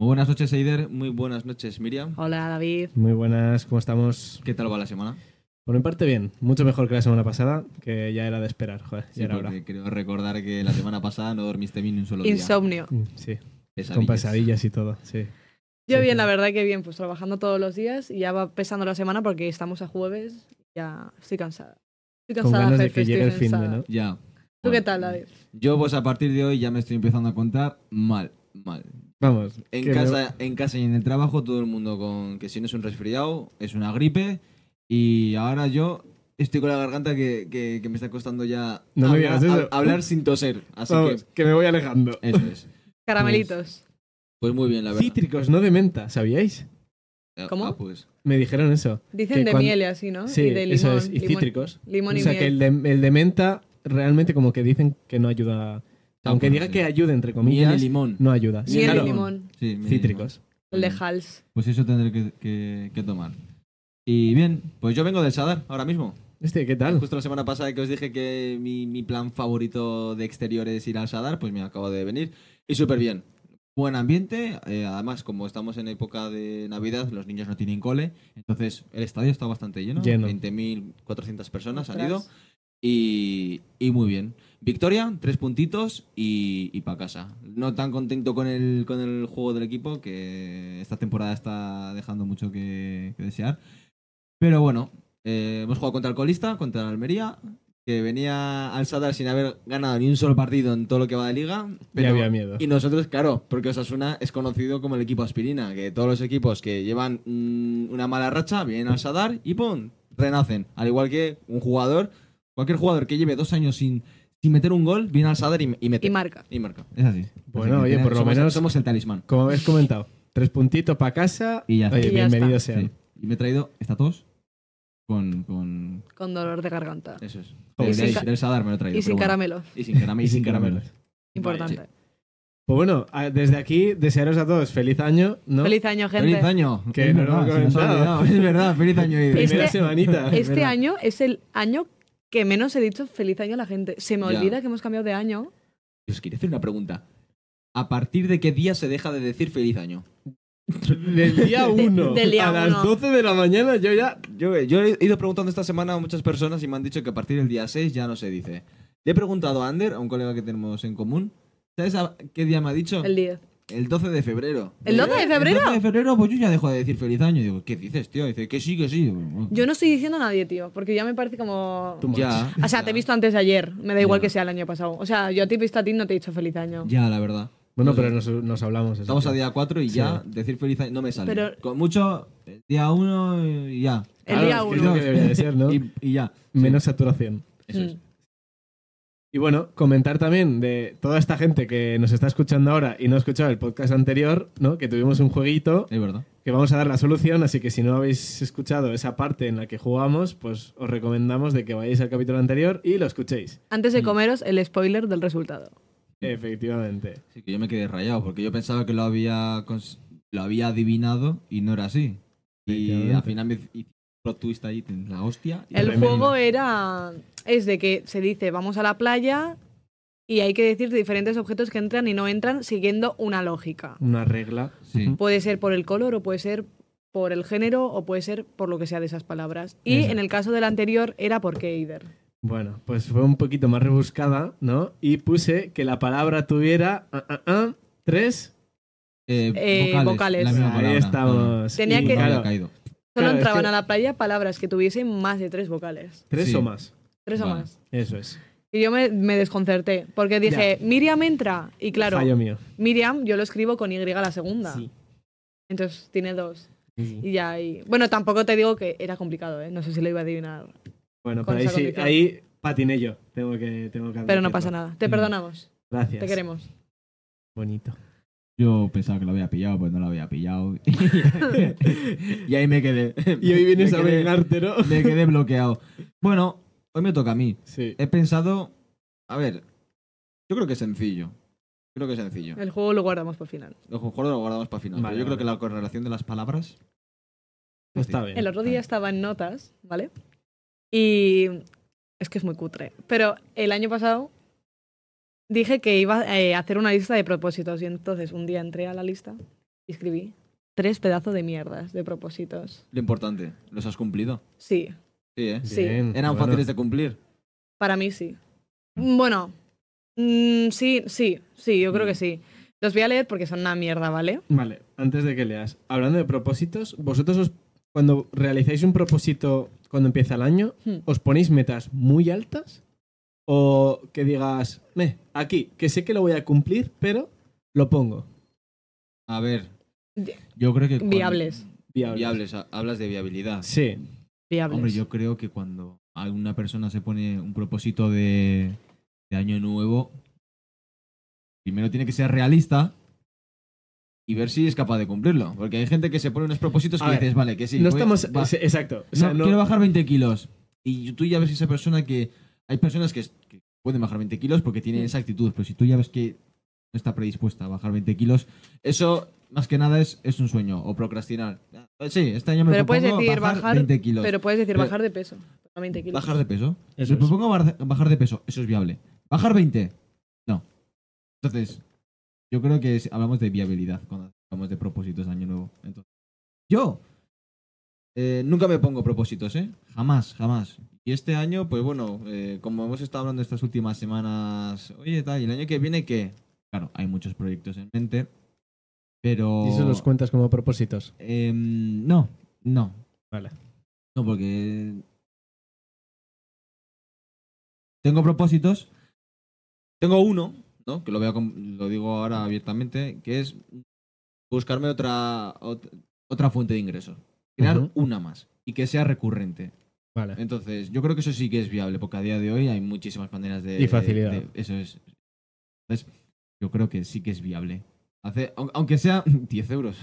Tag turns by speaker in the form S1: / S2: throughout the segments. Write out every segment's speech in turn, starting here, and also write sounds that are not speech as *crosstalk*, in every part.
S1: Muy buenas noches, Eider. Muy buenas noches, Miriam.
S2: Hola, David.
S3: Muy buenas, ¿cómo estamos?
S1: ¿Qué tal va la semana?
S3: Bueno, en parte bien, mucho mejor que la semana pasada, que ya era de esperar, joder, ya
S1: Sí,
S3: era hora.
S1: porque creo recordar que la semana pasada no dormiste bien ni un solo día.
S2: Insomnio.
S3: Mm, Sí,
S1: Pesadillas.
S3: con pesadillas y todo, sí.
S2: Yo
S3: Sí,
S2: bien,
S3: sí.
S2: la verdad que bien, pues trabajando todos los días y ya va pesando la semana porque estamos a jueves, ya estoy cansada. Estoy
S3: Con
S2: cansada
S3: ganas de
S2: Ferfe,
S3: que llegue el
S2: estoy
S3: fin de,
S2: cansada.
S3: ¿no?
S1: Ya.
S2: ¿Tú qué
S1: Bueno,
S2: tal, David?
S1: Yo, pues a partir de hoy ya me estoy empezando a contar mal, mal.
S3: Vamos. que
S1: En
S3: me-
S1: casa, en casa y en el trabajo, todo el mundo con que si no es un resfriado, es una gripe. Y ahora yo estoy con la garganta que, que- que me está costando ya
S3: No me
S1: hablar,
S3: digas eso.
S1: a- hablar sin toser. Así
S3: Vamos, que me voy alejando.
S1: que eso es.
S2: Caramelitos.
S1: Pues muy bien, la verdad.
S3: Cítricos, no de menta, ¿sabíais?
S1: Ah,
S2: ¿Cómo?
S1: pues.
S3: Me dijeron eso. que
S2: Dicen de
S3: cuando-
S2: miel y así, ¿no?
S3: sí,
S2: Ah, y de limón.
S3: eso es, y
S2: limón,
S3: cítricos.
S2: limón
S3: O
S2: y
S3: sea,
S2: miel.
S3: que el de, el de menta realmente como que dicen que no ayuda. Aunque
S1: bueno,
S3: diga
S1: sí.
S3: que ayuda, entre
S1: Miel y
S3: comillas,
S1: limón.
S3: no ayuda.
S1: Sí,
S2: Miel
S1: claro.
S2: y limón.
S1: Sí, miel y limón.
S3: Cítricos.
S2: El de Hals.
S1: Pues eso tendré que, que- que tomar. Y bien, pues yo vengo del Sadar ahora mismo.
S3: Este, ¿qué tal?
S1: Justo la semana pasada que os dije que mi, mi plan favorito de exterior es ir al Sadar, pues me acabo de venir. Y súper bien. Buen ambiente, eh, además como estamos en época de Navidad, los niños no tienen cole, entonces el estadio está bastante lleno,
S3: Lleno.
S1: 20.400 personas han
S2: Ostras.
S1: ido y, y muy bien. Victoria, tres puntitos y, y para casa. No tan contento con el, con el juego del equipo, que esta temporada está dejando mucho que, que desear. Pero bueno, eh, hemos jugado contra el colista, contra el Almería, que venía al Sadar sin haber ganado ni un solo partido en todo lo que va de liga. Pero,
S3: Ya había miedo.
S1: Y nosotros, claro, porque Osasuna es conocido como el equipo aspirina, que todos los equipos que llevan mm, una mala racha vienen al Sadar y ¡pum! renacen. Al igual que un jugador, cualquier jugador que lleve dos años sin, sin meter un gol, viene al Sadar y, y mete.
S2: Y marca.
S1: Y marca. Es así.
S3: Bueno,
S1: Así que
S3: oye,
S1: tenemos-
S3: por lo
S1: somos-
S3: menos-
S1: Somos el talismán.
S3: Como habéis comentado, tres puntitos para casa.
S1: Y ya está.
S3: Oye,
S2: Y ya está.
S3: bienvenidos sean.
S1: Sí. Y me he traído esta tos con. con...
S2: Con dolor de
S3: Eh,
S2: garganta.
S1: Eso es.
S3: Joder.
S1: Del-
S2: sin ca-
S1: del Sadar me lo he traído.
S2: Y sin
S1: pero bueno.
S2: caramelos.
S1: Y sin caramelo.
S3: Y sin caramelos.
S2: Importante.
S3: Pues bueno, a- desde aquí desearos a todos feliz año, ¿no?
S2: Feliz año, gente.
S1: Feliz año.
S3: Que
S1: es
S3: no lo
S1: verdad,
S3: hemos
S1: se nos ha
S3: comentado.
S1: olvidado. Es verdad, feliz
S2: *laughs*
S1: año. Ida.
S2: Este-
S3: Primera semanita.
S1: Es
S2: *laughs* Este
S1: verdad.
S2: año *laughs* es el año que menos he dicho feliz año a la gente. Se me
S1: Ya.
S2: olvida que hemos cambiado de año.
S1: Os quería hacer una pregunta. ¿A partir de qué día se deja de decir feliz año?
S3: Del día
S2: De-
S3: 1
S2: del día
S3: a
S2: uno.
S3: las 12 de la mañana yo ya...
S1: Yo, eh, yo he ido preguntando esta semana a muchas personas y me han dicho que a partir del día 6 ya no se dice. Le he preguntado a Ander, a un colega que tenemos en común, ¿sabes a qué día me ha
S3: Oh.
S1: dicho?
S2: El 10.
S1: El 12 de febrero.
S2: ¿El 12 de
S1: ¿Eh?
S2: febrero?
S1: El 12 de febrero, pues yo ya dejo de decir feliz año. Digo, ¿qué dices, tío? Dice, que sí, que sí. Digo, bueno,
S2: Yo no estoy diciendo a nadie, tío, porque ya me parece como...
S3: Tú-
S1: ya.
S2: O sea,
S1: ya.
S2: te he visto antes de ayer, me da igual
S1: Ya.
S2: que sea el año pasado. O sea, yo a ti he visto a ti no te he dicho feliz año.
S1: Ya, la verdad.
S3: Bueno,
S1: No
S3: pero
S1: sé.
S3: nos, nos hablamos. eso
S1: Estamos
S3: sí.
S1: a día 4 y
S3: Sí.
S1: ya decir feliz año no me sale.
S2: Pero-
S1: Con mucho, eh, día 1 y ya.
S2: El
S3: Claro,
S2: día
S3: es que
S2: uno.
S3: es lo que debería de ser, ¿no?
S1: y, y ya. Sí,
S3: Menos saturación.
S1: eso es.
S2: Mm.
S3: Y bueno, comentar también de toda esta gente que nos está escuchando ahora y no ha escuchado el podcast anterior, ¿no? Que tuvimos un jueguito
S2: Mm.
S1: Es verdad.
S3: que vamos a dar la solución, así que si no habéis escuchado esa parte en la que jugamos, pues os recomendamos de que vayáis al capítulo anterior y lo escuchéis.
S2: Antes
S1: Mm.
S2: de comeros el spoiler del resultado.
S3: Eh, Efectivamente.
S1: Sí, que yo me quedé rayado porque yo pensaba que lo había cons- lo había adivinado y no era así. Y
S3: Efectivamente.
S1: al final me hice plot twist ahí, la hostia. y-
S2: El
S3: Tremendo.
S2: juego era... Es de que se dice, vamos a la playa y hay que decir diferentes objetos que entran y no entran siguiendo una lógica.
S3: Una regla.
S1: *laughs* Sí.
S2: Puede ser por el color o puede ser por el género o puede ser por lo que sea de esas palabras. Y
S3: Exacto.
S2: en el caso del anterior era por qué Eider.
S3: Bueno, pues fue un poquito más rebuscada, ¿no? Y puse que la palabra tuviera ah, ah, ah, tres.
S1: Eh,
S2: Eh, vocales.
S1: la misma
S3: Ahí
S1: palabra.
S3: estamos.
S2: Tenía
S3: Y,
S1: No,
S2: que-
S1: había
S3: claro,
S1: caído.
S2: Solo
S3: Claro, es
S2: entraban
S3: que-
S2: a la playa palabras que tuviesen más de tres vocales.
S3: tres
S1: Sí.
S3: o más.
S2: Tres o
S1: Vale.
S2: más.
S3: Eso es.
S2: Y yo me, me desconcerté. Porque dije, Miriam entra. Y claro,
S3: Fallo mío.
S2: Miriam yo lo escribo con Y a la segunda. Entonces tiene dos. Y ya ahí. Bueno, tampoco te digo que era complicado, ¿eh? No sé si lo iba a adivinar.
S3: Bueno,
S2: Con
S3: pero ahí
S2: esa
S3: sí,
S2: condición.
S3: ahí patiné yo. Tengo que, tengo que
S2: Pero no
S3: admitirlo.
S2: pasa nada. Te
S3: Mm.
S2: perdonamos.
S3: Gracias.
S2: Te queremos.
S3: Bonito.
S1: Yo pensaba que lo había pillado, pues no lo había pillado. *laughs* y ahí me quedé.
S3: Y hoy vienes
S1: Me
S3: a
S1: quedé-
S3: vengarte, ¿no?
S1: Me quedé bloqueado. Bueno, hoy me toca a mí.
S3: Sí.
S1: He pensado. A ver, yo creo que es sencillo. Creo que es sencillo.
S2: El juego lo guardamos por final.
S1: Los jugadores lo guardamos para final.
S3: Vale,
S1: pero yo creo
S3: vale.
S1: que la correlación de las palabras.
S3: Pues está bien.
S2: El otro día estaba en notas, ¿vale? Y es que es muy cutre. Pero el año pasado dije que iba eh, a hacer una lista de propósitos y entonces un día entré a la lista y Y escribí tres pedazos de mierdas, de propósitos.
S1: Lo importante, ¿los has cumplido?
S2: Sí,
S1: Sí, ¿eh?
S2: Sí.
S1: Eran
S3: bueno.
S1: fáciles de cumplir.
S2: para mí sí. Bueno, mm, sí, sí, sí, yo
S1: Mm.
S2: creo que sí. Los voy a leer porque son una mierda, ¿vale?
S3: Vale, antes de que leas, hablando de propósitos, vosotros os- cuando realizáis un propósito cuando empieza el año,
S2: Hmm.
S3: ¿os ponéis metas muy altas? ¿O que digas, me, aquí, que sé que lo voy a cumplir, pero lo pongo?
S1: A ver,
S2: Di-
S1: yo creo que... cuando-
S2: Viables.
S3: Viable.
S1: Viables, ha- hablas de viabilidad.
S3: Sí,
S2: Viables.
S1: Hombre, yo creo que cuando a una persona se pone un propósito de, de año nuevo, primero tiene que ser realista y ver si es capaz de cumplirlo. Porque hay gente que se pone unos propósitos
S3: A
S1: que
S3: ver,
S1: dices, vale, que sí.
S3: no
S1: voy-
S3: estamos...
S1: va-
S3: sí, Exacto. O sea,
S1: no,
S3: no-
S1: Quiero bajar 20 kilos. Y tú ya ves esa persona que... Hay personas que, es- que pueden bajar 20 kilos porque tienen
S2: Mm.
S1: esa actitud, pero si tú ya ves que no está predispuesta a bajar 20 kilos, eso más que nada es, es un sueño o procrastinar. Ah, Sí, este año me
S2: Pero puedes
S1: propongo
S2: decir
S1: bajar,
S2: bajar,
S1: 20 kilos.
S2: Pero puedes decir
S1: Pero-
S2: bajar de peso. a 20 kilos.
S1: Bajar de peso.
S3: Eso
S1: Me
S3: es.
S1: propongo bar- bajar de peso. Eso es viable. Bajar 20. No. Entonces, yo creo que es- hablamos de viabilidad cuando hablamos de propósitos de año nuevo. Entonces, yo eh, nunca me pongo propósitos, ¿eh? Jamás, jamás. Y este año, pues bueno, eh, como hemos estado hablando estas últimas semanas, oye, tal, y el año que viene, ¿qué? Claro, hay muchos proyectos en mente, pero...
S3: ¿Y eso los cuentas como propósitos?
S1: Em, no, no.
S3: Vale.
S1: No, porque. Tengo propósitos. Tengo uno, ¿no? Que lo, voy a com- lo digo ahora abiertamente, que es buscarme otra, ot- otra fuente de ingresos. Crear
S3: Ujú.
S1: una más y que sea recurrente.
S3: Vale.
S1: Entonces, yo creo que eso sí que es viable, porque a día de hoy hay muchísimas maneras de...
S3: Y facilidad.
S1: de- eso es. Entonces, yo creo que sí que es viable. Hace, au- aunque sea *laughs* 10 euros.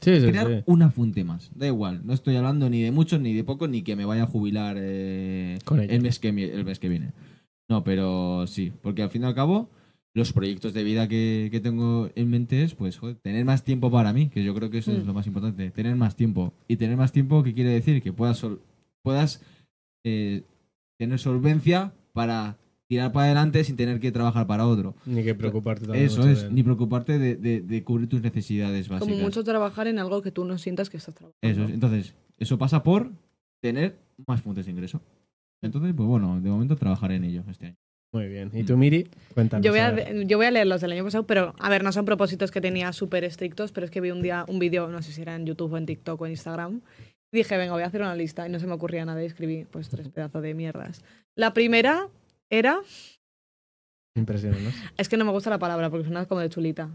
S3: Sí, sí,
S1: crear
S3: sí.
S1: una fuente más. Da igual, no estoy hablando ni de mucho ni de poco, ni que me vaya a jubilar eh,
S3: Con ello.
S1: el, mes que, mi- el mes que viene. No, pero sí, porque al fin y al cabo, los proyectos de vida que, que tengo en mente es, pues, joder, tener más tiempo para mí, que yo creo que eso es
S2: Mm.
S1: lo más importante, tener más tiempo. Y tener más tiempo, ¿qué quiere decir? Que puedas, sol- puedas eh, tener solvencia para tirar para adelante sin tener que trabajar para otro.
S3: Ni que preocuparte también.
S1: Eso
S3: mucho
S1: es,
S3: de-
S1: ni preocuparte de, de- de cubrir tus necesidades básicas.
S2: Como mucho trabajar en algo que tú no sientas que estás trabajando.
S1: Eso es. Entonces, eso pasa por tener más fuentes de ingreso. Entonces, pues bueno, de momento trabajaré en ello este año.
S3: Muy bien. ¿Y tú, Miri? Cuéntanos.
S2: Yo voy,
S3: a
S2: a,
S3: ver.
S2: yo voy a leer los del año pasado, pero a ver, no son propósitos que tenía súper estrictos, pero es que vi un día un vídeo, no sé si era en YouTube o en TikTok o en Instagram, y dije, venga, voy a hacer una lista, y no se me ocurría nada, y escribí pues tres pedazos de mierdas. La primera era,
S3: Impresionante.
S2: es que no me gusta la palabra porque suena como de chulita,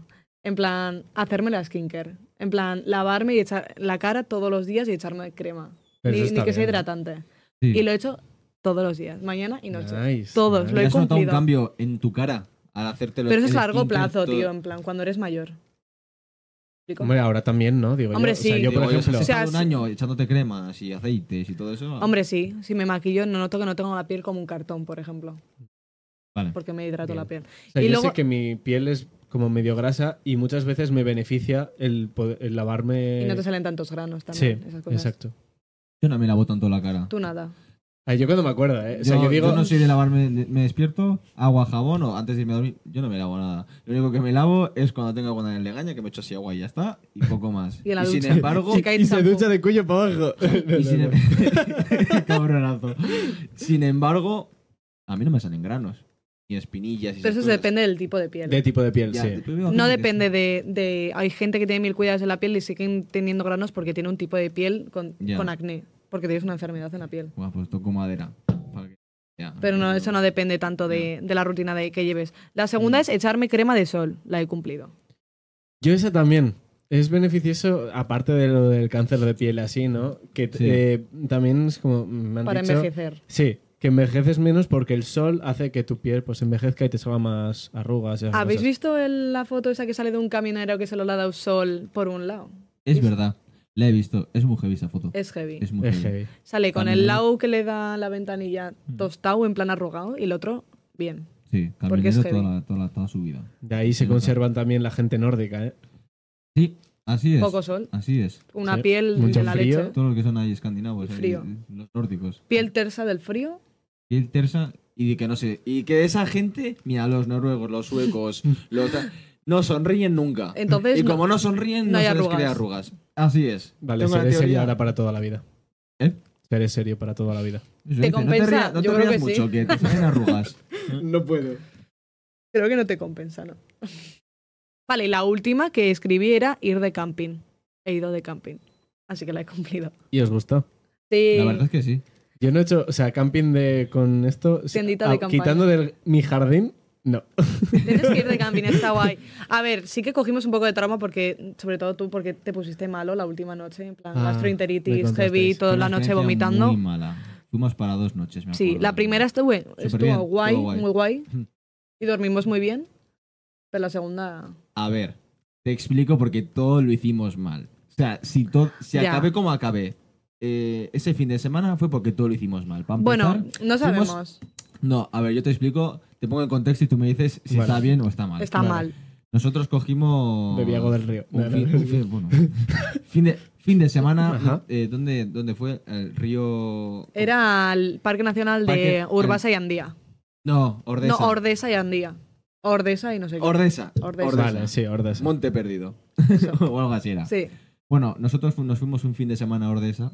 S2: en plan, hacerme la skincare, en plan, lavarme y echar la cara todos los días y echarme crema,
S3: Pero
S2: ni,
S3: eso
S2: ni que
S3: está
S2: sea
S3: bien, ¿eh?
S2: hidratante.
S1: Sí.
S2: Y lo he hecho todos los días, mañana y noche.
S3: Nice,
S2: Todos,
S3: nice.
S2: lo he
S1: ¿Has notado un
S2: cumplido.
S1: cambio en tu cara al hacértelo?
S2: Pero eso
S1: el
S2: es largo
S1: skincare,
S2: plazo,
S1: todo?
S2: tío, en plan, cuando eres mayor. ¿Me explico?
S3: Hombre, ahora también, ¿no? Digo
S2: Hombre,
S3: yo. O sea,
S2: sí.
S3: yo, por
S1: Digo,
S3: ejemplo...
S1: ¿has
S2: O sea,
S1: estado un
S2: sí.
S1: año echándote cremas y aceites y todo eso.
S2: Hombre, sí. Si me maquillo, no noto que no tengo la piel como un cartón, por ejemplo.
S1: Vale.
S2: Porque me hidrato
S3: Bien.
S2: la piel.
S3: O sea,
S2: Y
S3: yo
S2: luego-
S3: sé que mi piel es como medio grasa y muchas veces me beneficia el, poder- el lavarme.
S2: Y no te salen tantos granos también. esas cosas.
S3: Eh, exacto.
S1: Yo no me lavo tanto la cara.
S2: Tú nada.
S3: Ah, yo cuando me acuerdo, ¿eh? O sea, yo, digo.
S1: no soy de lavarme, de- me despierto, agua, jabón o antes de irme a dormir, yo no me lavo nada. Lo único que me lavo es cuando tengo agua en el legaña, que me echo así agua y ya está, y poco más.
S2: Y en la
S1: sin
S2: ducha.
S1: embargo,
S2: Sí, cae
S3: *laughs* y se
S2: champú.
S3: ducha de cuello para abajo. *laughs*
S1: Y *laughs* sin, Cabronazo. Sin embargo, a mí no me salen granos, ni espinillas. y
S2: Pero
S1: esas
S2: eso
S1: cosas.
S2: depende del tipo de piel.
S3: De tipo de piel,
S1: Ya,
S3: sí.
S1: pero veo gente
S2: No
S1: que
S2: depende de, de- Hay gente que tiene mil cuidados en la piel y siguen teniendo granos porque tiene un tipo de piel con,
S1: Ya.
S2: con acné. Porque tienes una enfermedad en la piel.
S1: sí. Buah, pues toco madera. Para que- ya,
S3: Ah,
S2: Pero no, eso no depende tanto de, de la rutina de, que lleves. La segunda
S3: Mm.
S2: es echarme crema de sol. La he cumplido.
S3: Yo esa también. Es beneficioso, aparte de lo del cáncer de piel así, ¿no? Que
S1: Sí.
S3: eh, también es como. mm, Me han
S2: Para
S3: dicho-
S2: envejecer.
S3: Sí, que envejeces menos porque el sol hace que tu piel pues envejezca y te salga más arrugas. y esas
S2: ¿Habéis
S3: cosas.
S2: visto el- la foto esa que sale de un caminero que se lo la da un sol por un lado?
S1: Es verdad, la he visto. Es muy heavy esa foto. Es,
S2: Es heavy.
S1: muy
S3: Es
S1: heavy.
S3: heavy.
S2: Sale con
S1: También.
S2: el lado que le da la ventanilla
S3: Mm.
S2: tostado, en plan arrugado, y el otro, bien.
S1: Sí,
S2: Porque es
S1: caminero toda,
S2: heavy.
S1: la, toda, la- toda su vida.
S3: De ahí se
S1: Es verdad.
S3: conservan también la gente nórdica, ¿eh?
S1: Sí, así es.
S2: Poco sol,
S1: Así es.
S2: una
S3: Sí.
S2: piel
S3: Mucho
S2: de la
S3: frío.
S2: leche.
S1: Todo lo que son ahí escandinavos,
S2: Y
S1: ahí,
S2: frío.
S1: los nórdicos.
S2: Piel tersa del frío.
S1: Piel
S3: *laughs*
S1: tersa y de que no sé. Y que esa gente, mira, los noruegos, los suecos, los. no sonríen nunca.
S2: Entonces,
S1: y
S2: no-
S1: como no sonríen,
S2: no
S1: no,
S2: hay
S1: se les
S2: arrugas.
S1: crea arrugas. Así es.
S3: Vale,
S1: Tengo la
S3: seré serio
S1: teoría.
S3: ahora para toda la vida.
S1: ¿Eh?
S3: Seré serio para toda la vida.
S1: Eso
S2: Te
S1: dice, No
S2: compensa,
S1: te, ría- no te
S2: yo creo
S1: rías
S2: que sí.
S1: mucho, que te salen
S2: *laughs*
S1: arrugas.
S3: No puedo.
S2: Creo que no te compensa, ¿no? *laughs* Vale, y la última que escribí era ir de camping. He ido de camping. Así que la he cumplido.
S3: ¿Y os gustó?
S2: Sí.
S1: La verdad es que sí.
S3: Yo no he hecho, o sea, camping de con esto. o sea,
S2: Tiendita de campaña.
S3: Quitando de mi jardín, no.
S2: Tienes que ir
S1: *laughs*
S2: de camping, está guay. A ver, sí que cogimos un poco de trauma porque, sobre todo tú, porque te pusiste malo la última noche, en plan
S3: Ah, me
S2: gastroenteritis,
S3: contasteis.
S2: heavy, toda
S1: Fue
S2: la
S1: una
S2: noche
S1: experiencia
S2: vomitando.
S1: Muy mala. Fuimos para dos noches, me
S2: Sí,
S1: acuerdo.
S2: la primera estuvo, estuvo
S1: bien,
S2: guay,
S1: estuvo guay. *laughs*
S2: muy guay,
S1: Hmm.
S2: y dormimos muy bien, pero la segunda...
S1: A ver, te explico porque todo lo hicimos mal. O sea, si, to- si
S2: Ya.
S1: acabé como acabé eh, ese fin de semana fue porque todo lo hicimos mal. Pa'
S2: Bueno,
S1: empezar-
S2: no
S1: fuimos-
S2: sabemos,
S1: No, a ver, yo te explico, te pongo en contexto y tú me dices si
S3: Vale.
S1: está bien o está mal.
S2: está
S3: Vale.
S2: mal.
S1: Nosotros cogimos...
S3: De Viago del Río.
S1: Un
S3: No, no,
S1: fin,
S3: no.
S1: un fin- bueno, fin de, fin de *laughs* semana,
S3: Ajá.
S1: eh, ¿dónde, ¿dónde fue? El río...
S2: Era al Parque Nacional de
S1: Parque-
S2: Urbasa y Andía.
S1: No, Ordesa.
S2: No, Ordesa y Andía. Ordesa y no sé qué.
S1: Ordesa.
S2: Ordesa.
S3: Vale, sí, Ordesa.
S1: Monte Perdido. *laughs* o algo así era.
S2: Sí,
S1: Bueno, nosotros fu- nos fuimos un fin de semana a Ordesa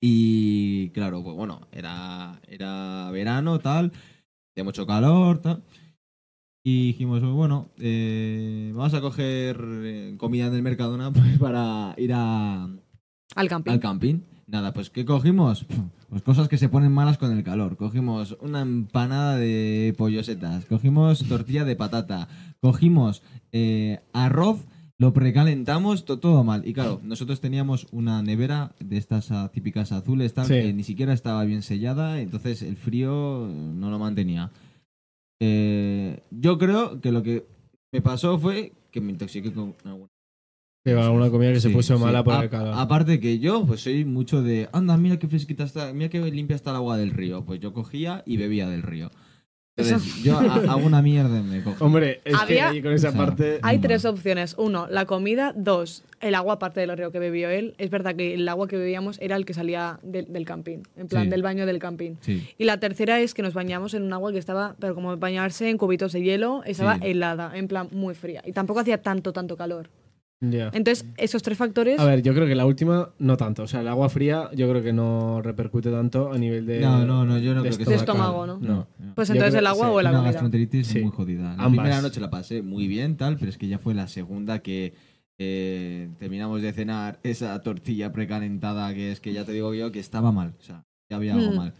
S1: y claro, pues bueno, era, era verano, tal, de mucho calor, tal. Y dijimos, "Pues, bueno, eh, vamos a coger eh, comida del Mercadona *laughs* pues, para ir a,
S2: al camping.
S1: al camping. Nada, pues ¿qué cogimos? Pues cosas que se ponen malas con el calor. Cogimos una empanada de pollosetas, cogimos tortilla de patata, cogimos eh, arroz, lo precalentamos, to- todo mal. Y claro, nosotros teníamos una nevera de estas ah, típicas azules, tal,
S3: Sí.
S1: que ni siquiera estaba bien sellada, entonces el frío eh, no lo mantenía. Eh, yo creo que lo que me pasó fue que me intoxiqué con alguna
S3: Lleva una comida que se
S1: Sí,
S3: puso
S1: sí. Ah,
S3: mala por
S1: A-
S3: el calor.
S1: Aparte que yo, pues soy mucho de, anda, mira qué fresquita está, mira qué limpia está el agua del río. Pues yo cogía y bebía del río. Entonces,
S2: *laughs*
S1: yo a- hago una mierda y me cojo.
S3: Hombre, es
S2: Había-
S3: que ahí con esa
S1: O sea,
S3: parte.
S2: Hay
S1: Mm.
S2: tres opciones. Uno, la comida. Dos, el agua, aparte del río que bebió él. Es verdad que el agua que bebíamos era el que salía del- del camping, en plan
S1: Sí.
S2: del baño del camping.
S1: Sí.
S2: Y la tercera es que nos bañamos en un agua que estaba, pero como bañarse en cubitos de hielo, estaba
S1: Sí.
S2: helada, en plan muy fría. Y tampoco hacía tanto, tanto calor.
S3: Ya.
S2: Entonces, esos tres factores.
S3: A ver, yo creo que la última no tanto. O sea, el agua fría yo creo que no repercute tanto a nivel de.
S1: No, no, no, yo no
S3: de
S1: creo que
S2: De
S1: sea
S2: estómago,
S1: calor.
S3: ¿no?
S1: No. no.
S2: pues
S3: yo
S2: entonces
S3: creo-
S2: el agua
S3: sí,
S2: o la
S1: una
S2: comida.
S1: gastroenteritis
S3: Sí.
S1: muy jodida. La
S3: Ambas.
S1: primera noche la pasé muy bien, tal, pero es que ya fue la segunda que eh, terminamos de cenar esa tortilla precalentada que es que ya te digo yo que estaba mal. O sea, ya había algo
S2: Mm.
S1: mal.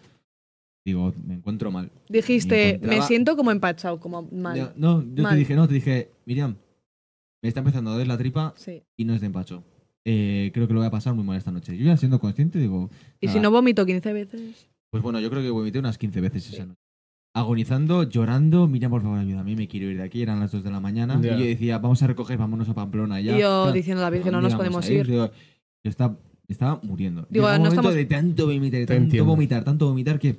S1: Digo, me encuentro mal.
S2: Dijiste, me
S1: encontraba-
S2: siento como empachado, como mal.
S1: Ya, No, yo
S2: Mal.
S1: te dije, no, te dije, Miriam, me está empezando a doler la tripa
S2: Sí.
S1: y no es de empacho. Eh, creo que lo voy a pasar muy mal esta noche. Yo ya siendo consciente digo,
S2: Y si
S1: Ah.
S2: no vomito 15 veces.
S1: pues bueno, yo creo que vomité unas 15 veces esa noche. Agonizando, llorando, Miriam, por favor, ayúdame, me quiero ir de aquí, eran las 2 de la mañana.
S3: Ya.
S1: Y yo decía, vamos a recoger, vámonos a Pamplona ya.
S2: y yo
S1: Claro,
S2: diciendo a la Virgen, no
S1: ¿dónde
S2: nos
S1: vamos
S2: podemos
S1: a
S2: ir.
S1: Yo, yo estaba, estaba muriendo.
S2: Digo,
S1: Llegaba un
S2: no
S1: momento
S2: estamos-
S1: de tanto vomitar, de
S3: Te
S1: tanto
S3: entiendo.
S1: vomitar, tanto vomitar que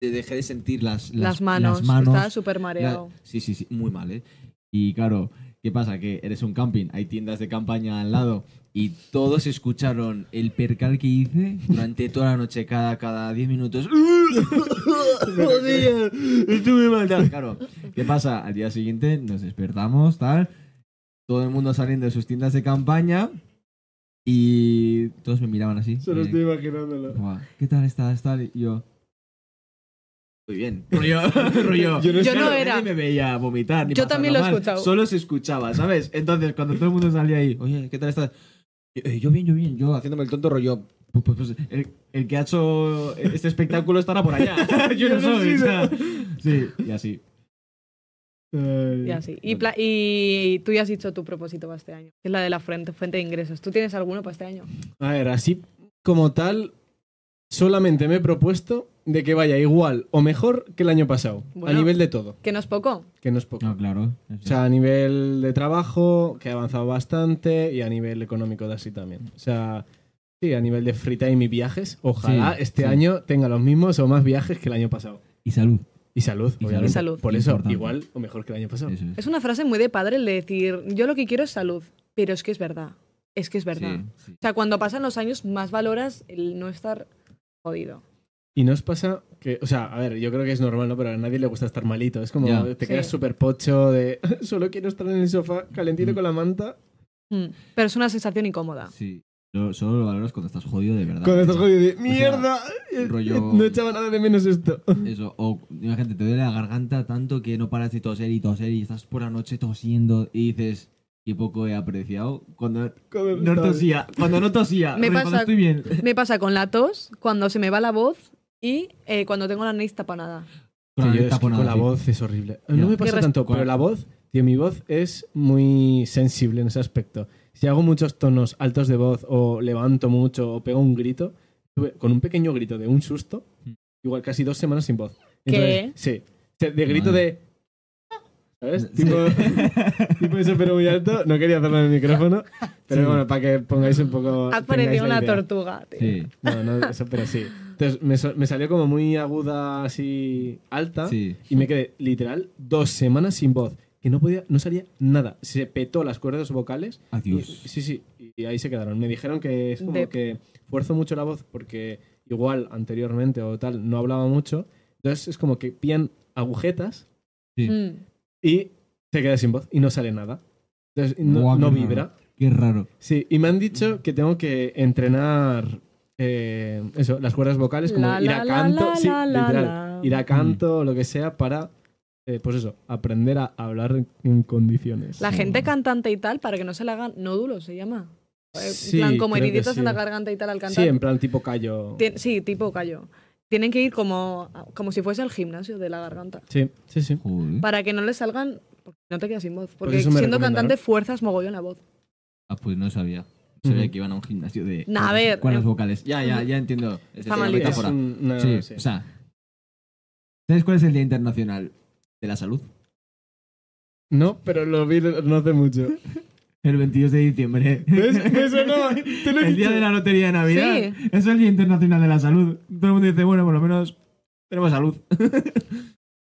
S1: te dejé de sentir las, las,
S2: Las, manos.
S1: las manos.
S2: Estaba súper mareado.
S1: La- sí, sí, sí, muy mal, ¿eh? Y claro, ¿qué pasa? Que eres un camping, hay tiendas de campaña al lado y todos escucharon el percal que hice durante toda la noche, cada cada 10 minutos. ¡Joder! Estuve mal, tal. Claro, ¿qué pasa? Al día siguiente nos despertamos, tal. Todo el mundo saliendo de sus tiendas de campaña y todos me miraban así. eh,
S3: imaginándolo.
S1: Buah, ¿Qué tal estás? Tal? Y yo. Muy bien. Rollo, *laughs* rollo.
S3: Yo no
S2: Yo no
S1: Claro,
S2: era.
S1: Nadie me veía vomitar. Ni
S2: Yo también
S1: pasarlo
S2: lo he
S1: mal.
S2: escuchado.
S1: Solo se escuchaba, ¿sabes? Entonces, cuando todo el mundo salía ahí, oye, ¿qué tal estás? Eh, eh, Yo bien, yo bien. Yo haciéndome el tonto rollo. "Pu- pu- pues, el, el que ha hecho este espectáculo estará por
S2: *laughs*
S1: allá. *laughs* yo no soy. o sea, Sí, y así.
S2: Y así. Y, pla- y tú ya has dicho tu propósito para este año, que es la de la fuente, fuente de ingresos. ¿Tú tienes alguno para este año?
S3: A ver, así como tal, solamente me he propuesto de que vaya igual o mejor que el año pasado.
S2: Bueno.
S3: A nivel de todo,
S2: Que no es poco.
S3: que no es poco.
S1: No, claro.
S3: O sea, a nivel de trabajo, que he avanzado bastante, y a nivel económico de así también. O sea, sí, a nivel de free time y viajes, ojalá
S1: Sí,
S3: este
S1: sí.
S3: año tenga los mismos o más viajes que el año pasado.
S1: y salud.
S3: Y salud,
S1: Y
S3: obviamente.
S2: salud.
S3: Por eso,
S1: Importante.
S3: igual o mejor que el año pasado.
S1: Eso es.
S2: Es una frase muy de padre el de decir, yo lo que quiero es salud, pero es que es verdad. Es que es verdad.
S1: Sí, sí.
S2: O sea, cuando pasan los años, más valoras el no estar jodido.
S3: Y nos pasa que, o sea, a ver, yo creo que es normal, ¿no? Pero a nadie le gusta estar malito. Es como
S1: Ya.
S3: te
S2: Sí.
S3: quedas súper pocho de *laughs* solo quiero estar en el sofá calentito
S1: Mm.
S3: con la manta.
S2: Mm, Pero es una sensación
S1: *laughs*
S2: incómoda.
S1: Sí. Yo solo lo valoras cuando estás jodido de verdad.
S3: Cuando estás jodido de
S1: sea,
S3: mierda, eh,
S1: rollo-
S3: no echaba nada de menos esto. *laughs*
S1: Eso, o imagínate, te duele la garganta tanto que no paras de toser y toser y estás por la noche tosiendo y dices, qué poco he apreciado cuando
S3: Cuando
S1: no
S3: estaba-
S1: tosía, cuando no tosía,
S2: Me
S1: rollo,
S2: pasa-
S1: cuando estoy bien.
S2: Me pasa con la tos, cuando se me va la voz y eh, cuando tengo la nariz
S1: Con
S2: tapanada.
S3: Sí,
S1: la
S3: yo
S1: nariz
S3: es que
S1: taponada,
S3: con la
S1: sí.
S3: voz es horrible.
S1: Ya.
S3: No me
S2: ¿Qué
S3: pasa
S2: res-
S3: tanto,
S1: cuál?
S3: pero la voz, tío, mi voz es muy sensible en ese aspecto. Si hago muchos tonos altos de voz o levanto mucho o pego un grito, tuve- con un pequeño grito de un susto,
S1: Mm.
S3: igual casi dos semanas sin voz.
S2: ¿Qué?
S3: Entonces, sí. De, de grito
S1: Madre.
S3: de... ¿Sabes?
S1: Sí.
S3: Tipo, *laughs* tipo eso, pero muy alto. No quería hacerlo en el micrófono, pero
S1: Sí.
S3: bueno, para que pongáis un poco...
S2: Has
S3: tengáis
S2: parecido
S3: la
S2: una
S3: idea.
S2: tortuga, tío.
S1: Sí,
S3: No, no, eso, pero sí. Entonces me, sa- me salió como muy aguda, así alta.
S1: sí.
S3: Y me quedé literal dos semanas sin voz. Que no podía, no salía nada. Se petó las cuerdas vocales. y-
S1: Adiós.
S3: sí, sí. Y ahí se quedaron. Me dijeron que es como
S2: De-
S3: que fuerzo mucho la voz porque igual anteriormente o tal no hablaba mucho. Entonces es como que pillan agujetas
S1: Sí.
S2: Mm.
S3: y se queda sin voz y no sale nada. Entonces no,
S1: Guau, qué
S3: no
S1: raro.
S3: vibra.
S1: Qué raro.
S3: Sí, y me han dicho que tengo que entrenar eh, eso, las cuerdas vocales, como
S2: La,
S3: ir
S2: la,
S3: a
S2: la,
S3: canto,
S2: la,
S3: sí,
S2: la, la,
S3: literal,
S2: la.
S3: ir a canto
S1: Mm.
S3: o lo que sea para, eh, pues eso, aprender a hablar en- en condiciones.
S2: La
S1: Sí.
S2: gente cantante y tal, para que no se le hagan nódulos, se llama. Eh, en
S3: Sí,
S2: plan, como
S3: creo que
S2: heriditas
S3: sí.
S2: en la garganta y tal al
S3: Sí,
S2: cantar.
S3: en plan tipo callo.
S2: Tien- sí, tipo callo. Tienen que ir como, como si fuese al gimnasio de la garganta.
S3: Sí, sí, sí.
S1: Joder.
S2: Para que no le salgan. porque No te quedas sin voz. Porque
S3: eso me
S2: siendo
S3: recomendaron.
S2: cantante fuerzas mogollón la voz.
S1: Ah, pues no sabía. Sabía
S3: Ujú.
S1: que iban a un gimnasio de
S2: Nah, a ver,
S1: cuerdas
S2: en-
S1: vocales. Ya, ya, ya entiendo. Es
S2: Está
S1: una
S2: malito.
S1: metáfora.
S3: Es un- no,
S1: Sí,
S3: sí.
S1: o sea. ¿Sabes cuál es el Día Internacional de la Salud?
S3: No, pero lo vi no
S1: *laughs*
S3: hace mucho.
S1: El 22 de diciembre.
S3: ¿Ves? Me sonaba. Te lo he
S1: el día
S3: dicho.
S1: de la lotería de Navidad.
S2: Sí.
S1: Eso es el Día Internacional de la Salud. Todo el mundo dice, bueno, por lo menos tenemos salud.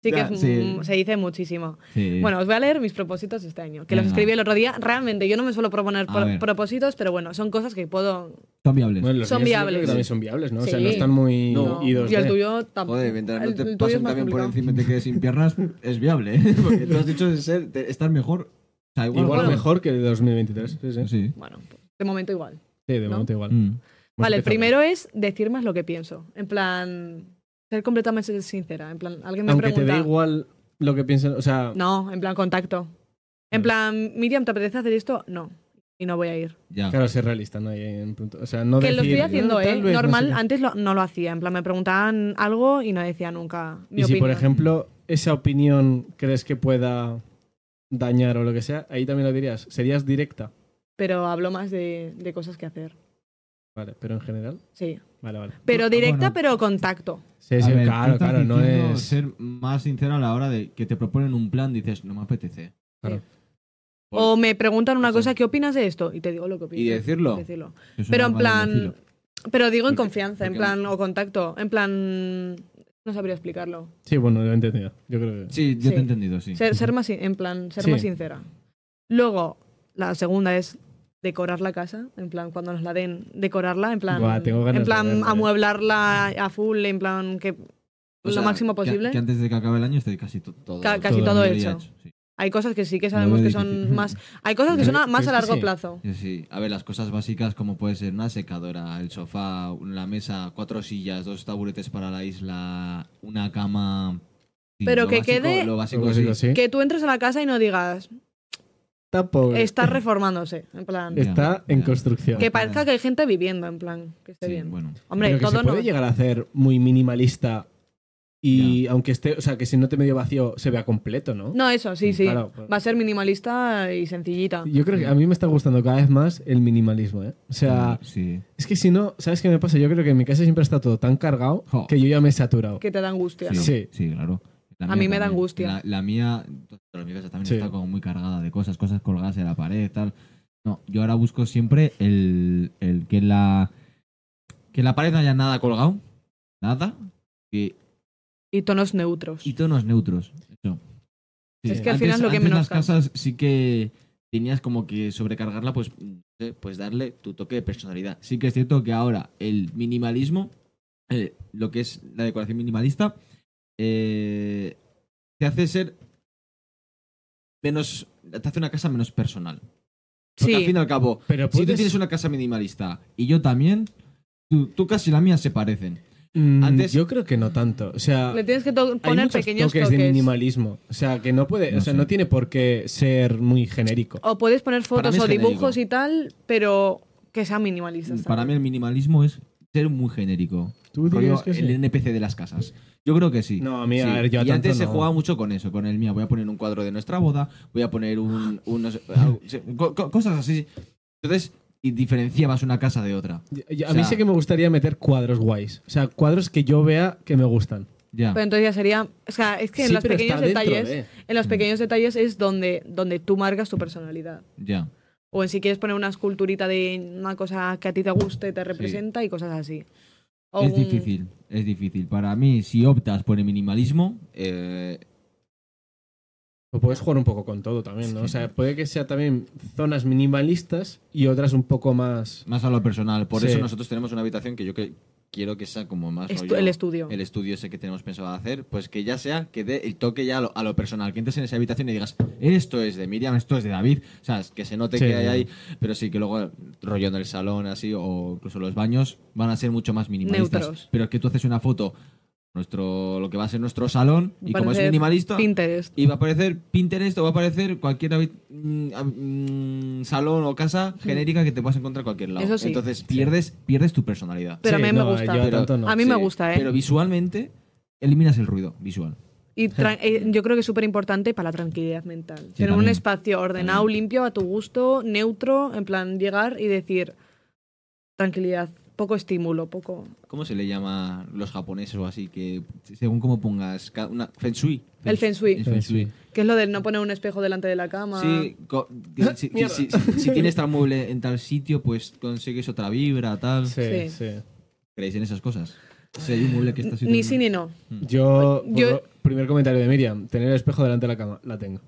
S2: Sí que
S1: Ya,
S2: es-
S1: sí.
S2: mm, se dice muchísimo.
S1: Sí.
S2: Bueno, os voy a leer mis propósitos este año, que los
S1: Venga.
S2: escribí el otro día. Realmente yo no me suelo proponer
S1: A
S2: pro-
S1: ver.
S2: propósitos, pero bueno, son cosas que puedo...
S1: son viables.
S3: Bueno, los
S2: Son
S3: míos yo creo que
S2: viables.
S3: También son viables, ¿no? O sea,
S2: Sí.
S3: no están muy
S1: No.
S3: idos.
S2: y el
S3: de-
S2: tuyo tampoco.
S1: Joder, mientras
S2: El-
S1: no
S2: el
S1: te
S2: tuyo es
S1: pasen
S2: más
S1: también por
S2: complicado.
S1: encima y te quedes sin piernas, *laughs* es viable. ¿eh? Porque tú has dicho de ser, de estar mejor. O sea, igual, ¿eh?
S3: Igual
S2: Bueno.
S3: mejor que el de 2023. Sí, sí. Sí,
S1: Sí.
S2: Bueno, pues, de momento igual.
S3: de
S2: ¿No?
S3: momento igual.
S1: Mm.
S3: Hemos
S2: Vale, el
S3: empezado bien.
S2: primero es decir más lo que pienso. En plan, ser completamente sincera. En plan, alguien me
S3: Aunque te
S2: pregunta...
S3: dé igual lo que piensen, o sea,
S2: No, en plan contacto. En
S3: Vale.
S2: plan, Miriam, ¿te apetece hacer esto? No. Y no voy a ir.
S1: Ya.
S3: claro, ser realista, no hay en punto, o sea, no
S2: que lo
S3: decir,
S2: estoy haciendo,
S3: "No,
S2: ¿eh?
S3: tal vez, no
S2: Normal,
S3: sé qué".
S2: antes lo- no lo hacía. En plan, me preguntaban algo y no decía nunca mi
S3: y si
S2: opinión.
S3: por ejemplo esa opinión crees que pueda dañar o lo que sea, ahí también lo dirías, serías directa,
S2: Pero hablo más de, de cosas que hacer.
S3: vale, pero en general,
S2: Sí.
S3: vale, vale.
S1: Ah,
S2: Pero directa,
S1: bueno.
S2: pero contacto.
S3: Sí,
S1: A
S3: sí,
S1: ver, tú
S3: claro,
S1: estás
S3: claro, no
S1: diciendo
S3: es
S1: ser más sincero a la hora de que te proponen un plan, dices, no me apetece.
S3: Claro.
S1: Pues,
S2: o me preguntan una
S1: eso.
S2: cosa, ¿qué opinas de esto? Y te digo lo que opino.
S1: ¿Y decirlo?
S2: Decirlo.
S3: Pues
S1: Eso
S2: Pero
S1: no
S2: en
S1: vale
S2: plan-
S1: decirlo.
S2: Pero digo en
S1: Porque-
S2: confianza, en
S1: porque-
S2: plan, o contacto. En plan, no sabría explicarlo.
S3: Sí, bueno, lo he entendido. Yo creo que
S1: Sí, yo te
S2: Sí.
S1: he entendido, sí.
S2: Ser, ser más, sin- en plan, ser
S3: Sí.
S2: más sincera. Luego, la segunda es decorar la casa, en plan, cuando nos la den, decorarla, en plan,
S3: Buah, tengo ganas
S2: en
S3: de
S2: plan
S3: verla, eh.
S2: amueblarla a full, en plan, que
S1: O
S2: lo
S1: sea,
S2: máximo
S1: que-
S2: posible.
S1: Que, antes de que acabe el año esté casi to- todo.
S2: Ca- casi
S1: la
S2: todo
S1: mayoría
S2: hecho.
S1: sí.
S2: hay cosas que sí que
S1: Lo
S2: sabemos
S1: veo
S2: que
S1: difícil.
S2: son más... Hay cosas que son a- más a
S3: Es que
S2: largo
S3: sí.
S2: plazo.
S1: Sí, sí. A ver, las cosas básicas como puede ser una secadora, el sofá, la mesa, cuatro sillas, dos taburetes para la isla, una cama. Sí,
S2: Pero
S1: lo
S2: que
S1: básico-
S2: quede-
S1: Lo básico,
S3: Algo así,
S1: sí.
S3: así.
S2: Que tú entres a la casa y no digas,
S3: Está pobre.
S2: está reformándose, en
S3: *laughs*
S2: plan.
S1: Eh,
S3: Está en
S1: Ya.
S3: construcción.
S2: Que parezca que hay gente viviendo, en plan, que esté
S1: Sí,
S2: bien.
S1: bueno.
S2: Hombre,
S3: Pero que
S2: todo
S3: se puede
S2: no.
S3: llegar a hacer muy minimalista y aunque esté, o sea, que si no te medio vacío se vea completo, ¿no?
S2: No, eso, sí, sí.
S3: Claro, pues.
S2: Va a ser minimalista y sencillita.
S3: Yo creo que a mí me está gustando cada vez más el minimalismo, ¿eh? O sea,
S1: Sí.
S3: es que si no, ¿sabes qué me pasa? Yo creo que en mi casa siempre está todo tan cargado
S1: Jo.
S3: que yo ya me he saturado.
S2: Que te da angustia,
S1: Sí,
S2: ¿no?
S3: Sí.
S1: sí, claro. La
S2: A
S1: mía
S2: mí me da
S1: también.
S2: angustia.
S1: La, la mía, toda mi casa también
S3: Sí.
S1: está como muy cargada de cosas, cosas colgadas en la pared, tal. No, yo ahora busco siempre el, el que en la que en la pared no haya nada colgado, nada, y,
S2: Y tonos neutros.
S1: y tonos neutros. Eso.
S2: Es que al final lo que
S1: antes
S2: menos
S1: las
S2: cansa.
S1: casas sí que tenías como que sobrecargarla, pues, no sé, pues darle tu toque de personalidad. Sí que es cierto que ahora el minimalismo eh, lo que es la decoración minimalista, eh, te hace ser menos. te hace una casa menos personal. Porque al
S2: Sí,
S1: fin y al cabo,
S3: Pero
S1: si tú
S3: puedes-
S1: tienes una casa minimalista y yo también, tú, tú casi la mía se parecen.
S3: Mm,
S1: antes-
S3: Yo creo que no tanto. O sea,
S2: le tienes que to-
S3: hay
S2: poner
S3: muchos
S2: pequeños
S3: toques,
S2: toques.
S3: de minimalismo. O sea, que no puede,
S1: No
S3: o sea,
S1: sé.
S3: no tiene por qué ser muy genérico.
S2: O puedes poner
S1: Para mí
S2: fotos
S1: es
S2: o
S1: genérico. Mm,
S2: dibujos y tal, pero que sea minimalista. ¿sabes?
S1: Para mí el minimalismo es ser muy genérico.
S3: ¿Tú dirías
S1: Rollo
S3: que sí?
S1: el NPC de las casas. Yo creo que sí.
S3: No, a mí, a
S1: Sí.
S3: ver, yo a
S1: Y antes
S3: tanto
S1: se
S3: no.
S1: jugaba mucho con eso, con el mía. Voy a poner un cuadro de nuestra boda, voy a poner un. un
S3: *laughs*
S1: no sé, algo- sí, co- co- cosas así. Entonces, y diferenciabas una casa de otra.
S3: Yo- A
S1: O
S3: mí
S1: sea-
S3: sí que me gustaría meter cuadros guays. O sea, cuadros que yo vea que me gustan.
S1: Ya.
S2: Pero entonces ya sería. O sea, es que en
S3: Sí,
S2: los
S3: pero
S2: pequeños
S3: está dentro
S2: detalles.
S3: de-
S2: En
S1: Mm.
S2: los pequeños detalles es donde, donde tú marcas tu personalidad.
S1: Ya.
S2: O en si quieres poner una esculturita de una cosa que a ti te guste, te representa y cosas así. O
S1: Es
S2: un-
S1: difícil, es difícil. Para mí, si optas por el minimalismo, eh,
S3: O puedes jugar un poco con todo también, ¿no? O sea, puede que sea también zonas minimalistas y otras un poco más.
S1: más a lo personal. Por
S3: Sí.
S1: eso nosotros tenemos una habitación que yo que quiero que sea como más.
S2: estu-
S1: rollo-
S2: el estudio.
S1: el estudio ese que tenemos pensado hacer, pues que ya sea que dé el toque ya a lo, a lo personal, que entres en esa habitación y digas, esto es de Miriam, esto es de David, o sea, es que se note
S3: Sí,
S1: que hay
S3: claro.
S1: ahí, pero sí, que luego rollo en el salón así, o incluso los baños, van a ser mucho más minimalistas.
S2: Neutros.
S1: Pero es que tú haces una foto, nuestro lo que va a ser nuestro salón, y como es
S2: Parece
S1: minimalista...
S2: Pinterest.
S1: Y va a aparecer Pinterest o va a aparecer cualquier habi- mm, hab- mm, salón o casa genérica que te puedas encontrar en cualquier lado.
S2: Eso sí.
S1: Entonces pierdes, pierdes tu personalidad.
S2: Pero a
S3: Sí,
S2: mí me
S3: no,
S2: gusta.
S3: yo
S1: Pero-
S3: tanto no.
S2: A mí me gusta, ¿eh?
S1: Pero visualmente eliminas el ruido visual.
S2: Y tra- eh, yo creo que es súper importante para la tranquilidad mental. Tener un
S1: también.
S2: espacio ordenado,
S1: También.
S2: limpio, a tu gusto, neutro, en plan llegar y decir tranquilidad, poco estímulo, poco.
S1: ¿Cómo se le llama los japoneses o así? Que según cómo pongas ca- una feng shui.
S2: El feng shui.
S1: El feng shui.
S2: Que es lo de no poner un espejo delante de la cama.
S1: Sí, co- que si, que si-
S2: *laughs*
S1: si tienes tal mueble en tal sitio, pues consigues otra vibra, tal.
S2: Sí.
S3: Sí, sí.
S1: ¿Creéis en esas cosas? Si hay un mueble que está
S2: Ni sí ni no.
S1: Mm.
S3: Yo,
S2: Pues, Yo-
S3: por- primer comentario de Miriam, tener el espejo delante de la cama, la tengo.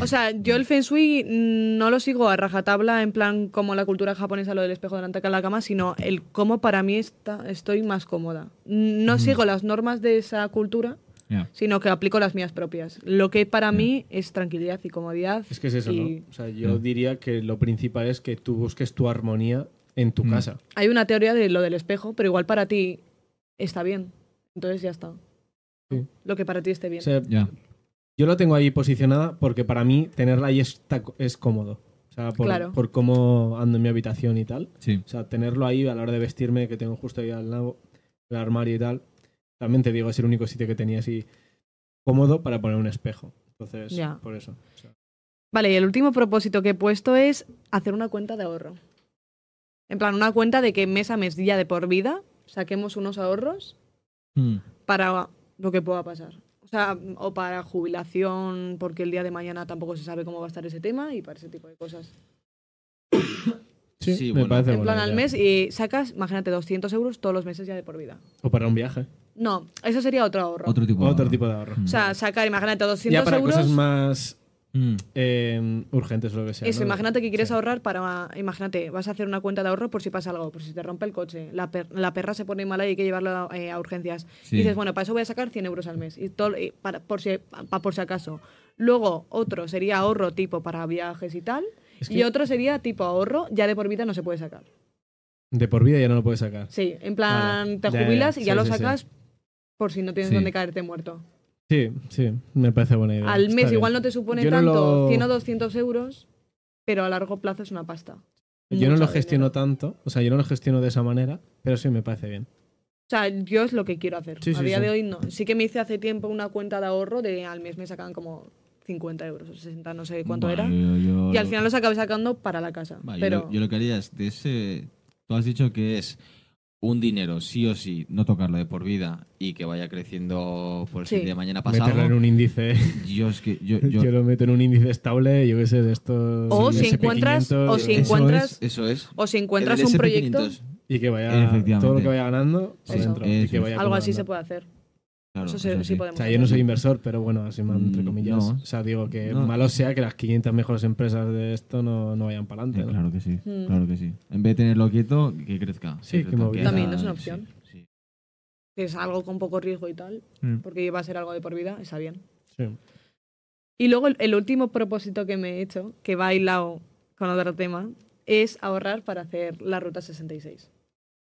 S2: O sea, yo el feng shui mm, no lo sigo a rajatabla, en plan como la cultura japonesa, lo del espejo delante de la cama, sino el cómo para mí está, estoy más cómoda. No sigo las normas de esa cultura,
S1: Ya.
S2: sino que aplico las mías propias. Lo que para mí es tranquilidad y comodidad.
S3: Es que es eso,
S2: y-
S3: ¿no? O sea, yo diría que lo principal es que tú busques tu armonía en tu
S1: Mm.
S3: casa.
S2: Hay una teoría de lo del espejo, pero igual para ti está bien. Entonces ya está.
S3: Sí.
S2: Lo que para ti esté
S3: O
S2: bien.
S3: sea,
S1: Ya.
S3: yo la tengo ahí posicionada porque para mí tenerla ahí está, es cómodo. O sea, por,
S2: Claro.
S3: por cómo ando en mi habitación y tal.
S1: Sí.
S3: O sea, tenerlo ahí a la hora de vestirme, que tengo justo ahí al lado el armario y tal. También te digo, es el único sitio que tenía así cómodo para poner un espejo. Entonces,
S2: Ya.
S3: por eso. O sea,
S2: Vale, y el último propósito que he puesto es hacer una cuenta de ahorro. En plan, una cuenta de que mes a mes, día de por vida, saquemos unos ahorros
S1: Mm.
S2: para lo que pueda pasar. O sea, o para jubilación, porque el día de mañana tampoco se sabe cómo va a estar ese tema y para ese tipo de cosas.
S3: sí,
S1: Sí,
S3: me
S1: bueno.
S3: parece
S2: en
S3: buena
S2: plan, al
S3: idea.
S2: mes y sacas, imagínate, 200 euros todos los meses ya de por vida.
S3: O para un viaje.
S2: No, eso sería otro ahorro.
S1: Otro tipo. de
S3: Otro
S1: ahorro.
S3: tipo de ahorro.
S1: Mm.
S2: O sea, sacar, imagínate, 200
S3: Ya para
S2: euros.
S3: cosas más
S1: Mm.
S3: eh, urgentes o lo que sea.
S2: Eso,
S3: ¿no?
S2: imagínate que quieres
S3: Sí.
S2: ahorrar para. Imagínate, vas a hacer una cuenta de ahorro por si pasa algo, por si te rompe el coche, la, per- la perra se pone mala y hay que llevarla eh, a urgencias.
S1: Sí.
S2: Y dices, bueno, para eso voy a sacar 100 euros al mes, y todo, y para, por, si, pa- por si acaso. Luego, otro sería ahorro tipo para viajes y tal.
S3: Es
S2: Y
S3: que
S2: otro sería tipo ahorro, ya de por vida no se puede sacar.
S3: De por vida ya no lo puedes sacar.
S2: Sí, en plan,
S3: Vale,
S2: te
S3: ya, ya,
S2: jubilas y
S3: sí,
S2: ya lo
S3: sí, sí.
S2: sacas por si no tienes
S1: Sí.
S2: donde caerte muerto.
S3: Sí, sí, me parece buena idea.
S2: al
S3: Está
S2: mes
S3: bien.
S2: igual no te supone
S3: Yo no
S2: tanto,
S3: lo-
S2: 100 o 200 euros, pero a largo plazo es una pasta.
S3: Yo no
S2: Mucho
S3: lo gestiono
S2: dinero.
S3: tanto, o sea, yo no lo gestiono de esa manera, pero sí me parece bien.
S2: O sea, yo es lo que quiero hacer.
S3: Sí,
S2: a
S3: sí,
S2: día
S3: sí.
S2: de hoy no. Sí que me hice hace tiempo una cuenta de ahorro de al mes me sacaban como 50 euros o 60, no sé cuánto
S1: Bueno,
S2: era.
S1: yo- yo
S2: Y al
S1: lo-
S2: final los acabé sacando para la casa.
S1: Va, yo
S2: pero
S1: lo- yo, lo que haría es de ese. Tú has dicho que es un dinero, sí o sí, no tocarlo de por vida y que vaya creciendo por si
S2: Sí.
S1: el día de mañana
S3: Meterlo en
S1: pasado.
S3: un índice.
S1: Yo es que. Yo,
S3: Yo,
S1: yo-
S3: lo meto en un índice estable, yo qué sé, de estos.
S2: O si
S3: SP500,
S2: encuentras- o si
S3: eso es,
S2: encuentras-
S1: eso es.
S2: o si
S1: El
S2: encuentras
S1: del
S2: un proyecto,
S1: SP500,
S3: y que vaya.
S1: Efectivamente.
S3: Todo lo que vaya ganando, pa'
S2: Sí,
S3: dentro,
S1: eso
S3: y que
S1: es.
S3: vaya
S2: algo así se
S3: acumulando.
S2: puede hacer.
S1: claro,
S2: eso se-
S1: eso
S2: sí
S1: sí.
S2: podemos
S3: pues O sea, yo no
S2: hacer.
S3: soy inversor, pero bueno, así más entre
S1: Mm,
S3: comillas.
S1: no.
S3: O sea, digo que
S1: No.
S3: malo sea que las 500 mejores empresas de esto no, no vayan para adelante.
S1: Sí, Eh, claro que sí,
S2: Mm.
S1: claro que sí. En vez de tenerlo quieto, que crezca.
S3: Sí, que
S1: crezca,
S3: movilidad.
S2: También es una
S1: sí,
S2: opción.
S1: sí.
S2: que es algo con poco riesgo y tal,
S4: Mm.
S2: porque va a ser algo de por vida, está bien.
S3: Sí.
S2: Y luego el, el último propósito que me he hecho, que va hilado con otro tema, es ahorrar para hacer la ruta 66.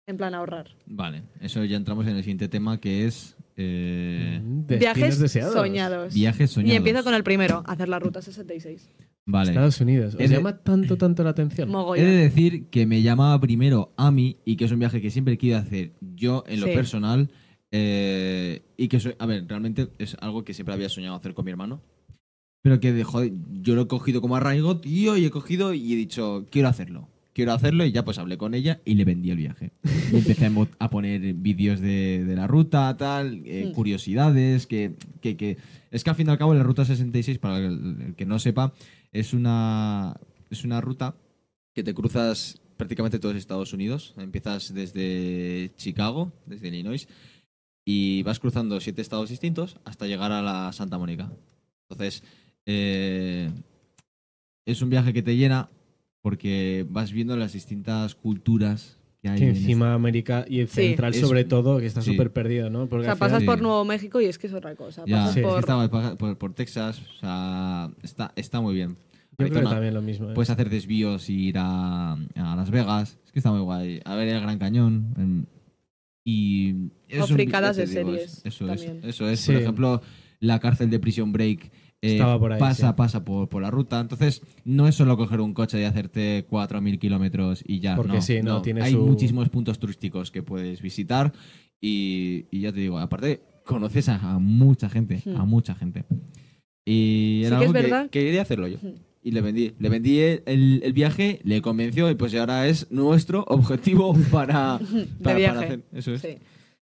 S2: En plan, ahorrar.
S1: Vale, eso ya entramos en el siguiente tema que es eh,
S3: Mm,
S2: Viajes
S3: destinos deseados.
S2: soñados.
S1: viajes soñados.
S2: Pues, Y empiezo con el primero, hacer la ruta 66.
S1: Vale. Eh,
S3: Estados Unidos. ¿Os
S1: Es de-
S3: llama tanto, tanto la atención?
S1: He de
S2: Mogollón.
S1: decir que me llamaba primero a mí y que es un viaje que siempre quiero hacer yo en lo
S2: Sí.
S1: personal. eh, y que, soy- a ver, realmente es algo que siempre había soñado hacer con mi hermano. Pero que, de- joder, yo lo he cogido como arraigo, tío, y he cogido y he dicho, quiero hacerlo. Quiero hacerlo y ya pues hablé con ella y le vendí el viaje. Y empecé a, mo- a poner vídeos de, de la ruta, tal, eh,
S2: Mm.
S1: curiosidades, que, que, que- Es que al fin y al cabo la ruta 66, para el, el que no sepa, es una, es una ruta que te cruzas prácticamente todos Estados Unidos. Empiezas desde Chicago, desde Illinois, y vas cruzando siete estados distintos hasta llegar a la Santa Mónica. Entonces, eh, es un viaje que te llena porque vas viendo las distintas culturas que hay.
S3: Que
S1: en
S3: encima América y el
S2: Sí.
S3: central,
S1: Es-
S3: sobre todo, que está
S1: sí.
S3: súper perdido, ¿no?
S2: O
S3: Porque
S2: sea,
S3: al final-
S2: pasas por
S1: Sí.
S2: Nuevo México y es que es otra cosa.
S1: Ya,
S2: Pasas
S3: Sí.
S1: es que
S2: por...
S1: estaba por, por Texas, o sea, está, está muy bien.
S3: Yo creo que
S1: Arizona,
S3: también lo mismo. ¿eh?
S1: Puedes hacer desvíos y ir a, a Las Vegas. Es que está muy guay. A ver el Gran Cañón. em, Y.
S2: O
S1: un-
S2: fricadas
S1: ya te
S2: de series
S1: Eso
S2: también.
S1: es. Eso es.
S3: Sí.
S1: Por ejemplo, la cárcel de Prison Break. eh,
S3: Estaba por ahí,
S1: pasa,
S3: sí.
S1: pasa por, por la ruta. Entonces, no es solo coger un coche y hacerte 4.000 kilómetros y ya.
S3: Porque
S1: no,
S3: sí, no, tiene
S1: Hay
S3: su-
S1: muchísimos puntos turísticos que puedes visitar. Y, y ya te digo, aparte, conoces a, a mucha gente.
S2: Hmm.
S1: A mucha gente. Y
S2: Sí
S1: era
S2: que es
S1: algo
S2: verdad.
S1: que quería hacerlo yo
S2: Hmm.
S1: y le vendí. Le vendí el, el viaje, le convenció y pues ahora es nuestro
S2: *laughs*
S1: objetivo para, para,
S2: viaje.
S1: para hacer. Eso es.
S2: Sí.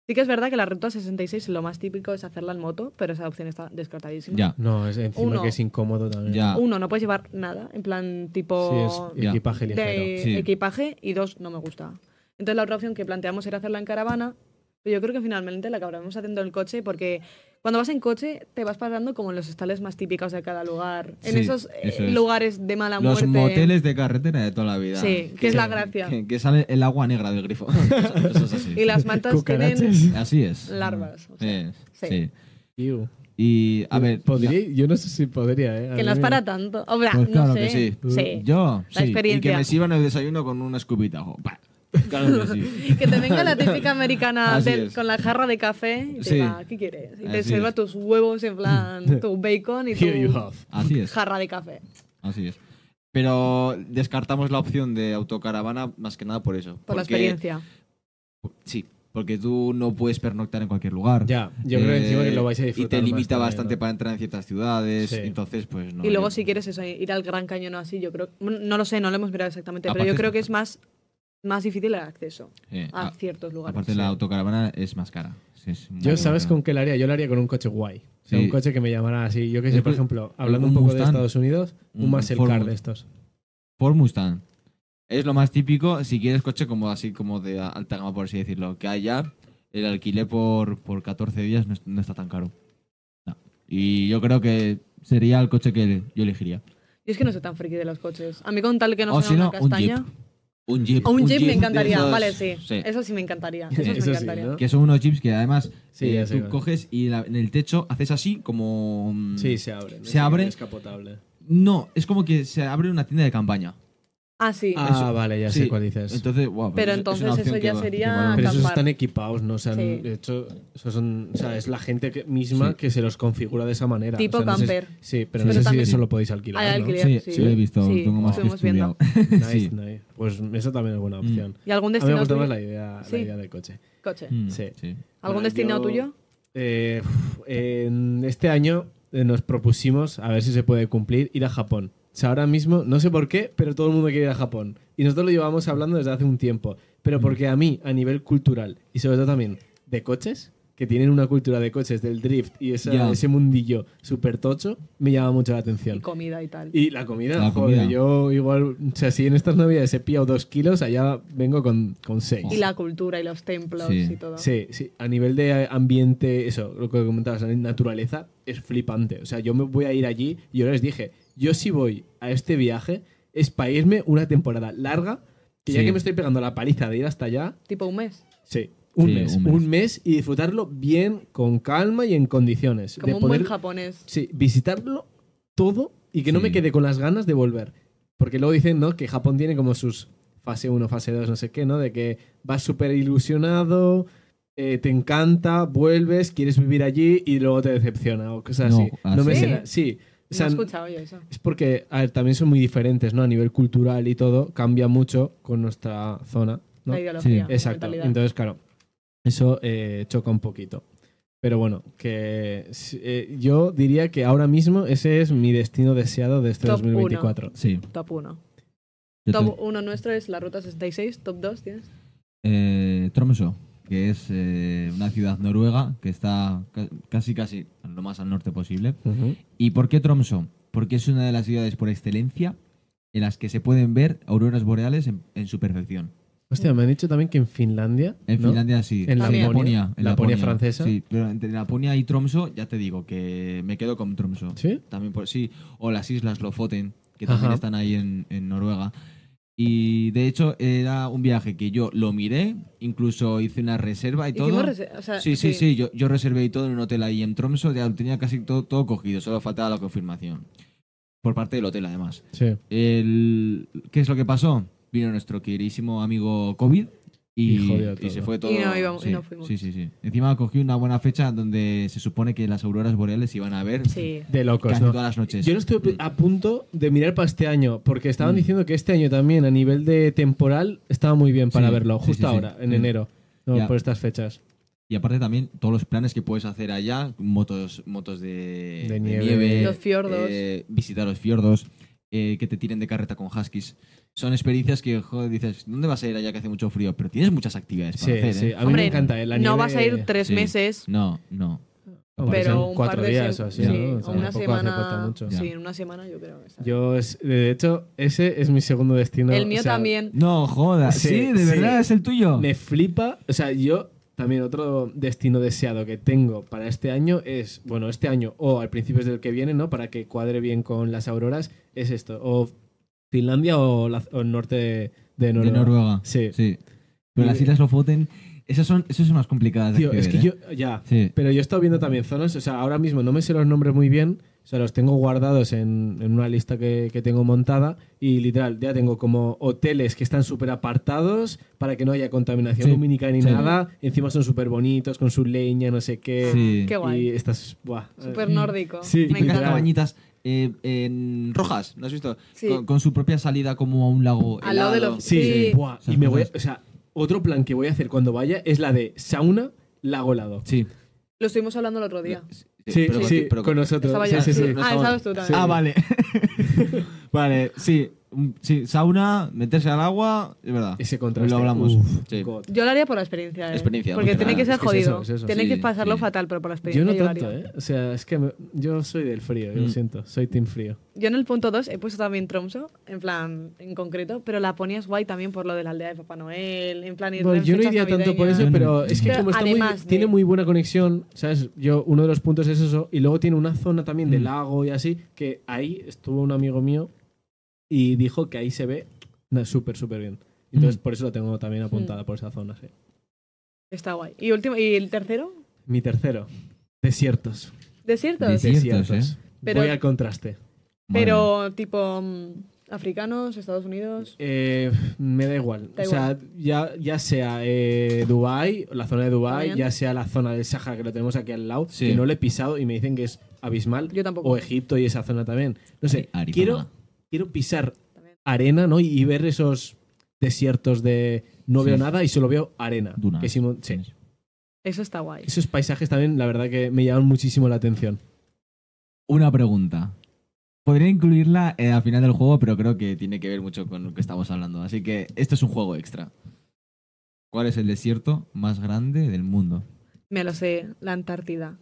S2: Sí que es verdad que la ruta 66 lo más típico es hacerla en moto, pero esa opción está descartadísima.
S1: Ya. Ah.
S3: No, es encima
S2: Uno.
S3: que es incómodo también.
S1: Ya.
S2: Uno, no puedes llevar nada, en plan
S3: Sí, es
S2: tipo
S1: Ya.
S3: equipaje ligero.
S2: de
S1: Sí.
S2: equipaje, y dos, no me gusta. Entonces la otra opción que planteamos era hacerla en caravana, pero yo creo que finalmente la acabaremos haciendo en coche porque cuando vas en coche te vas pasando como en los estales más típicos de cada lugar, en
S1: Sí,
S2: esos eh,
S1: eso es.
S2: lugares de mala
S1: Los
S2: muerte.
S1: moteles de carretera de toda la vida.
S2: Sí, que es la gracia.
S1: Que, que sale el agua negra del
S2: *laughs*
S1: grifo. Eso, eso es *laughs* así.
S2: Y las mantas tienen
S3: Cucarachas.
S1: Así es.
S2: larvas. o sea,
S1: Eh,
S2: sí.
S1: sí.
S3: Iu.
S1: Y a ver.
S3: Podría, yo no sé si podría, ¿eh? A
S2: que no
S3: mí
S2: es
S3: me-
S2: para
S3: *laughs*
S2: tanto. O sea,
S1: Pues
S2: no
S1: claro
S2: sé.
S1: que sí.
S2: Sí.
S1: Yo,
S2: La
S1: sí. Y que
S2: experiencia.
S1: me sirvan el desayuno con una escupita. jo,
S2: *laughs*
S1: pa. Claro que sí.
S2: *laughs* Que te venga la típica
S1: *laughs*
S2: americana
S1: Así
S2: del-
S1: es.
S2: con la jarra de café y te
S1: Sí.
S2: diga, ¿qué quieres? Y te
S1: Así
S2: sirva
S1: es.
S2: tus huevos en
S1: *laughs*
S2: plan, tu bacon y
S3: Here you
S2: tu
S3: have.
S1: Así es.
S2: jarra de café.
S1: Así es. Pero descartamos la opción de autocaravana más que nada por eso.
S2: Por la experiencia.
S1: Sí, porque tú no puedes pernoctar en cualquier lugar.
S3: Ya, yo creo que
S1: Eh,
S3: encima que lo vais a
S1: Y
S3: disfrutar.
S1: te
S3: más
S1: limita
S3: también,
S1: bastante
S3: ¿no?
S1: para entrar en ciertas ciudades.
S3: Sí.
S1: Entonces, pues no.
S2: y luego
S1: yo-
S2: si quieres eso, ir al Gran Cañón o así, yo creo... bueno, No lo sé, no lo hemos mirado exactamente, pero
S1: Aparte
S2: yo
S1: es-
S2: creo que es más, más difícil el acceso
S1: eh,
S2: a,
S1: a-
S2: ciertos lugares.
S1: aparte, la autocaravana es más cara. Sí, es muy
S3: Yo, ¿sabes
S1: cara.
S3: con qué lo haría? Yo lo haría con un coche guay. O sea,
S1: Sí.
S3: un coche que me llamara así. Yo que sé,
S1: Es
S3: por
S1: que-
S3: ejemplo, hablando
S1: un
S3: un, poco de
S1: Mustang,
S3: Estados Unidos, un
S1: un
S3: muscle
S1: Ford
S3: car
S1: Mustang.
S3: de estos.
S1: Ford Mustang. Es lo más típico si quieres coche como así como de alta gama, por así decirlo. Que allá el alquiler por, por 14 días no, es- no está tan caro. No. Y yo creo que sería el coche que yo elegiría.
S2: Yo es que no soy tan friki de los coches. A mí con tal que no
S1: o
S2: sea
S1: si
S2: una
S1: Oh, no, un
S2: castaña...
S1: jeep. Un jeep.
S2: O un, jeep, me
S1: de
S2: encantaría,
S1: esos-
S2: vale, sí.
S1: sí.
S2: Eso sí me encantaría. Eso,
S3: Eso sí,
S2: me encantaría.
S3: ¿no?
S1: Que son unos jeeps que además
S3: Sí,
S1: eh,
S3: ya sé
S1: tú
S3: cuál.
S1: coges y la- en el techo haces así como... mm,
S3: Sí, se abre.
S1: Se abre.
S3: Es capotable.
S1: No, es como que se abre una tienda de campaña.
S2: Ah, sí.
S3: Ah,
S1: Eso-
S3: vale, ya
S1: sí.
S3: sé cuál dices.
S1: Entonces, guau,
S2: Pero
S1: es- es una
S2: entonces
S1: opción
S2: eso
S1: que
S2: ya
S1: va- que
S2: sería
S1: valoro.
S3: pero
S2: Pero
S3: esos
S2: acampar.
S3: están equipados, ¿no? O sea, han-
S2: Sí.
S3: de hecho, esos son, o sea, es la gente que- misma
S1: Sí.
S3: que se los configura de esa manera.
S2: Tipo
S3: O sea, no sé-
S2: camper.
S3: sí, pero
S2: Sí, pero
S3: no sé si
S2: también-
S3: eso lo podéis alquilar.
S2: Hay
S3: ¿no?
S2: alquiler.
S1: Sí,
S2: Sí,
S1: sí, lo he visto.
S2: sí,
S1: tengo más
S2: estuvimos
S1: que estudiado.
S3: *laughs* Nice,
S1: Sí. Mm.
S3: nice. Pues eso también es buena opción.
S2: ¿Y algún
S3: A mí me
S2: destino
S3: gusta
S2: tuyo?
S3: más la idea,
S2: Sí.
S3: la idea del coche.
S2: Coche.
S1: Mm,
S3: Sí.
S1: sí.
S2: ¿Algún
S3: Bueno,
S2: destino
S3: yo-
S2: tuyo?
S3: Eh, uf, en este año eh, nos propusimos, a ver si se puede cumplir, ir a Japón. O sea, ahora mismo, no sé por qué, pero todo el mundo quiere ir a Japón. Y nosotros lo llevamos hablando desde hace un tiempo.
S1: Mm.
S3: Pero porque a mí, a nivel cultural, y sobre todo también de coches, que tienen una cultura de coches, del drift y esa-
S1: Ya.
S3: ese mundillo súper tocho, me llama mucho la atención.
S2: Y comida y tal.
S3: Y la comida,
S1: La
S3: joder,
S1: comida.
S3: yo igual, o sea, si en estas navidades he pillado dos kilos, allá vengo con, con seis.
S2: Y la cultura y los templos
S1: Sí.
S2: y todo.
S3: Sí, sí. A nivel de ambiente, eso, lo que comentabas, la naturaleza, es flipante. O sea, yo me voy a ir allí y yo les dije, yo si voy a este viaje es para irme una temporada larga, que ya
S1: Sí.
S3: que me estoy pegando la paliza de ir hasta allá,
S2: Tipo un mes.
S3: sí. Un,
S1: Sí,
S3: mes,
S1: un
S3: un
S1: mes.
S3: mes. y disfrutarlo bien, con calma y en condiciones.
S2: Como
S3: de
S2: un
S3: poder
S2: buen japonés.
S3: sí, visitarlo todo y que no me
S1: Sí.
S3: quede con las ganas de volver. Porque luego dicen, ¿no? Que Japón tiene como sus fase 1, fase 2, no sé qué, ¿no? De que vas súper ilusionado, eh, te encanta, vuelves, quieres vivir allí y luego te decepciona o cosas
S1: No,
S3: así. No me
S1: así.
S3: sé la- Sí. O
S2: No
S3: sea,
S2: he escuchado yo eso.
S3: es porque, a ver, también son muy diferentes, ¿no? A nivel cultural y todo, cambia mucho con nuestra zona, ¿no?
S2: La ideología.
S1: Sí,
S2: la
S3: Exacto.
S2: mentalidad.
S3: Entonces, claro, eso eh, choca un poquito. Pero bueno, que s- eh, yo diría que ahora mismo ese es mi destino deseado de este
S2: Top
S3: 2024.
S1: Sí.
S2: Top 1.
S1: yo
S2: Top 1 nuestro es la Ruta 66. Top 2 tienes.
S1: Eh, Tromsø, que es eh, una ciudad noruega que está ca- casi, casi lo más al norte posible.
S3: Ujú.
S1: ¿Y por qué Tromsø? Porque es una de las ciudades por excelencia en las que se pueden ver auroras boreales en, en su perfección.
S3: Hostia, me han dicho también que en Finlandia.
S1: En
S3: ¿no?
S1: Finlandia sí.
S3: En
S2: También.
S1: Laponia. En
S3: Laponia francesa.
S1: Sí, pero entre Laponia y Tromsø ya te digo que me quedo con Tromsø.
S3: ¿Sí?
S1: También por sí. O las islas Lofoten, que también
S3: Ajá.
S1: están ahí en, en Noruega. Y de hecho era un viaje que yo lo miré, incluso hice una reserva y todo.
S2: Hicimos rese- o sea,
S1: Sí, sí, sí, yo, yo reservé y todo en un hotel ahí en Tromso, ya lo tenía casi todo, todo cogido, solo faltaba la confirmación. Por parte del hotel, además.
S3: Sí.
S1: El, ¿Qué es lo que pasó? Vino nuestro queridísimo amigo COVID y,
S3: Y jodió todo.
S1: se fue todo.
S2: Y no íbamos- y
S1: sí,
S2: no fuimos.
S1: Sí, sí, sí. Encima cogí una buena fecha donde se supone que las auroras boreales se iban a ver
S2: Sí.
S3: De locos,
S1: casi
S3: ¿no?
S1: todas las noches.
S3: Yo no estoy
S1: Mm.
S3: a punto de mirar para este año, porque estaban
S1: Mm.
S3: diciendo que este año también, a nivel de temporal, estaba muy bien para
S1: Sí,
S3: verlo,
S1: sí,
S3: justo
S1: sí, sí.
S3: ahora, en
S1: Mm.
S3: enero, ¿no?
S1: Ya.
S3: por estas fechas.
S1: Y aparte también todos los planes que puedes hacer allá, motos, motos de,
S3: De nieve.
S2: Los fiordos.
S1: eh, visitar los fiordos, eh, que te tiren de carreta con huskies. Son experiencias que, joder, dices, ¿dónde vas a ir allá que hace mucho frío? Pero tienes muchas actividades para
S3: Sí,
S1: hacer,
S3: sí,
S1: ¿eh?
S3: a mí me encanta. eh, la
S2: no
S3: nieve-
S2: vas a ir tres
S1: Sí.
S2: meses,
S1: No, no.
S3: Pero
S1: Porque
S2: pero
S1: son
S2: un
S3: cuatro
S2: par de
S3: días
S2: sem-
S3: o así,
S2: sí,
S3: ¿no? O sea,
S2: una
S3: tampoco hace falta
S2: semana.
S3: mucho.
S2: Sí,
S1: Ya.
S2: en una semana yo creo. que está.
S3: Yo, es- de hecho, ese es mi segundo destino.
S2: el
S3: o
S2: mío
S3: sea, eh,
S2: también.
S1: No, joda. Sí,
S3: Sí,
S1: de
S3: sí.
S1: verdad, es el tuyo.
S3: Me flipa. O sea, yo también otro destino deseado que tengo para este año es, bueno, este año o al principio del que viene, ¿no? Para que cuadre bien con las auroras, es esto. O Finlandia o, la- o el norte de, de
S1: De
S3: Noruega.
S1: Noruega.
S3: Sí.
S1: Sí. Pero las islas Lofoten, esas son, esas son más complicadas
S3: Tío,
S1: de
S3: es que
S1: acceder,
S3: yo,
S1: ¿eh?
S3: ya.
S1: Sí.
S3: Pero yo he estado viendo también zonas, o sea, ahora mismo no me sé los nombres muy bien, o sea, los tengo guardados en, en una lista que, que tengo montada y literal, ya tengo como hoteles que están súper apartados para que no haya contaminación
S1: Sí,
S3: lumínica ni
S1: sí.
S3: nada, encima son súper bonitos, con su leña, no sé qué.
S1: Sí.
S2: Qué
S3: Y
S2: guay.
S3: estás, buah.
S2: Súper nórdico.
S3: Sí,
S1: Y
S2: me
S1: unas
S3: literal.
S2: encanta.
S1: cabañitas eh, en rojas, ¿no has visto?
S2: Sí.
S1: Con, con su propia salida como a un lago
S2: Al lado de
S1: helado.
S2: los-
S3: Sí,
S2: Sí.
S3: buah,
S1: Esas
S3: Y me voy, a-
S1: cosas.
S3: o sea, otro plan que voy a hacer cuando vaya es la de sauna, lago helado.
S1: Sí.
S2: Lo estuvimos hablando el otro día.
S3: Sí,
S1: pero-
S3: sí,
S1: pero-
S3: con nosotros.
S2: Estaba
S3: Sí,
S2: yo.
S3: sí, sí.
S2: Ah, estabas tú también.
S1: Ah, vale. *laughs* vale, sí. Mm, Sí, sauna, meterse al agua, es verdad.
S3: Ese contraste.
S1: Lo hablamos.
S3: Uf,
S1: Sí.
S3: God.
S2: Yo lo haría por la experiencia. ¿eh?
S1: Experiencia,
S2: Porque
S1: más que
S2: tiene
S1: nada.
S2: que ser
S3: Es que es
S2: jodido.
S3: eso, es eso.
S2: tiene
S1: Sí,
S2: que pasarlo
S1: sí.
S2: fatal, pero por la experiencia.
S3: Yo no
S2: yo lo
S3: tanto,
S2: haría.
S3: ¿eh? O sea, es que me- yo soy del frío, yo
S1: Mm.
S3: lo siento. Soy team frío.
S2: Yo en el punto 2 he puesto también Tromso, en plan, en concreto, pero la ponías guay también por lo de la aldea de Papá Noel, en plan ir
S3: Bueno,
S2: en
S3: yo no
S2: fechas
S3: iría tanto por
S2: navideñas.
S3: eso,
S1: navideñas.
S3: pero es que
S2: Pero
S3: como está muy-
S2: además de-
S3: tiene muy buena conexión, ¿sabes? Yo, uno de los puntos es eso, y luego tiene una zona también de
S1: Mm.
S3: lago y así, que ahí estuvo un amigo mío y dijo que ahí se ve na- súper, súper bien. Entonces,
S1: Mm.
S3: por eso lo tengo también apuntada por esa zona, sí.
S2: Está guay. Y último, y el tercero,
S3: Mi tercero, desiertos.
S2: desiertos,
S1: Desiertos,
S3: ¿eh?
S2: Pero-
S3: Voy al contraste.
S1: Madre mía.
S2: pero tipo mm, africanos, Estados Unidos.
S3: Eh, me da igual.
S2: Da
S3: o sea, ya, ya sea eh, Dubai, la zona de Dubai,
S2: También.
S3: ya sea la zona del Sahara que lo tenemos aquí al lado,
S1: Sí.
S3: que no lo he pisado y me dicen que es abismal.
S2: Yo tampoco.
S3: O Egipto y esa zona también. No sé,
S1: Ari- Arizona.
S3: quiero, quiero pisar
S2: También.
S3: arena, ¿no? Y, y ver esos desiertos de no
S1: Sí.
S3: veo nada y solo veo arena.
S1: Dunas.
S3: Que si mo- sí.
S2: Eso está guay.
S3: Esos paisajes también, la verdad que me llaman muchísimo la atención.
S1: Una pregunta. Podría incluirla eh, al final del juego, pero creo que tiene que ver mucho con lo que estamos hablando. Así que esto es un juego extra. ¿Cuál es el desierto más grande del mundo?
S2: Me lo sé, la Antártida.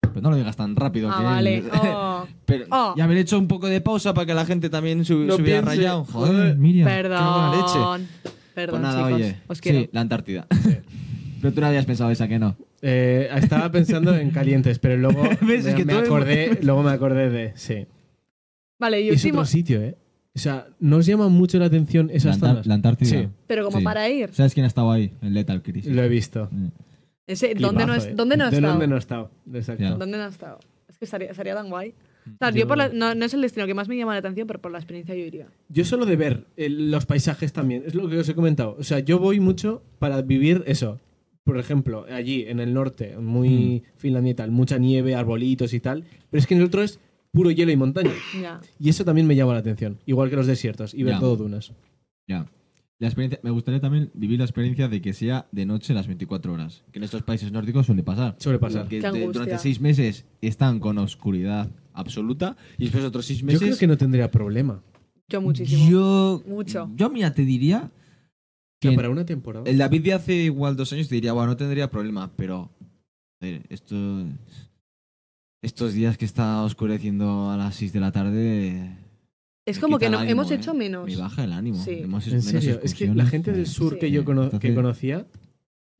S1: Pero no lo digas tan rápido.
S2: Ah,
S1: que- *laughs*
S2: vale. Oh,
S1: Pero
S2: Oh.
S1: y haber hecho un poco de pausa para que la gente también sub-
S3: No
S1: subiera
S3: piense.
S1: rayado. Joder,
S3: Joder,
S1: Miriam. qué buena leche.
S2: Perdón. Perdón,
S1: Pues nada,
S2: chicos.
S1: oye.
S2: Os quiero.
S1: Sí, la
S2: *laughs*
S1: Antártida. Pero tú no habías pensado esa que no.
S3: Eh, estaba pensando en calientes, pero luego
S1: *laughs* ¿Ves? Es
S3: me,
S1: que
S3: me
S1: todo el-
S3: acordé, luego me acordé de. Sí.
S2: Vale, y
S3: Es
S2: último.
S3: otro sitio, ¿eh? O sea, nos llama mucho la atención
S1: La,
S3: esas
S1: Antar-
S3: zonas.
S1: la Antártida.
S3: Sí.
S2: Pero como
S1: Sí.
S2: para ir.
S1: ¿Sabes quién ha estado ahí? En Lethal Crisis.
S3: Lo he visto.
S1: Mm.
S2: Ese, ¿Dónde no,
S3: Clipazo,
S2: es,
S3: eh.
S2: ¿dónde no has
S3: ¿De
S2: estado?
S3: dónde no he estado? Exacto.
S1: Ya.
S2: ¿Dónde no has estado? Es que estaría, estaría tan guay.
S1: Mm,
S2: O sea,
S3: Yo-
S2: yo por la- no, no es el destino que más me llama la atención, pero por la experiencia yo iría.
S3: Yo solo de ver eh, los paisajes también, es lo que os he comentado. O sea, yo voy mucho para vivir eso. Por ejemplo, allí en el norte, muy Finlandia y tal, mucha nieve, arbolitos y tal. Pero es que en el otro es puro hielo y montaña.
S2: Ya.
S3: Y eso también me llama la atención. Igual que los desiertos y ver
S1: Ya.
S3: todo dunas.
S1: Ya. La experiencia, me gustaría también vivir la experiencia de que sea de noche las 24 horas, que en estos países nórdicos suele pasar.
S3: Suele pasar.
S1: Que
S2: Qué
S1: de-
S2: angustia.
S1: durante seis meses están con oscuridad absoluta y después otros seis
S3: Yo
S1: meses...
S3: creo que no tendría problema.
S2: Yo muchísimo.
S1: Yo,
S2: Mucho.
S1: yo, mira, te diría
S3: O sea,
S1: que
S3: para una temporada.
S1: el David de hace igual dos años te diría, bueno, no tendría problema, pero joder, esto, estos días que está oscureciendo a las 6 de la tarde...
S2: es
S1: me quita
S2: como que
S1: el
S2: no,
S1: ánimo,
S2: hemos
S1: ¿eh?
S2: hecho menos.
S1: Me baja el ánimo.
S2: Sí.
S1: Hemos-
S3: En
S1: menos
S3: serio, es que la
S1: excursiones, eh,
S3: gente del
S1: joder.
S3: sur
S2: Sí.
S3: que yo cono- que
S1: Entonces-
S3: conocía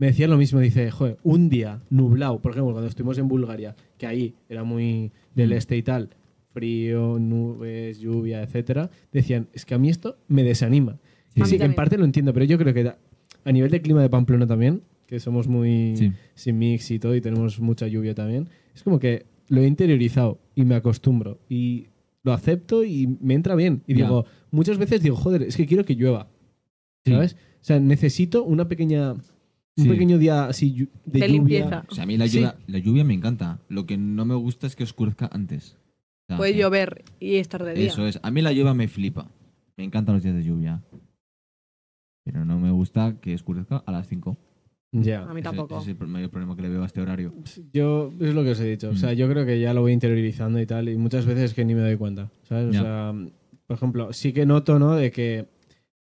S3: me decía lo mismo. Dice, joder, un día nublado, por ejemplo, cuando estuvimos en Bulgaria, que ahí era muy del
S1: Mm.
S3: este y tal, frío, nubes, lluvia, etcétera, decían, es que a mí esto me desanima.
S1: Sí.
S3: Sí,
S2: A mí
S3: que en
S2: también.
S3: parte lo entiendo, pero yo creo que da- a nivel de clima de Pamplona también, que somos muy
S1: Sí.
S3: sin mix y todo y tenemos mucha lluvia también, es como que lo he interiorizado y me acostumbro y lo acepto y me entra bien. Y
S1: Ya.
S3: digo, muchas veces digo, joder, es que quiero que llueva.
S1: Sí.
S3: ¿Sabes? O sea, necesito una pequeña. Un
S1: Sí.
S3: pequeño día así llu- de,
S2: De
S3: lluvia.
S2: limpieza.
S1: O sea, a mí la
S3: Sí.
S1: lluvia, la lluvia me encanta. Lo que no me gusta es que oscurezca antes. O sea,
S2: Puede
S1: que-
S2: llover y estar de día.
S1: Eso es. A mí la lluvia me flipa. Me encantan los días de lluvia. Pero no me gusta que oscurezca a las 5.
S2: A
S3: Ya.
S2: mí tampoco.
S1: Ese es el mayor problema que le veo a este horario.
S3: Yo, es lo que os he dicho. O sea,
S1: Mm.
S3: yo creo que ya lo voy interiorizando y tal. Y muchas veces que ni me doy cuenta. ¿Sabes? O
S1: Ya.
S3: sea, por ejemplo, sí que noto, ¿no? De que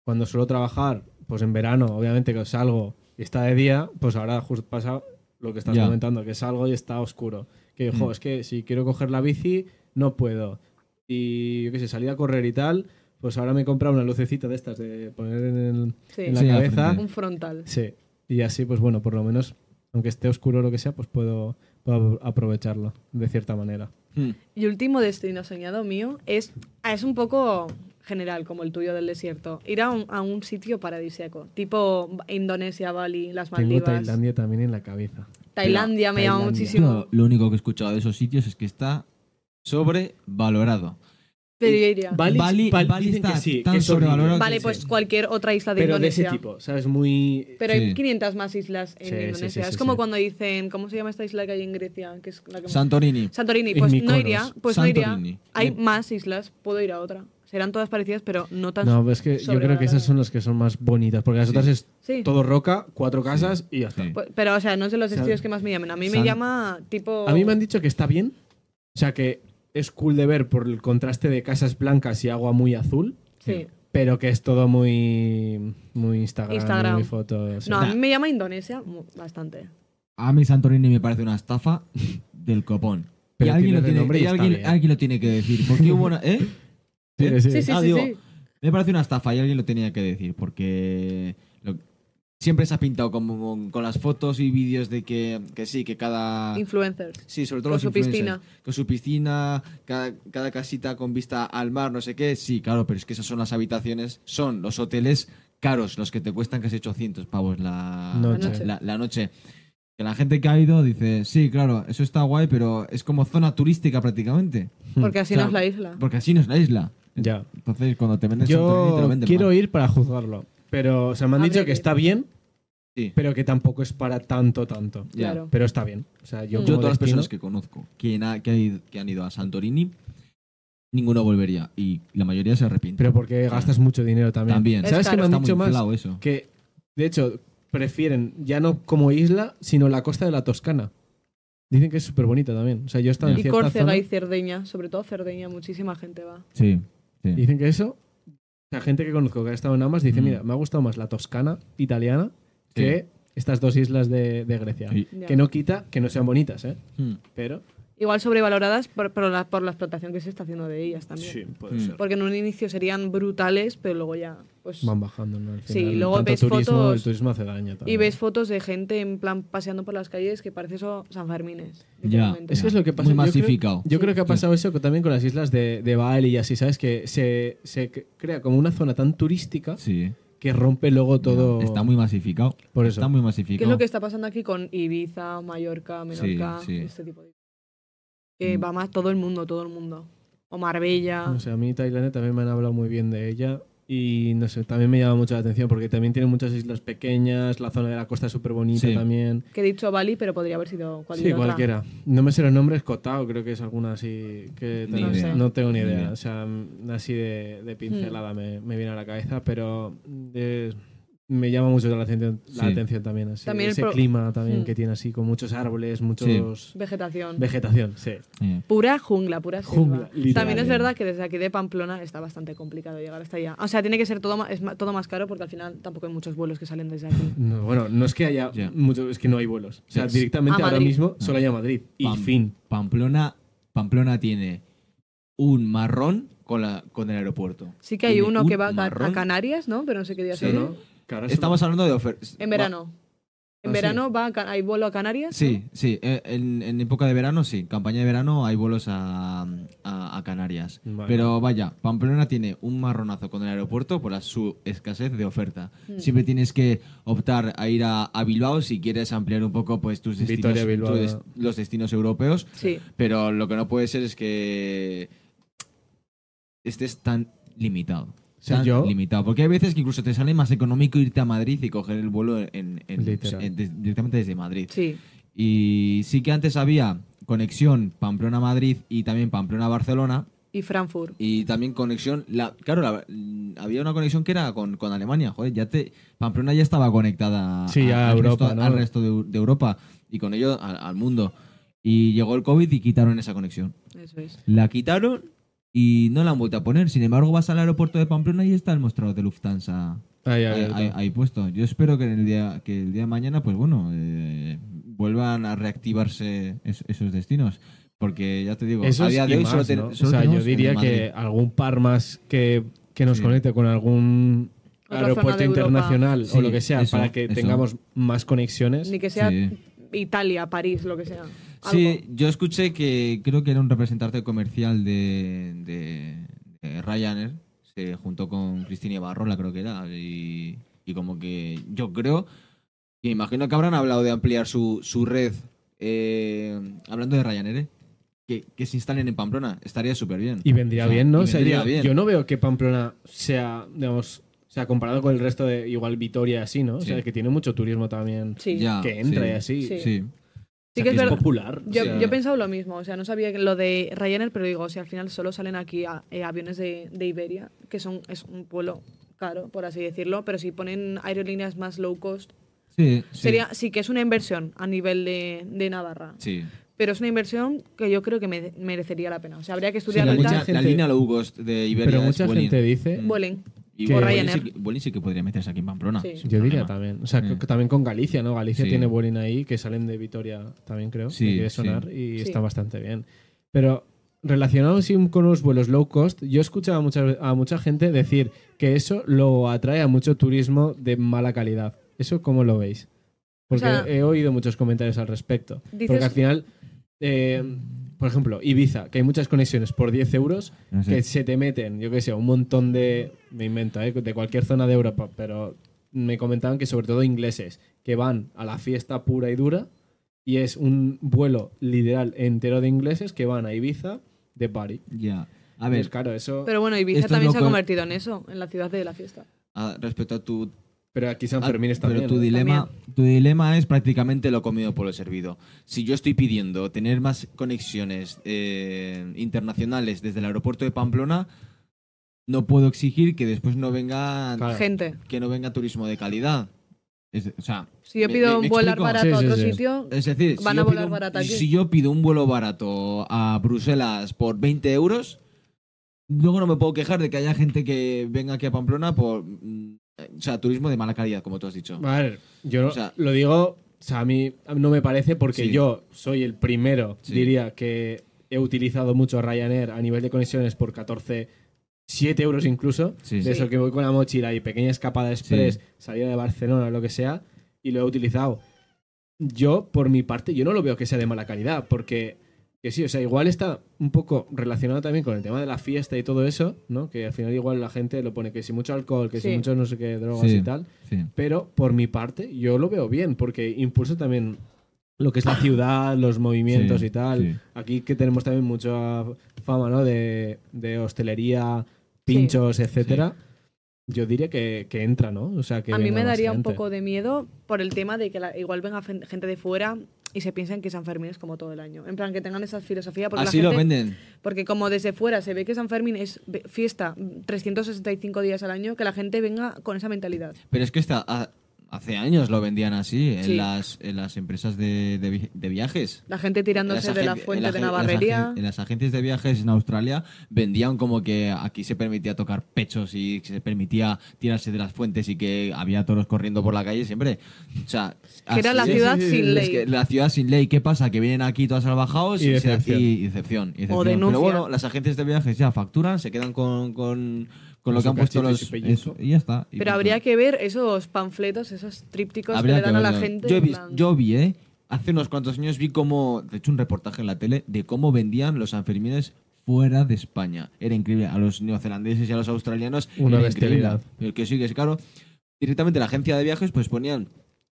S3: cuando suelo trabajar, pues en verano, obviamente que salgo y está de día, pues ahora justo pasa lo que estás
S1: Ya.
S3: comentando, que salgo y está oscuro. Que, jo,
S1: Mm.
S3: es que si quiero coger la bici, no puedo. Y yo qué sé, salir a correr y tal, pues ahora me he comprado una lucecita de estas de poner en el,
S2: Sí.
S3: en la
S1: Sí, en la
S3: cabeza.
S1: frente.
S2: Un frontal.
S3: Sí. Y así, pues bueno, por lo menos, aunque esté oscuro o lo que sea, pues puedo, puedo aprovecharlo de cierta manera.
S1: Hmm.
S2: Y último destino soñado mío es, ah, es un poco general, como el tuyo del desierto. Ir a un, a un sitio paradisíaco, tipo Indonesia, Bali, las
S3: Tengo
S2: Maldivas. Tailandia,
S3: Tailandia también en la cabeza.
S2: me llama
S3: Tailandia.
S2: muchísimo.
S1: Lo único que he escuchado de esos sitios es que está sobrevalorado.
S2: Pero yo iría.
S3: Bali-
S1: Bali,
S3: Bali
S1: Bali
S3: dicen
S1: está
S3: que sí, que
S1: tan
S3: es horrible.
S1: sobrevalorado. que
S2: Vale,
S1: sí.
S2: pues cualquier otra isla de
S3: Pero de ese
S2: Indonesia.
S3: tipo, ¿sabes? Muy...
S2: Pero
S1: Sí.
S2: hay 500 más islas en
S3: Sí, sí, sí,
S2: Indonesia.
S3: sí,
S2: es
S3: sí,
S2: como
S3: sí.
S2: cuando dicen, ¿cómo se llama esta isla que hay en Grecia? Que es la que más-
S1: Santorini.
S2: Santorini.
S3: En
S2: Pues no
S3: Mykonos.
S2: iría. Pues no
S1: Santorini.
S2: iría. Hay
S1: Sí.
S2: más islas, puedo ir a otra. Serán todas parecidas, pero no tan.
S3: No, pero es que yo creo que
S2: sobrevaloradas.
S3: esas son las que son más bonitas, porque las
S1: Sí.
S3: otras es
S2: Sí.
S3: todo roca, cuatro casas y ya está.
S1: Sí.
S2: Pues- pero, o sea, no es de los
S3: San-
S2: estilos que más me llaman. A mí me
S1: San-
S2: llama tipo.
S3: A mí me han dicho que está bien, o sea que es cool de ver por el contraste de casas blancas y agua muy azul,
S2: Sí.
S3: pero que es todo muy, muy Instagram,
S2: Instagram.
S3: muy fotos.
S2: No, a
S1: Nah.
S2: mí me llama Indonesia mu- bastante.
S1: A mí Santorini me parece una estafa del copón.
S3: Pero
S1: y alguien,
S3: tiene
S1: lo tiene,
S3: renombre y
S1: y
S3: está
S1: alguien,
S3: bien.
S1: alguien lo tiene que decir.
S3: *laughs*
S1: Porque hubo una- ¿Eh?
S3: Sí, sí.
S2: Sí, sí,
S1: Ah,
S2: sí,
S1: digo,
S2: sí.
S1: Me parece una estafa y alguien lo tenía que decir, porque lo- siempre se ha pintado como con, las fotos y vídeos de que, que sí, que
S3: ah.
S1: cada...
S2: Influencers.
S1: Sí, sobre todo
S2: con
S1: los
S2: su
S1: influencers,
S2: piscina.
S1: Con su piscina, cada, cada casita con vista al mar, no sé qué. Sí, claro, pero es que esas son las habitaciones, son los hoteles caros, los que te cuestan casi 800 pavos la
S3: Noche.
S2: La noche.
S1: La, la noche. Que la gente que ha ido dice, sí, claro, eso está guay, pero es como zona turística prácticamente.
S3: Mm,
S2: Porque así
S1: O sea,
S2: no es la isla.
S3: Pues,
S1: Porque así no es la isla.
S3: Ya.
S1: Entonces, cuando te venden Santorini, te lo
S3: Yo
S1: venden
S3: quiero
S1: mal.
S3: ir para juzgarlo, pero o sea, me han
S2: Habría
S3: dicho
S2: que
S3: que
S2: ir.
S3: está bien,
S1: Sí.
S3: pero que tampoco es para tanto, tanto.
S1: Ya.
S2: Claro.
S3: Pero está bien. O sea, yo,
S1: Yo
S2: Mm.
S3: como
S1: todas las
S3: destino-
S1: personas que conozco que, na- que ha ido- que han ido a Santorini, ninguno volvería. Y la mayoría se arrepiente.
S3: Pero porque gastas mucho dinero también.
S1: También.
S2: Es
S3: ¿Sabes qué
S2: caro.
S3: me han
S1: Está
S3: dicho
S1: muy
S3: más?
S1: inflado eso.
S3: Que, de hecho, prefieren ya no como isla, sino la costa de la Toscana. Dicen que es súper bonita también. O sea, yo he estado en
S2: Y
S3: cierta
S2: Córcega
S3: zona-
S2: y Cerdeña, sobre todo Cerdeña, muchísima gente va.
S1: Sí. sí.
S3: Dicen que eso, la gente que conozco que ha estado en ambas dice,
S1: Mm.
S3: mira, me ha gustado más la Toscana italiana
S1: Sí.
S3: que estas dos islas de, de Grecia.
S1: Sí.
S2: Ya.
S3: Que no quita que no sean bonitas, ¿eh?
S1: Hmm.
S3: Pero...
S2: Igual sobrevaloradas por, por la, por la explotación que se está haciendo de ellas también. Pues
S3: puede
S1: Mm. ser.
S2: Porque en un inicio serían brutales, pero luego ya pues
S3: Van bajando, ¿no? Al
S2: Sí,
S3: final,
S2: luego
S3: tanto
S2: ves
S3: turismo,
S2: fotos
S3: el turismo hace daño también.
S2: Y ves fotos de gente en plan paseando por las calles que parece eso San Fermines.
S1: Ya.
S2: literalmente.
S3: Es que es lo que pasa.
S1: Muy
S3: yo creo-
S1: masificado.
S3: Yo creo, que ha pasado eso co- también con las islas de, de Baal y así, ¿sabes? Que se, se cre- crea como una zona tan turística
S1: Sí.
S3: que rompe luego todo.
S1: Está muy masificado.
S3: Por eso.
S1: Está muy
S2: ¿Qué es
S1: masificado.
S2: lo que está pasando aquí con Ibiza, Mallorca, Menorca,
S1: sí.
S2: este tipo de que
S1: Mm.
S2: va más todo el mundo, todo el mundo. O Marbella.
S3: No sé, a mí Tailandia también me han hablado muy bien de ella. Y no sé, también me llama mucho la atención porque también tiene muchas islas pequeñas, la zona de la costa es súper bonita
S1: Sí.
S3: también.
S2: Que he dicho Bali, pero podría haber sido cualquier
S3: Sí,
S2: otra.
S3: cualquiera. No me sé los nombres, Cotao creo que es alguna así que
S1: Ni
S3: tengo-
S2: idea.
S3: no tengo ni
S1: Ni
S3: idea.
S1: idea.
S3: O sea, mm, así de, de
S2: Mm.
S3: pincelada me, me viene a la cabeza, pero de- me llama mucho la atención, la
S1: Sí.
S3: atención también así.
S2: También el
S3: ese
S2: pro-
S3: clima también
S2: Mm.
S3: que tiene así, con muchos árboles, muchos
S2: Vegetación.
S3: vegetación, sí.
S1: Eh,
S2: Pura jungla, pura
S3: Jungla,
S2: selva.
S3: literal.
S2: También es verdad que desde aquí de Pamplona está bastante complicado llegar hasta allá. O sea, tiene que ser todo más, es ma- todo más caro porque al final tampoco hay muchos vuelos que salen desde aquí.
S3: No, bueno, no es que haya
S1: Ya.
S3: mucho, es que no hay vuelos. O sea,
S1: Sí.
S3: directamente
S2: A
S3: ahora
S2: Madrid.
S3: mismo solo hay a Madrid. Y
S1: Pam-
S3: fin.
S1: Pamplona, Pamplona tiene un marrón con, la, con el aeropuerto.
S2: Sí que hay
S1: Tiene
S2: uno
S1: un
S2: que va a, Ca-
S1: marrón.
S2: a Canarias, ¿no? Pero no sé qué día
S1: Sí.
S2: sale.
S1: ¿no?
S3: Que ahora es-
S1: Estamos hablando de ofertas.
S2: En verano. En
S3: Ah,
S2: verano va a Ca- hay vuelo a Canarias.
S1: Sí, sí. eh, En, en época de verano, sí. Campaña de verano hay vuelos a, a- a Canarias.
S3: Vale.
S1: Pero vaya, Pamplona tiene un marronazo con el aeropuerto por la su escasez de oferta.
S3: Hmm.
S1: Siempre tienes que optar a ir a, a Bilbao si quieres ampliar un poco pues tus destinos,
S3: Vitoria, Bilbao,
S1: tu des-
S3: ¿no?
S1: los destinos europeos.
S2: Sí.
S1: Pero lo que no puede ser es que estés tan limitado.
S3: O sea,
S1: tan
S3: yo-
S1: limitado. Porque hay veces que incluso te sale más económico irte a Madrid y coger el vuelo en, en-
S3: Literal.
S1: en- des- directamente desde Madrid.
S2: Sí.
S1: Y sí que antes había conexión Pamplona-Madrid y también Pamplona-Barcelona.
S2: Y Frankfurt.
S1: Y también conexión, la, claro, la- mm, había una conexión que era con, con Alemania. Joder, ya te, Pamplona ya estaba conectada
S3: Sí, ya a
S1: al,
S3: Europa,
S1: resto,
S3: ¿no?
S1: al resto de, Eu- de Europa y con ello al, al mundo. Y llegó el COVID y quitaron esa conexión.
S2: Eso es.
S1: La quitaron y no la han vuelto a poner. Sin embargo, vas al aeropuerto de Pamplona y está el mostrador de Lufthansa
S3: Ahí, ahí,
S1: ahí,
S3: ahí,
S1: ahí- ahí puesto. Yo espero que en el día que el día de mañana, pues bueno, eh, vuelvan a reactivarse es- esos destinos. Porque ya te digo,
S3: Eso
S1: a día de hoy solo, ten-
S3: O
S1: solo
S3: sea, yo
S1: tenemos el de
S3: diría
S1: Madrid.
S3: que algún par más que, que nos
S1: Sí.
S3: conecte con algún
S2: Otra zona
S3: aeropuerto
S2: de Europa.
S3: internacional
S1: Sí,
S3: o lo que sea
S1: eso,
S3: para que
S1: eso.
S3: tengamos más conexiones.
S2: Ni que sea
S1: Sí.
S2: Italia, París, lo que sea.
S1: Sí, yo escuché que creo que era un representante comercial de, de- de Ryanair. Se juntó con Cristina Barrola, creo que era. Y, y como que yo creo, me imagino que habrán hablado de ampliar su, su red. eh, hablando de Ryanair, ¿eh? que, que se instalen en Pamplona. Estaría súper bien.
S3: Y vendría
S1: O sea,
S3: bien, ¿no?
S1: y
S3: O sea,
S1: vendría
S3: yo,
S1: bien.
S3: yo no veo que Pamplona sea, digamos, o sea, comparado con el resto de igual Vitoria así, ¿no? O sea,
S1: Sí.
S3: que tiene mucho turismo también
S2: Sí.
S1: Ya,
S3: que entra
S1: sí,
S3: y así.
S2: Sí.
S3: O sea,
S1: Sí.
S2: Sí que es verdad.
S3: popular. o
S2: Yo,
S3: sea,
S2: yo he pensado lo mismo, o sea, no sabía que lo de Ryanair, pero digo, o sea, al final solo salen aquí a- eh, aviones de, de Iberia, que son es un vuelo caro, por así decirlo, pero si ponen aerolíneas más low cost,
S1: Sí, sí.
S2: sería sí que es una inversión a nivel de, de Navarra,
S1: Sí.
S2: pero es una inversión que yo creo que me- merecería la pena, o sea, habría que
S1: La,
S2: estudiar
S3: Pero
S1: línea-
S3: mucha
S1: la
S3: gente-
S1: línea low cost de Iberia
S3: Pero
S1: es
S3: mucha
S1: Vueling.
S3: gente dice,
S2: Vueling.
S1: Y
S3: que-
S1: o
S2: Ryanair.
S1: Sí, que- Vueling sí que podría meterse aquí en Pamplona.
S2: Sí.
S1: sin
S3: yo
S1: problema.
S3: diría también, o sea,
S1: Sí.
S3: que- también con Galicia, ¿no? Galicia
S1: Mm. Sí.
S3: tiene Bolín ahí, que salen de Vitoria también, creo,
S1: Sí,
S3: que quiere
S1: sí.
S3: sonar, y
S2: Sí.
S3: está bastante bien. Pero relacionado sí, con los vuelos low cost, yo he escuchado a mucha, a mucha gente decir que eso lo atrae a mucho turismo de mala calidad. ¿Eso cómo lo veis? Porque
S2: sea-
S3: he oído muchos comentarios al respecto.
S2: Dices-
S3: Porque al final, eh, por ejemplo, Ibiza, que hay muchas conexiones por 10 euros,
S1: No sé.
S3: que se te meten, yo qué sé, un montón de. Me invento, ¿eh? De cualquier zona de Europa, pero me comentaban que sobre todo ingleses, que van a la fiesta pura y dura, y es un vuelo literal entero de ingleses que van a Ibiza de party.
S1: Ya. A
S3: A
S1: ver,
S3: ver, claro, eso. Pero,
S2: Pero bueno, Ibiza
S1: Esto es
S2: también
S1: lo
S2: se ha
S1: que-
S2: convertido en eso, en la ciudad de la fiesta.
S1: a- ah, respecto a tu
S3: aquí San Fermín
S1: Ah,
S3: está
S1: Pero
S3: bien,
S1: tu
S3: ¿eh?
S1: dilema, tu dilema es prácticamente lo comido por lo servido. Si yo estoy pidiendo tener más conexiones eh, internacionales desde el aeropuerto de Pamplona, no puedo exigir que después no venga
S3: Claro.
S2: Gente,
S1: que no venga turismo de calidad. Es, o sea,
S2: si yo
S1: ¿Me-
S2: pido
S1: me- me
S2: volar
S1: explico?
S2: barato
S3: Sí,
S2: a
S3: sí,
S2: otro
S3: sí.
S2: sitio,
S1: es decir,
S2: Van
S1: si,
S2: a
S1: yo
S2: volar
S1: pido, un-
S2: barato aquí.
S1: si yo pido un vuelo barato a Bruselas por 20 euros, luego no me puedo quejar de que haya gente que venga aquí a Pamplona por, mm, eh, o sea, turismo de mala calidad, como tú has dicho.
S3: A ver, yo
S1: O sea-
S3: lo digo, o sea, a mí no me parece porque
S1: Sí.
S3: yo soy el primero,
S1: Sí.
S3: diría, que he utilizado mucho Ryanair a nivel de conexiones por 14 7 euros incluso,
S1: Sí,
S3: de
S1: sí.
S3: eso que voy con la mochila y pequeña escapada express, salida de Barcelona o lo que sea, y lo he utilizado. Yo, por mi parte, yo no lo veo que sea de mala calidad, porque que sí, o sea, igual está un poco relacionado también con el tema de la fiesta y todo eso, ¿no? Que al final igual la gente lo pone que si mucho alcohol, que si
S2: Sí.
S3: mucho no sé qué drogas
S1: Sí.
S3: y tal,
S1: Sí.
S3: pero por mi parte yo lo veo bien, porque impulsa también
S1: *laughs*
S3: lo que es la ciudad, los movimientos
S1: Sí,
S3: y tal.
S1: sí.
S3: Aquí que tenemos también mucha fama, ¿no? De, de hostelería, pinchos, etcétera. Yo diría que, que entra, ¿no? O sea, que
S2: a mí
S3: venga
S2: me
S3: más
S2: daría un
S3: gente.
S2: poco de miedo por el tema de que la- igual venga fen- gente de fuera y se piensen que San Fermín es como todo el año. En plan, que tengan esa filosofía. Porque la
S1: Así lo
S2: gente-
S1: venden.
S2: Porque como desde fuera se ve que San Fermín es ve- fiesta mm, 365 días al año, que la gente venga con esa mentalidad.
S1: Pero es que esta- ha- hace años lo vendían así en,
S2: Sí.
S1: las, en las empresas de, de vi- de viajes.
S2: La gente tirándose
S1: Las
S2: de la
S1: agen-
S2: fuente
S1: en
S2: de
S1: la- En las,
S2: Navarrería.
S1: agen- en las agencias de viajes en Australia vendían como que aquí se permitía tocar pechos y se permitía tirarse de las fuentes y que había toros corriendo por la calle siempre. O sea,
S2: Que era
S1: así
S2: la
S1: es.
S2: ciudad
S3: sí, sí,
S2: sin
S3: sí, es
S2: ley.
S1: Es que la ciudad sin ley, ¿qué pasa? Que vienen aquí todas salvajados
S3: Y
S1: y, se-
S3: decepción.
S1: y- y decepción, y decepción.
S2: denuncia.
S1: Pero bueno, las agencias de viajes ya facturan, se quedan con, con, con lo que
S3: Con su
S1: han puesto
S3: cachito y su
S1: los.
S3: pellizco.
S1: eso, y ya está. Y
S2: Pero
S1: punto.
S2: habría que ver esos panfletos, esos trípticos
S1: Habría
S2: que le dan a la
S1: verlo.
S2: gente.
S1: Yo, he
S2: en
S1: vis-
S2: plan-
S1: yo vi, ¿eh? Hace unos cuantos años vi cómo, de hecho, un reportaje en la tele de cómo vendían los Sanfermines fuera de España. Era increíble. A los neozelandeses y a los australianos.
S3: Una
S1: era
S3: bestialidad.
S1: increíble. El que sí, que es caro. Directamente la agencia de viajes, pues ponían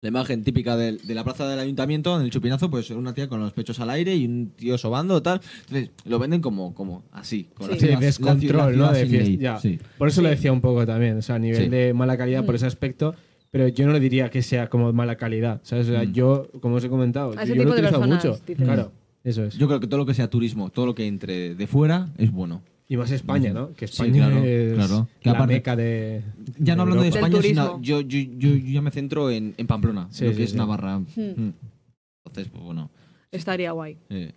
S1: la imagen típica del- de, la plaza del ayuntamiento, en el chupinazo, pues una tía con los pechos al aire y un tío sobando, tal. Entonces, lo venden como, como así. Con la
S2: Sí.
S3: Sí,
S1: ciudad- la ciudad-
S3: descontrol,
S1: la
S3: ¿no?
S1: ciudad
S3: De
S1: sin
S3: fiesta,
S1: ley.
S3: ya.
S1: Sí.
S3: Por eso lo
S2: Sí. Mm.
S3: decía un poco también, o sea, a nivel
S1: Sí.
S3: de mala calidad por ese aspecto, pero yo no le diría que sea como mala calidad, ¿sabes? O sea,
S1: Mm.
S3: yo, como os he comentado,
S2: A ese
S3: yo
S2: tipo
S3: lo he
S2: de
S3: utilizado
S2: personas,
S3: mucho.
S2: dices.
S3: Claro, eso es.
S1: Yo creo que todo lo que sea turismo, todo lo que entre de fuera, es bueno.
S3: Y más España, ¿no? Que
S1: Sí,
S3: España
S1: claro,
S3: es
S1: claro. Que
S3: la
S1: aparte-
S3: meca de.
S1: Ya no hablando de
S3: Europa.
S2: Del
S1: España, sino
S2: turismo.
S1: yo, yo, yo, yo ya me centro en, en Pamplona,
S3: Sí,
S1: lo que
S3: sí,
S1: es
S3: sí.
S1: Navarra.
S2: Hmm.
S1: Mm. Entonces, pues bueno.
S2: Estaría guay.
S1: eh,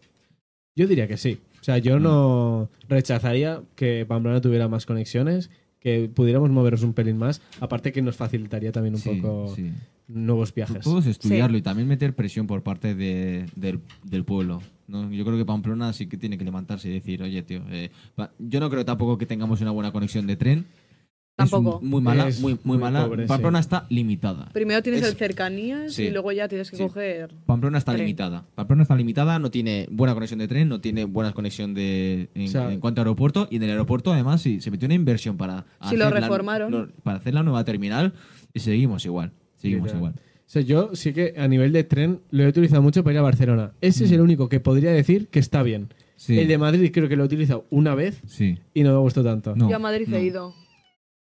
S3: Yo diría que sí. O sea, yo no rechazaría que Pamplona tuviera más conexiones, que pudiéramos movernos un pelín más. Aparte que nos facilitaría también un
S1: sí,
S3: poco
S1: sí. Pues,
S3: nuevos viajes.
S1: Todo es estudiarlo y también meter presión por parte de- del, del pueblo. ¿no? Yo creo que Pamplona sí que tiene que levantarse y decir, oye, tío, eh, pa- yo no creo tampoco que tengamos una buena conexión de tren. Es
S2: Tampoco.
S1: muy mala,
S3: Es
S1: muy, muy,
S3: muy
S1: mala.
S3: pobre, sí.
S1: Pamplona está limitada.
S2: Primero tienes
S1: Es-
S2: el cercanías
S1: sí.
S2: y luego ya tienes que
S1: Sí.
S2: coger.
S1: Pamplona está
S2: Tren.
S1: limitada. Pamplona está limitada, no tiene buena conexión de tren, no tiene buena conexión de en,
S3: O sea-
S1: en cuanto a aeropuerto. Y en el aeropuerto, además, sí, se metió una inversión para,
S2: Sí, lo
S1: la-
S2: reformaron.
S1: lo- para hacer la nueva terminal y seguimos igual. Seguimos
S3: Literal.
S1: igual.
S3: O sea, yo sí que a nivel de tren lo he utilizado mucho para ir a Barcelona. Ese es el único que podría decir que está bien.
S1: Mm. Sí.
S3: El de Madrid creo que lo he utilizado una vez
S1: Sí.
S3: y no me gustó tanto.
S1: No,
S2: yo a Madrid
S1: no.
S2: he ido.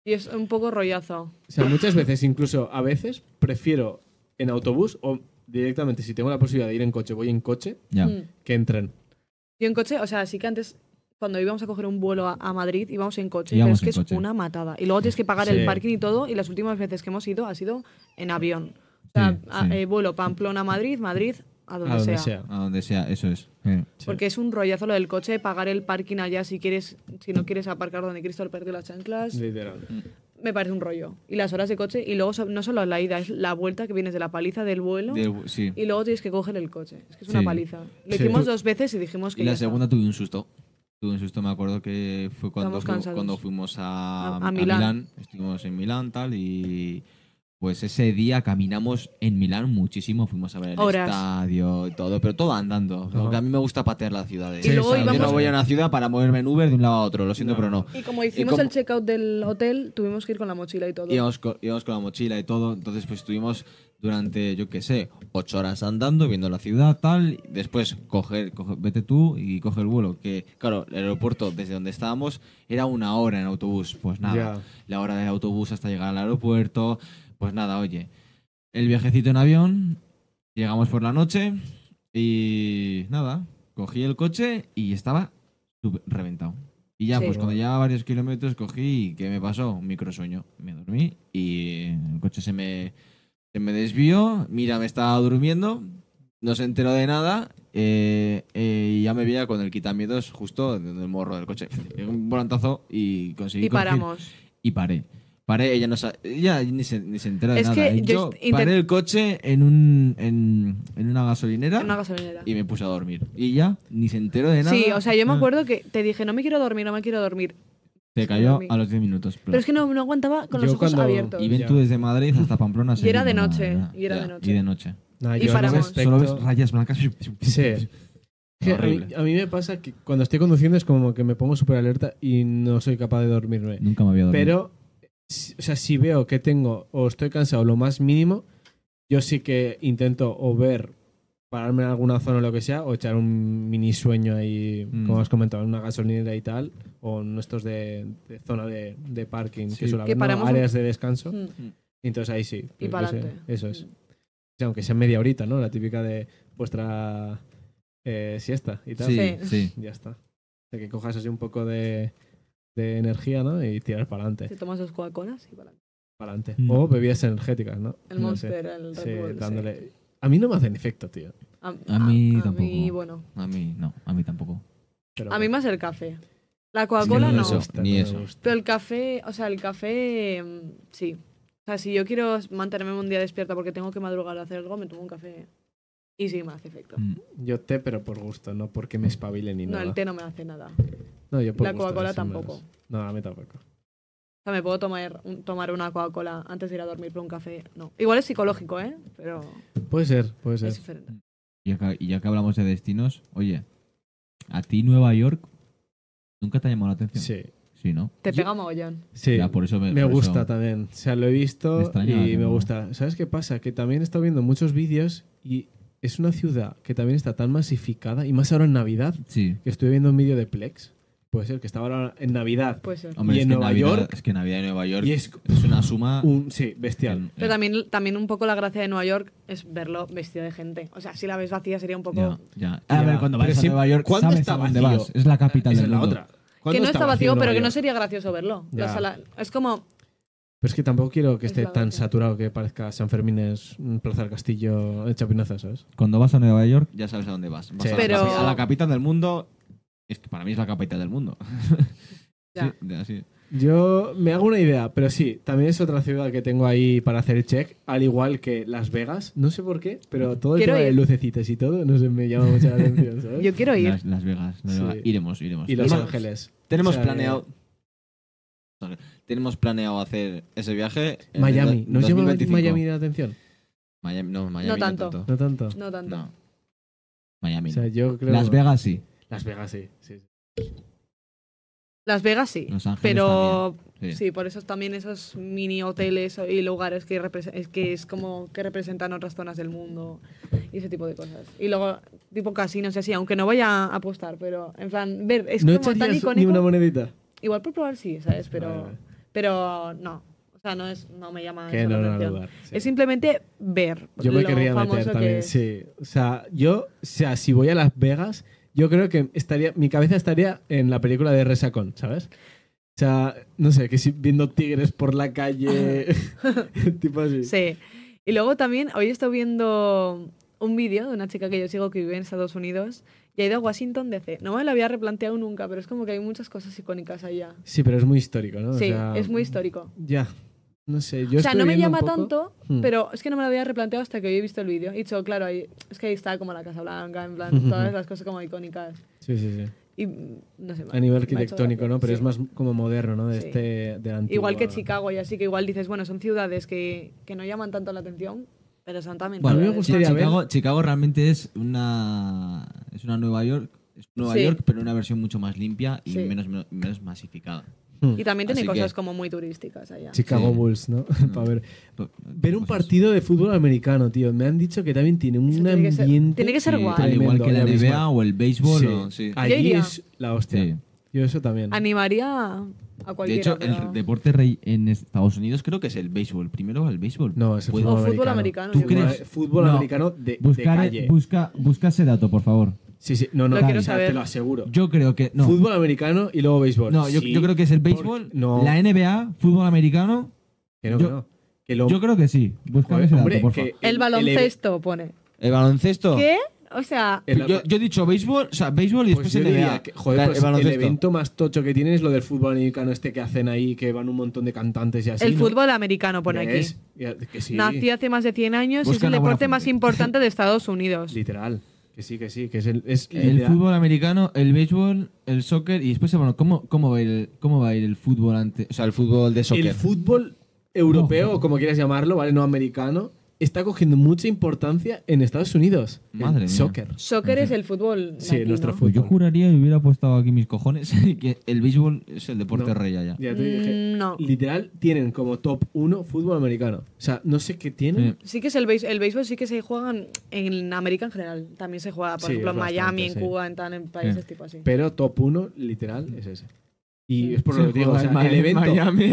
S2: Y es un poco rollazo.
S3: O sea, muchas veces, incluso a veces, prefiero en autobús o directamente, si tengo la posibilidad de ir en coche, voy en coche
S1: Ya.
S2: Mm.
S3: que en tren.
S2: Yo en coche, o sea, sí que antes, cuando íbamos a coger un vuelo a, a Madrid, íbamos en coche, pero
S1: Íbamos
S2: es que
S1: en
S2: es
S1: coche.
S2: una matada. Y luego tienes que pagar
S3: Sí.
S2: el parking y todo, y las últimas veces que hemos ido ha sido en avión. O sea,
S1: Sí,
S2: a-
S1: sí.
S2: eh, vuelo Pamplona-Madrid, Madrid, a donde,
S3: A donde
S2: sea.
S3: sea.
S1: A donde sea, eso es. Eh.
S3: Sí.
S2: Porque es un rollazo lo del coche, pagar el parking allá si quieres, si no quieres aparcar donde Cristóbal perdió las chanclas,
S3: Literal.
S2: me parece un rollo. Y las horas de coche, y luego so- no solo la ida, es la vuelta que vienes de la paliza del vuelo,
S1: Del- sí.
S2: y luego tienes que coger el coche. Es que es una
S1: Sí.
S2: paliza. Lo
S3: Sí.
S2: hicimos
S3: Tú-
S2: dos veces y dijimos que
S1: Y la
S2: ya está.
S1: segunda tuve un susto. Tuve un susto, me acuerdo que fue cuando,
S2: Estamos
S1: fu-
S2: cansados.
S1: cuando fuimos a,
S2: A- a
S1: a
S2: Milán.
S1: Milán. Estuvimos en Milán, tal, y pues ese día caminamos en Milán muchísimo. Fuimos a ver el
S2: Horas.
S1: estadio y todo, pero todo andando. Porque a mí me gusta patear las ciudades.
S2: Y luego
S1: O sea, Yo
S2: íbamos-
S1: no voy a una ciudad para moverme en Uber de un lado a otro, lo siento,
S3: No.
S1: pero no.
S2: Y como hicimos
S1: como-
S2: el checkout del hotel, tuvimos que ir con la mochila y todo.
S1: Íbamos con, íbamos con la mochila y todo, entonces pues estuvimos durante, yo qué sé, ocho horas andando, viendo la ciudad, tal, y después coger, coge- vete tú y coge el vuelo, que claro, el aeropuerto desde donde estábamos era una hora en autobús, pues nada,
S3: Ya.
S1: la hora del autobús hasta llegar al aeropuerto, pues nada, oye, el viajecito en avión, llegamos por la noche y nada, cogí el coche y estaba súper reventado. Y ya,
S2: Sí.
S1: pues cuando llevaba varios kilómetros, cogí y ¿qué me pasó? Un microsueño. Me dormí y el coche se me, se me desvió. Mira, me estaba durmiendo. No se enteró de nada. eh, eh, y ya me veía con el quitamiedos justo en el morro del coche. *laughs* Pegué Un volantazo y conseguí.
S2: y
S1: corregir.
S2: paramos.
S1: Y paré. Paré, ella no sa- ella ni se, ni se enteró de
S2: Es
S1: nada.
S2: que
S1: Y
S2: yo
S1: yo
S2: intent-
S1: paré el coche en, un, en, en una gasolinera
S2: En una gasolinera.
S1: y me puse a dormir. Y ya ni se enteró de nada.
S2: Sí, o sea, yo me
S1: Ah.
S2: acuerdo que te dije, no me quiero dormir, no me quiero dormir.
S1: Se cayó
S2: mí.
S1: a los 10 minutos.
S2: Pero es que no, no aguantaba con
S3: Yo
S2: los ojos
S3: cuando-
S2: abiertos.
S1: Y ven tú
S3: Ya.
S1: desde Madrid hasta Pamplona.
S2: *laughs* Y era de
S1: seguido,
S2: noche,
S1: madre mía.
S2: y era
S1: Ya.
S2: de noche.
S1: Y de noche.
S3: Nah,
S2: Y
S3: yo en
S2: para
S3: ese
S2: vos.
S3: aspecto-
S1: Solo ves rayas blancas. *laughs*
S3: Sí. Que a, mí,
S1: Horrible.
S3: a mí me pasa que cuando estoy conduciendo es como que me pongo súper alerta y no soy capaz de dormirme.
S1: Nunca me había dormido.
S3: Pero, si- o sea, si veo que tengo o estoy cansado lo más mínimo, yo sí que intento o ver, pararme en alguna zona o lo que sea, o echar un mini sueño ahí,
S1: Mm.
S3: como has comentado, en una gasolinera y tal, o en estos de, de zona de, de parking,
S1: Sí.
S3: que suele
S2: Que
S3: haber ¿no?
S2: paramos un-
S3: áreas de descanso.
S2: Mm.
S3: Entonces ahí sí. pues,
S2: Y
S3: yo
S2: para
S3: qué sé,
S2: adelante. Mm.
S3: Eso es. O sea, aunque sea media horita, ¿no? La típica de vuestra eh, siesta y tal.
S1: Sí,
S2: Sí.
S1: sí.
S3: Ya está. O sea, que cojas así un poco de, de energía, ¿no? Y tirar para adelante.
S2: Te tomas dos Coca-Colas y para
S3: Para adelante.
S1: Mm.
S3: O bebidas energéticas, ¿no?
S2: El
S3: No sé.
S2: Monster, el Red
S3: Sí,
S2: Bull, sí.
S3: dándole. A mí no me hacen efecto, tío.
S2: A,
S1: A mí
S2: a- a
S1: tampoco.
S2: mí, bueno.
S1: A mí no, a mí tampoco.
S3: Pero
S2: A mí más el café. La
S3: bueno.
S2: Coca-Cola
S1: Sí,
S2: no.
S1: eso. ni eso.
S2: Pero el café, o sea, el café, mm, sí. O sea, si yo quiero mantenerme un día despierta porque tengo que madrugar a hacer algo, me tomo un café. Y sí, me hace efecto.
S1: Mm.
S3: Yo té, pero por gusto, no porque me espabile ni
S2: No,
S3: nada.
S2: el té no me hace nada.
S3: No, yo por
S2: La
S3: gusto,
S2: Coca-Cola
S3: sin más.
S2: tampoco.
S3: No, a mí tampoco.
S2: O sea, me puedo tomar, un- tomar una Coca-Cola antes de ir a dormir, pero un café no. Igual es psicológico, ¿eh? Pero
S3: Puede ser, puede ser.
S2: es diferente.
S1: Y, acá- y ya que hablamos de destinos, oye, ¿a ti Nueva York nunca te ha llamado la atención?
S3: Sí.
S1: Sí, ¿no?
S2: Te
S3: Yo-
S2: pega mogollón.
S3: Sí.
S1: Ya, por eso me,
S3: Me
S1: por
S3: gusta
S1: eso-
S3: también. O sea, lo he
S1: Me
S3: visto
S1: extraña
S3: y
S1: que
S3: me
S1: no.
S3: gusta. ¿Sabes qué pasa? Que también he estado viendo muchos vídeos y es una ciudad que también está tan masificada y más ahora en Navidad,
S1: Sí.
S3: que estuve viendo un vídeo de Plex. Puede ser que estaba ahora en Navidad.
S2: Puede ser.
S1: Hombre,
S3: Y
S1: es
S3: en
S1: que
S3: Nueva
S1: Navidad-
S3: York-
S1: Es que Navidad y Nueva York
S3: Y
S1: es,
S3: es-
S1: una suma.
S3: Un, sí,
S1: en-
S3: bestial.
S2: Pero también, también un poco la gracia de Nueva York es verlo vestido de gente. O sea, si la ves vacía sería un poco...
S1: Ya, ya. A
S3: Ya.
S1: ver, cuando
S3: Pero
S1: vas a
S3: siempre-
S1: Nueva York,
S3: ¿cuándo
S1: sabes
S3: está
S1: a dónde
S3: vacío?
S1: vas. Es la capital
S3: Esa
S1: del
S3: es la
S1: mundo.
S3: otra.
S2: Que
S3: ¿Cuándo
S2: no está vacío,
S3: Nueva
S2: pero que no
S3: York?
S2: sería gracioso verlo. La
S3: Ya.
S2: sala- es como...
S3: Pero es que tampoco quiero que
S2: Es
S3: esté
S2: la
S3: tan
S2: gracia.
S3: saturado que parezca San Fermín es un Plaza del Castillo de Chapinaza, ¿sabes?
S1: Cuando vas a Nueva York, ya sabes a dónde vas. Vas
S3: Sí.
S1: a, la
S2: Pero-
S1: capi- a la capital del mundo. Es que para mí es la capital del mundo.
S2: Ya.
S1: *laughs* Sí, así es.
S3: Yo me hago una idea, pero sí, también es otra ciudad que tengo ahí para hacer check, al igual que Las Vegas, no sé por qué, pero todo el
S2: Quiero
S3: tema de
S2: ir.
S3: lucecitas y todo, no sé, me llama mucho la
S2: *laughs*
S3: atención, ¿sabes?
S2: Yo quiero ir.
S1: Las, Las Vegas. Las
S3: Sí.
S1: Vegas. Iremos, iremos.
S3: y Los
S1: Iremos.
S3: Ángeles.
S1: Tenemos
S3: O sea,
S1: planeado. Sorry. Tenemos planeado hacer ese viaje. en
S3: Miami,
S1: el do-
S3: ¿no os llama
S1: 2025.
S3: Miami la atención?
S1: Miami- no, Miami
S2: No
S1: no
S2: tanto.
S1: tanto.
S3: No tanto.
S2: No tanto.
S1: No. Miami.
S3: O sea,
S1: no.
S3: yo creo
S1: Las Vegas sí.
S3: Las Vegas, sí. sí.
S2: Las Vegas sí.
S1: Los Ángeles
S2: Pero
S1: también. Sí.
S2: sí, por eso también esos mini hoteles y lugares que, represe- es que es como que representan otras zonas del mundo y ese tipo de cosas. Y luego tipo casinos y así, aunque no vaya a apostar, pero en plan, ver, es
S3: ¿No
S2: como tan
S3: echarías ni
S2: icónico.
S3: una monedita?
S2: Igual por probar sí, ¿sabes? Pero,
S3: Vale, vale.
S2: pero no. O sea, no, es, no me llama
S3: Que
S2: eso
S3: no,
S2: la
S3: no,
S2: Ah, atención.
S3: dudar. sí.
S2: Es simplemente ver.
S3: Yo me
S2: lo
S3: querría meter
S2: famoso
S3: también,
S2: que es.
S3: sí. O sea, yo, o sea, si voy a Las Vegas, yo creo que estaría, mi cabeza estaría en la película de Resacón, ¿sabes? O sea, no sé, que si viendo tigres por la calle,
S2: *laughs*
S3: *laughs* tipo así.
S2: Sí. Y luego también, hoy estoy viendo un vídeo de una chica que yo sigo que vive en Estados Unidos y ha ido a Washington DC. No me lo había replanteado nunca, pero es como que hay muchas cosas icónicas allá.
S3: Sí, pero es muy histórico, ¿no? O
S2: sí,
S3: sea,
S2: es muy histórico.
S3: Ya, no sé, yo
S2: O sea,
S3: estuve
S2: no me
S3: viendo un
S2: llama
S3: poco-
S2: tanto,
S3: Hmm.
S2: pero es que no me lo había replanteado hasta que hoy he visto el vídeo. Y he dicho, claro, ahí, es que ahí está como la Casa Blanca, en
S3: *laughs*
S2: plan, todas las cosas como icónicas.
S3: Sí, sí, sí.
S2: Y mm, no sé. me-
S3: A nivel
S2: me ha hecho
S3: arquitectónico,
S2: gracia,
S3: ¿no? Pero
S2: sí.
S3: es más como moderno, ¿no? De
S2: Sí.
S3: este, de la antigua-
S2: Igual que Chicago y así, que igual dices, bueno, son ciudades que, que no llaman tanto la atención, pero son también...
S3: Bueno, a mí me
S2: ciudades
S3: gustaría
S2: más-
S3: ver-
S1: Chicago, Chicago realmente es una es una Nueva York, es Nueva
S2: Sí.
S1: York, pero una versión mucho más limpia y
S2: Sí.
S1: menos, menos masificada.
S3: Hmm.
S2: Y también tiene
S1: Así que-
S2: cosas como muy turísticas allá.
S3: Chicago
S1: Sí.
S3: Bulls, ¿no? *laughs* Para ver.
S1: Pues-
S3: Ver un
S1: pues eso.
S3: partido de fútbol americano, tío. Me han dicho que también tiene un
S2: Eso tiene que
S3: ambiente.
S2: ser- tiene que ser
S1: Sí,
S2: guay.
S1: al igual
S3: Tremendo,
S1: que la
S3: ya
S1: NBA
S3: mismo.
S1: o el béisbol.
S3: Sí.
S1: o- sí.
S3: Allí
S2: Yo iría.
S3: es la hostia.
S1: Sí.
S3: Yo eso también.
S2: Animaría a
S1: De
S2: cualquiera.
S1: hecho,
S2: pero-
S1: el deporte rey en Estados Unidos creo que es el béisbol. Primero va el béisbol.
S3: No, es el
S1: Puede-
S2: O
S3: fútbol,
S2: fútbol americano,
S3: americano.
S1: ¿Tú yo creo. crees?
S3: Fútbol
S1: No.
S3: americano de, de
S1: Buscar-
S3: calle.
S1: busca, busca ese dato, por favor.
S3: sí, sí. No, no,
S2: Lo quiero
S3: o sea,
S2: saber.
S3: te lo aseguro.
S1: Yo creo que. No,
S3: Fútbol americano y luego béisbol.
S1: no yo,
S3: Sí.
S1: yo creo que es el
S3: Porque-
S1: béisbol,
S3: no.
S1: la NBA, fútbol americano.
S3: Que no, que
S1: yo-
S3: no. Que lo-
S1: Yo creo que sí. Busca
S3: Joder,
S1: ese
S3: hombre,
S1: dato, por
S3: que
S1: favor.
S2: El baloncesto pone.
S1: ¿El baloncesto?
S2: ¿Qué? O sea,
S3: el-
S1: yo, yo he dicho béisbol, o sea, béisbol y después
S3: pues yo
S1: NBA.
S3: diría que, joder,
S1: La-
S3: pues
S1: el baloncesto.
S3: el evento más tocho que tienen es lo del fútbol americano este que hacen ahí, que van un montón de cantantes y así.
S2: el
S3: ¿no?
S2: fútbol americano pone aquí.
S3: ¿Ves? Ya- Que sí.
S2: Nació hace más de 100 años y es
S1: Busca
S2: el
S1: una buena
S2: deporte más
S3: *laughs*
S1: fuente.
S2: importante de Estados Unidos.
S3: Literal. Que sí, que sí, que es el. Es
S1: El
S3: ideal.
S1: fútbol americano, el béisbol, el soccer y después, bueno, ¿cómo, cómo, va, el, cómo va a ir el fútbol ante, o sea, el fútbol de soccer?
S3: El fútbol europeo, o como quieras llamarlo, ¿vale? No americano, está cogiendo mucha importancia en Estados Unidos. El
S1: Madre mía.
S3: Soccer.
S2: Soccer es el fútbol. de
S3: Sí,
S2: aquí,
S3: nuestro
S2: ¿no?
S1: Pues yo
S3: fútbol.
S1: juraría y hubiera apostado aquí mis cojones *laughs* que el béisbol es el deporte
S3: No.
S1: rey allá.
S3: Ya te dije.
S2: Mm, No.
S3: Literal, tienen como top 1 fútbol americano. O sea, no sé qué tienen.
S1: Sí.
S2: Sí que es el béisbol, el béisbol sí que se juega en- en América en general. También se juega, por
S3: Sí,
S2: ejemplo, en
S3: es bastante,
S2: Miami, en
S3: sí. Eh.
S2: Cuba, en, tan, en países tipo así.
S3: Pero top 1, literal, es ese. Y
S2: Sí.
S3: es por lo que digo, o sea, el evento.
S1: Miami,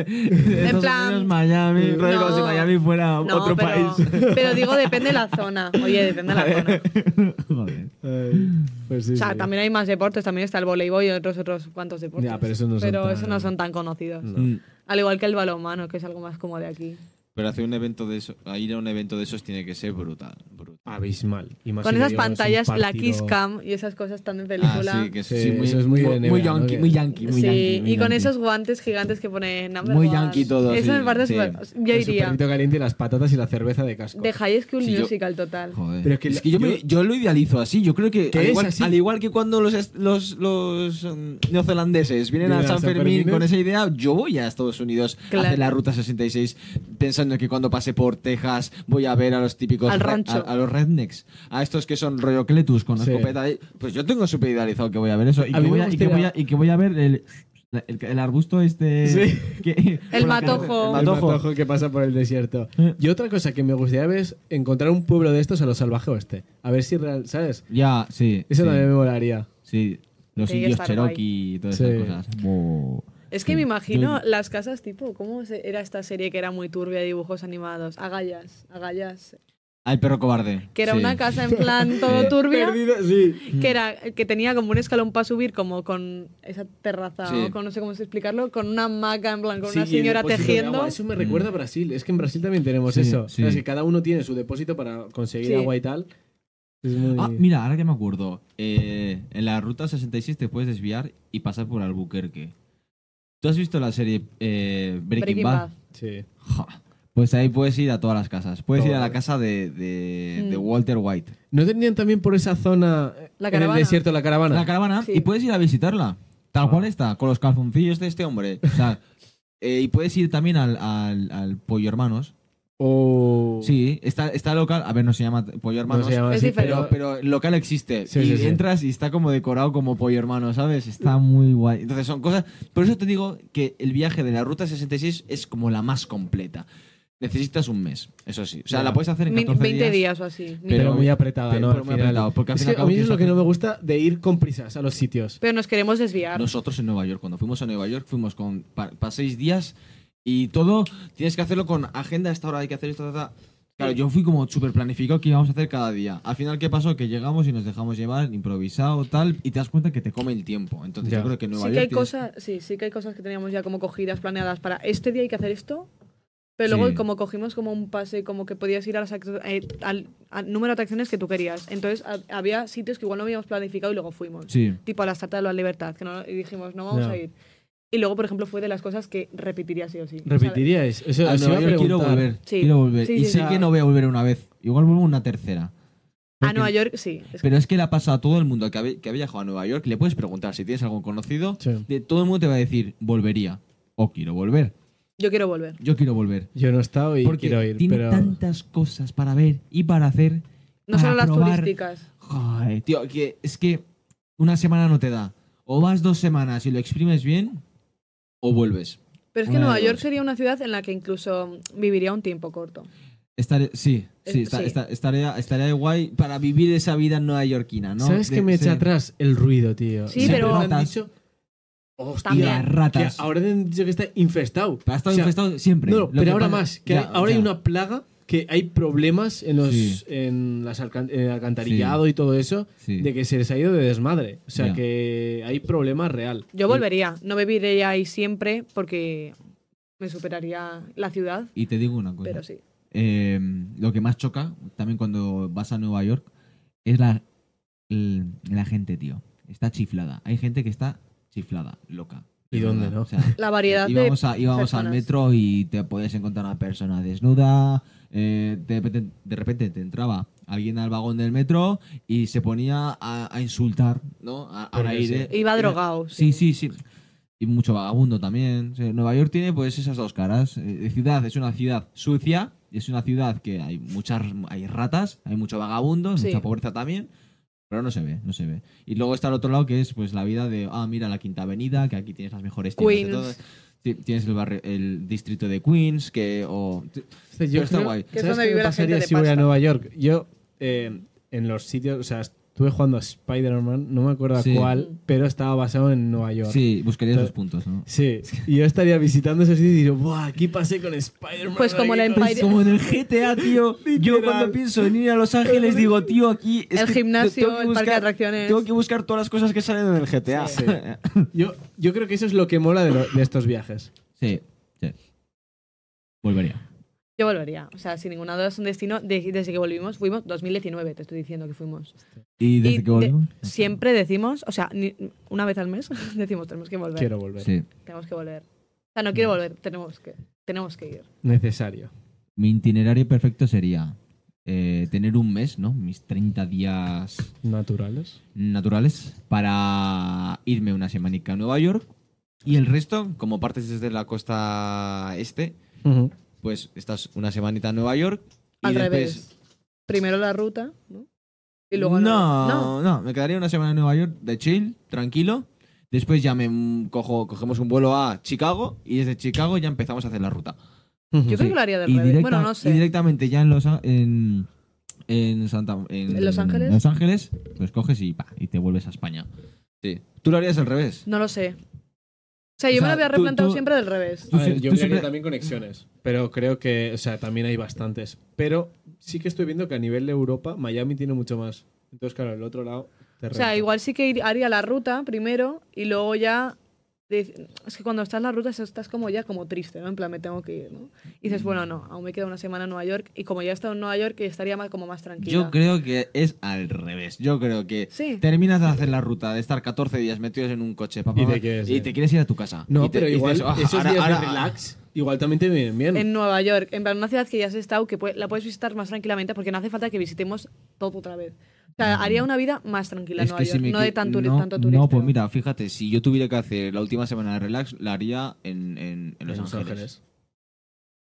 S2: Estados plan- Unidos,
S1: Miami,
S2: rollo No. como si Miami
S1: fuera
S2: No, pero, *laughs* pero digo, depende de la zona. Oye, depende
S3: *laughs*
S2: de *laughs* la zona.
S1: Joder.
S3: Ay, pues sí,
S2: O sea,
S3: sí.
S2: también hay más deportes, también está el voleibol y otros otros cuantos deportes.
S3: Ya, pero esos no son
S2: Pero
S3: tan-
S2: esos no son tan conocidos.
S3: No.
S1: Mm.
S2: Al igual que el balonmano, que es algo más como de aquí.
S1: Pero hacer un evento de eso, a ir a un evento de esos tiene que ser brutal. brutal.
S3: Abismal. Y más
S2: Con
S3: si te
S2: esas
S3: digo, es un
S2: pantallas, la
S3: partido-
S2: Kiss Cam y esas cosas tan de
S1: Ah,
S2: película.
S1: sí, que
S3: Sí,
S1: sí, muy,
S3: eso es muy de NBA, ¿no?
S1: yankee,
S3: Que-
S1: muy yankee, muy
S2: Sí,
S1: yankee, muy
S2: y con
S1: yankee.
S2: esos guantes gigantes que ponen number
S1: Muy
S2: one.
S1: yankee todo,
S2: Eso
S1: sí,
S2: me parece
S1: sí.
S2: súper- Yo
S3: el
S2: iría.
S3: superito caliente y las patatas y la cerveza de casco.
S2: De High School
S1: Sí, yo-
S2: Musical total.
S1: Joder.
S3: Pero es que
S1: es que yo, me- yo lo idealizo así. Yo creo que,
S3: Que
S1: al,
S3: es
S1: igual,
S3: así.
S1: al igual que cuando los, est- los, los, mm, neozelandeses vienen a
S3: Vienen a
S1: San
S3: San
S1: Fermín
S3: Fermines.
S1: con esa idea, yo voy a Estados Unidos
S2: Claro.
S1: a hacer la ruta 66 pensando que cuando pase por Texas voy a ver a los típicos
S2: Al
S1: re-
S2: rancho.
S1: a, a los rednecks, a estos que son rollo Cletus con
S3: Sí.
S1: escopeta. y- Pues yo tengo súper idealizado que voy a ver eso y
S3: A
S1: que
S3: mí me
S1: voy a, y que voy
S3: gustaría-
S1: a- y que voy a ver el, el, el arbusto este.
S3: Sí.
S1: que-
S2: El
S1: con la que- *laughs*
S2: matojo.
S1: el
S3: El
S1: matojo.
S3: matojo que pasa por el desierto.
S1: Eh.
S3: Y otra cosa que me gustaría ver es encontrar un pueblo de estos a lo salvaje oeste. A ver si real, ¿sabes?
S1: Ya, sí.
S3: Eso
S1: sí,
S3: también me molaría.
S1: sí. Los
S2: Tiene que
S1: indios
S2: estar
S1: Cherokee y todas
S3: Sí.
S1: esas cosas. Buh.
S2: Es que
S1: Sí.
S2: me
S1: Yo-
S2: imagino las casas tipo, ¿cómo se- era esta serie que era muy turbia de dibujos animados? Agallas, agallas.
S1: Ah, el perro cobarde.
S2: Que era
S1: Sí.
S2: una casa en plan
S1: *laughs*
S2: todo
S1: Sí.
S2: turbia.
S3: Perdido, sí.
S1: Mm.
S2: Que, era, que tenía como un escalón para subir, como con esa terraza,
S1: Sí.
S2: o con no sé cómo se explicarlo, con una hamaca, en plan, con
S3: Sí,
S2: una
S3: y el
S2: señora
S3: depósito de
S2: tejiendo.
S3: agua. Eso me recuerda a Brasil. Es que en Brasil también tenemos
S1: Mm. Sí,
S3: eso.
S1: sí.
S3: ¿Sabes? Que cada uno tiene su depósito para conseguir
S2: Sí.
S3: agua y tal. Es muy...
S1: Ah, mira, ahora que me acuerdo. eh, en la ruta 66 te puedes desviar y pasar por Albuquerque. ¿Tú has visto la serie eh, Breaking,
S2: Breaking
S1: Bad?
S2: Bad.
S3: Sí.
S1: Ja. Pues ahí puedes ir a todas las casas. Puedes ir a la
S3: Todas.
S1: casa de, de-
S2: Mm.
S1: de Walter White.
S3: ¿No tenían también por esa zona
S2: La
S3: en el
S2: caravana.
S3: desierto la caravana? Ah.
S1: La caravana
S2: Sí.
S1: y puedes ir a visitarla. Tal cual está, con los calzoncillos de este hombre. O
S3: *laughs*
S1: sea, eh, y puedes ir también al, al, al Pollo Hermanos.
S3: O...
S1: Sí, está, está local. A ver, no se llama Pollo
S3: No
S1: Hermanos.
S3: se llama
S2: Es
S3: así,
S2: diferente.
S1: Pero, pero el local existe.
S3: Sí,
S1: y
S3: sí, sí.
S1: entras y está como decorado como pollo hermano, ¿sabes? Está muy guay. Entonces son cosas. Por eso te digo que el viaje de la ruta 66 es como la más completa. Necesitas un mes, eso sí. O sea,
S3: Ya.
S1: la puedes hacer en
S2: Mi-
S1: 14
S2: 20 días.
S1: días.
S2: o así.
S3: Pero,
S1: Pero-
S3: muy apretada,
S1: pero-
S3: ¿no?
S1: pero
S3: Al
S1: muy
S3: final.
S1: apretado, porque al
S3: Es
S1: fin y al
S3: que a
S1: cabo
S3: mí es
S1: tienes
S3: lo que
S1: que-
S3: no me gusta de ir con prisas a los sitios.
S2: Pero nos queremos desviar.
S1: Nosotros en Nueva York, cuando fuimos a Nueva York, fuimos con para seis días y todo tienes que hacerlo con agenda. A esta hora hay que hacer esto, ta, ta. Claro, yo fui como súper planificado que íbamos a hacer cada día. Al final, ¿qué pasó? Que llegamos y nos dejamos llevar, improvisado, tal, y te das cuenta que te come el tiempo. Entonces,
S3: Ya.
S1: yo creo que en Nueva
S2: sí que
S1: York.
S2: hay
S1: tienes-
S2: cosas, sí, sí que hay cosas que teníamos ya como cogidas, planeadas para este día hay que hacer esto. Pero luego
S1: Sí.
S2: como cogimos como un pase, como que podías ir a las actu- eh, al, al número de atracciones que tú querías. Entonces ha- había sitios que igual no habíamos planificado y luego fuimos.
S1: Sí.
S2: Tipo a la Estatua de la Libertad, que no, y dijimos, no vamos
S3: Ya.
S2: a ir. Y luego, por ejemplo, fue de las cosas que repetiría sí o sí. O sea,
S3: ¿Repetiríais? Eso,
S1: A
S3: os
S1: Nueva
S3: iba a
S1: York Ah, quiero
S3: preguntar.
S1: volver.
S2: Sí.
S1: Quiero volver.
S2: Sí,
S1: y
S2: sí,
S1: sé
S2: sí.
S1: que no voy a volver una vez. Igual vuelvo una tercera.
S2: a Nueva York sí. Es que-
S1: Pero es que la pasa a todo el mundo que ha, vi- que ha viajado a Nueva York. Le puedes preguntar si tienes algún conocido.
S3: Sí.
S1: De, todo el mundo te va a decir, volvería. O quiero volver.
S2: yo quiero volver.
S1: Yo quiero volver.
S3: Yo no he estado y
S1: Porque
S3: quiero ir,
S1: tiene
S3: pero...
S1: tantas cosas para ver y para hacer.
S2: No
S1: para
S2: solo las
S1: probar.
S2: turísticas.
S1: Joder, tío, que es que una semana no te da. O vas dos semanas y lo exprimes bien, o vuelves.
S2: Pero es que
S1: Una de
S2: Nueva
S1: dos.
S2: York sería una ciudad en la que incluso viviría un tiempo corto.
S1: Estaré, sí, sí,
S2: Eh,
S1: esta-
S2: sí.
S1: esta- estaría, estaría guay para vivir esa vida neoyorquina, ¿no?
S3: ¿Sabes
S1: De-
S3: qué me
S1: sí.
S3: echa atrás? El ruido, tío.
S2: Sí,
S3: Siempre
S2: pero-
S3: me han
S1: Ratas.
S3: dicho- Hostia,
S2: También.
S1: Las ratas.
S3: que ahora te han dicho que está infestado.
S1: Pero ha estado
S3: O sea,
S1: infestado siempre.
S3: No,
S1: Lo que
S3: pero ahora
S1: pasa-
S3: más. Que
S1: Ya,
S3: hay- ahora
S1: ya.
S3: hay una plaga que hay problemas en los
S1: Sí.
S3: en, las alcan- en el alcantarillado y todo eso
S1: Sí.
S3: de que se les ha ido de desmadre. O sea
S1: Ya.
S3: que hay problemas real.
S2: Yo volvería, no viviría ahí siempre porque me superaría la ciudad,
S1: Y te digo una cosa.
S2: pero sí.
S1: Eh, lo que más choca, también cuando vas a Nueva York, es la, el- la gente, tío. Está chiflada. Hay gente que está chiflada, loca.
S3: ¿Y dónde no?
S1: O sea,
S2: *laughs* La variedad
S1: íbamos
S2: de
S1: a- íbamos al
S2: personas.
S1: metro y te podías encontrar una persona desnuda. eh, de, repente, de repente te entraba alguien al vagón del metro y se ponía a, a insultar, ¿no? A, al
S3: Porque
S1: aire.
S2: Iba
S1: Era-
S2: drogado.
S1: Sí, sí, sí. Y mucho vagabundo también. O sea, Nueva York tiene pues esas dos caras. Eh, ciudad es una ciudad sucia, es una ciudad que hay muchas hay ratas, hay mucho vagabundo,
S2: Sí.
S1: mucha pobreza también, pero no se ve, no se ve. Y luego está el otro lado que es pues la vida de, ah, mira la Quinta Avenida, que aquí tienes las mejores tiendas de
S2: Queens.
S1: todo. Ti- Tienes el barrio, el distrito de Queens, que o
S3: O sea,
S1: Pero
S3: yo
S1: está
S3: creo-
S1: guay.
S2: Que es
S3: ¿sabes
S2: donde
S3: qué me
S2: vive la
S3: pasaría
S2: gente de
S3: si voy a
S2: pasta?
S3: Nueva York? Yo, eh, en los sitios, o sea, estuve jugando a Spider-Man, no me acuerdo a
S1: Sí.
S2: Mm.
S3: cuál, pero estaba basado en Nueva York.
S1: sí, buscarías los
S3: Pero-
S1: puntos, ¿no?
S3: Sí, y yo estaría visitando esos sitios y digo, ¡buah! Aquí pasé con Spider-Man.
S2: Pues como
S3: aquí
S2: la
S3: con-
S2: Empire-
S1: Es como en el GTA, tío. Yo
S3: Literal.
S1: cuando pienso en ir a Los Ángeles digo, tío, aquí... es
S2: El
S1: que
S2: gimnasio,
S1: tengo que
S2: el parque de atracciones.
S1: Tengo que buscar todas las cosas que salen en el GTA.
S3: Sí.
S1: *laughs* Sí,
S3: Yo, yo creo que eso es lo que mola de, lo- de estos viajes.
S1: sí. Volvería.
S2: Yo volvería. O sea, sin ninguna duda es un destino. de- desde que volvimos, fuimos 2019, te estoy diciendo que fuimos.
S1: ¿Y desde
S2: Y
S1: que
S2: de-
S1: volvimos?
S2: Siempre decimos, o sea, ni- una vez al mes *laughs* decimos, tenemos que volver.
S3: Quiero volver.
S1: Sí.
S2: Tenemos que volver. O sea, no quiero volver, tenemos que, tenemos que ir.
S3: Necesario.
S1: Mi itinerario perfecto sería eh, tener un mes, ¿no? Mis 30 días
S3: Naturales.
S1: naturales para irme una semanica a Nueva York. Y el resto, como partes desde la costa este, pues estás una semanita en Nueva York. y
S2: Al
S1: después-
S2: revés. Primero la ruta, ¿no? Y luego
S1: no,
S2: no.
S1: no, me quedaría una semana en Nueva York de chill, tranquilo. Después ya me mm, cojo, cogemos un vuelo a Chicago y desde Chicago ya empezamos a hacer la ruta.
S2: Yo creo que lo haría del
S1: Y,
S2: revés.
S1: directa-
S2: Bueno, no
S1: y
S2: sé.
S1: directamente ya en Los Á- en, en Santa en,
S2: ¿En Los Ángeles?
S1: Los Ángeles, pues coges y, pa, y te vuelves a España. Sí. Tú lo harías al revés.
S2: No lo sé. O sea, yo
S1: O
S2: me lo
S1: sea,
S2: había
S1: tú-
S2: replantado
S1: tú-
S2: siempre del revés.
S1: Tú sie-
S3: yo
S1: tú
S3: creo
S1: siempre-
S3: que también conexiones, pero creo que, o sea, también hay bastantes. Pero sí que estoy viendo que a nivel de Europa, Miami tiene mucho más. Entonces, claro, el otro lado te
S2: O sea,
S3: renta.
S2: igual sí que ir- haría la ruta primero y luego ya. de- Es que cuando estás en la ruta estás como ya como triste, ¿no? En plan, me tengo que ir, ¿no? Y
S1: Mm.
S2: dices, bueno, no, aún me queda una semana en Nueva York y como ya he estado en Nueva York estaría más, como más tranquila.
S1: Yo creo que es al revés. Yo creo que
S2: Sí.
S1: terminas de hacer la ruta, de estar 14 días metidos en un coche, papá,
S3: Y te quieres ir.
S1: ir a tu casa.
S3: No,
S1: Y te-
S3: pero
S1: y
S3: igual
S1: dices, "Ah,
S3: esos
S1: ahora-
S3: días
S1: ahora- ah".
S3: de relax, igual también te vienen bien.
S2: En Nueva York, en plan, una ciudad que ya has estado, que pue- la puedes visitar más tranquilamente porque no hace falta que visitemos todo otra vez. O sea, haría una vida más tranquila
S1: Mm.
S2: en
S1: Es
S2: Nueva
S1: que si
S2: York,
S1: me
S2: no
S1: qui-
S2: de tanto,
S1: no,
S2: tanto turista.
S1: No, pues mira, fíjate, si yo tuviera que hacer la última semana de relax, la haría en, en- en Los Ángeles.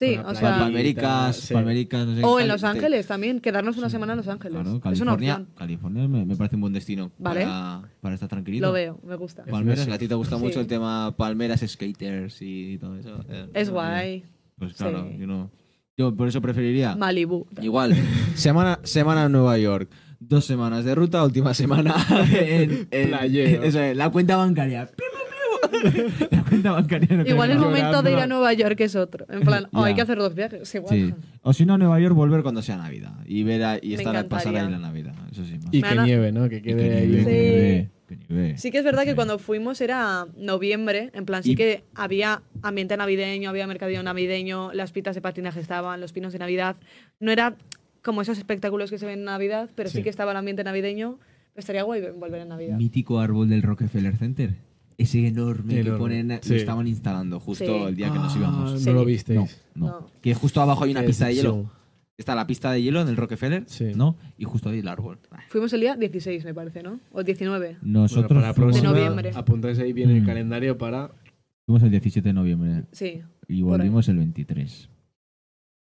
S2: Sí,
S3: con la
S2: o
S1: Pal-
S3: playa.
S2: sea,
S1: Palmericas,
S3: Sí.
S1: palmericas, no sé
S2: o
S1: qué,
S2: en
S1: tal,
S2: Los
S1: te-
S2: Ángeles también, quedarnos una
S1: Sí.
S2: semana en Los Ángeles.
S1: Claro,
S2: es una
S1: California,
S2: opción.
S1: California me, me parece un buen destino
S2: Vale.
S1: para, para estar tranquilito.
S2: Lo veo, me gusta.
S1: Palmeras,
S3: Sí.
S1: a ti te gusta
S2: Sí.
S1: mucho el tema palmeras, skaters y todo eso. eh,
S2: Es
S1: eh,
S2: guay.
S1: Pues claro,
S2: Sí.
S1: yo no. Yo por eso preferiría.
S2: Malibu.
S1: Igual, *laughs* semana, semana en Nueva York, dos semanas de ruta, última semana *laughs* en, en-
S3: Playero.
S1: eso es, la cuenta bancaria. *laughs* Piu, piu, piu. *laughs* la cuenta bancaria. *laughs* no
S2: Igual el
S1: creo.
S2: momento de ir a
S3: Llorando.
S2: Nueva York es otro. En plan, oh,
S1: Ya.
S2: hay que hacer dos viajes. Igual.
S1: Sí. O si no, a Nueva York volver cuando sea Navidad y ver a- y
S2: Me
S1: estar a pasar ahí
S2: encantaría.
S1: la Navidad. Eso sí. más.
S3: Y
S2: Me
S3: que
S2: han-
S3: nieve, ¿no? Que
S1: Y que
S3: quede
S1: nieve,
S3: ahí. un-
S1: que
S2: Sí.
S1: nieve, que nieve.
S2: *laughs* Sí que es verdad que
S1: Sí.
S2: cuando fuimos era noviembre, en plan, sí
S1: Y-
S2: que había ambiente navideño, había mercadillo navideño, las pitas de patinaje estaban, los pinos de Navidad. No era como esos espectáculos que se ven en Navidad, pero sí,
S3: Sí.
S2: que estaba el ambiente navideño. Estaría guay volver en Navidad.
S1: Mítico árbol del Rockefeller Center. Ese enorme, que
S3: Enorme.
S1: ponen,
S3: Sí.
S1: lo estaban instalando justo
S2: Sí.
S1: el día que nos
S3: Ah,
S1: íbamos.
S3: No lo
S2: Sí.
S3: visteis.
S1: No, no.
S2: No.
S1: Que justo abajo hay una
S3: Qué
S1: pista de hielo.
S3: decepción.
S1: Está la pista de hielo en el Rockefeller,
S3: Sí.
S1: ¿no? Y justo ahí el árbol. Ah.
S2: Fuimos el día 16, me parece, ¿no? O 19.
S3: Bueno,
S1: Nosotros
S3: para la
S1: fuimos,
S2: De
S3: próxima,
S2: noviembre.
S3: apuntáis ahí bien el
S1: Mm.
S3: calendario para.
S1: fuimos el 17 de noviembre
S2: Sí.
S1: y
S2: ahí.
S1: volvimos el 23.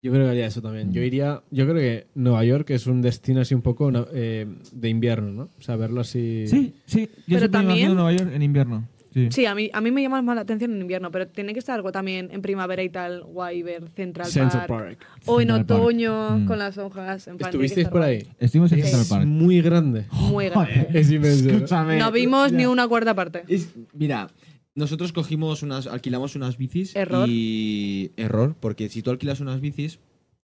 S3: Yo creo que haría eso también.
S1: Mm.
S3: Yo iría. Yo creo que Nueva York es un destino así un poco no, eh, de invierno, ¿no? O sea, verlo así.
S1: Sí, sí. Yo siempre
S2: Pero
S1: me
S2: también-
S1: imagino Nueva York en invierno. Sí.
S2: Sí, a mí, a mí me llama más la atención en invierno, pero tiene que estar algo también en primavera y tal, guay ver Central
S3: Central
S2: Park.
S3: Park.
S2: O en
S1: Central Park.
S2: otoño
S1: Mm.
S2: con las hojas. En plan, tiene que
S3: ¿Estuvisteis
S2: estar
S3: por
S2: guay.
S3: ahí?
S1: Estuvimos en
S2: Sí.
S1: Central
S3: Es
S1: Park.
S3: muy grande.
S2: Muy
S1: *laughs*
S2: grande.
S3: Es inmenso. ¿no?
S2: No vimos ni una cuarta parte.
S1: Es- mira, nosotros cogimos unas, alquilamos unas bicis.
S2: Error.
S1: Y error, porque si tú alquilas unas bicis,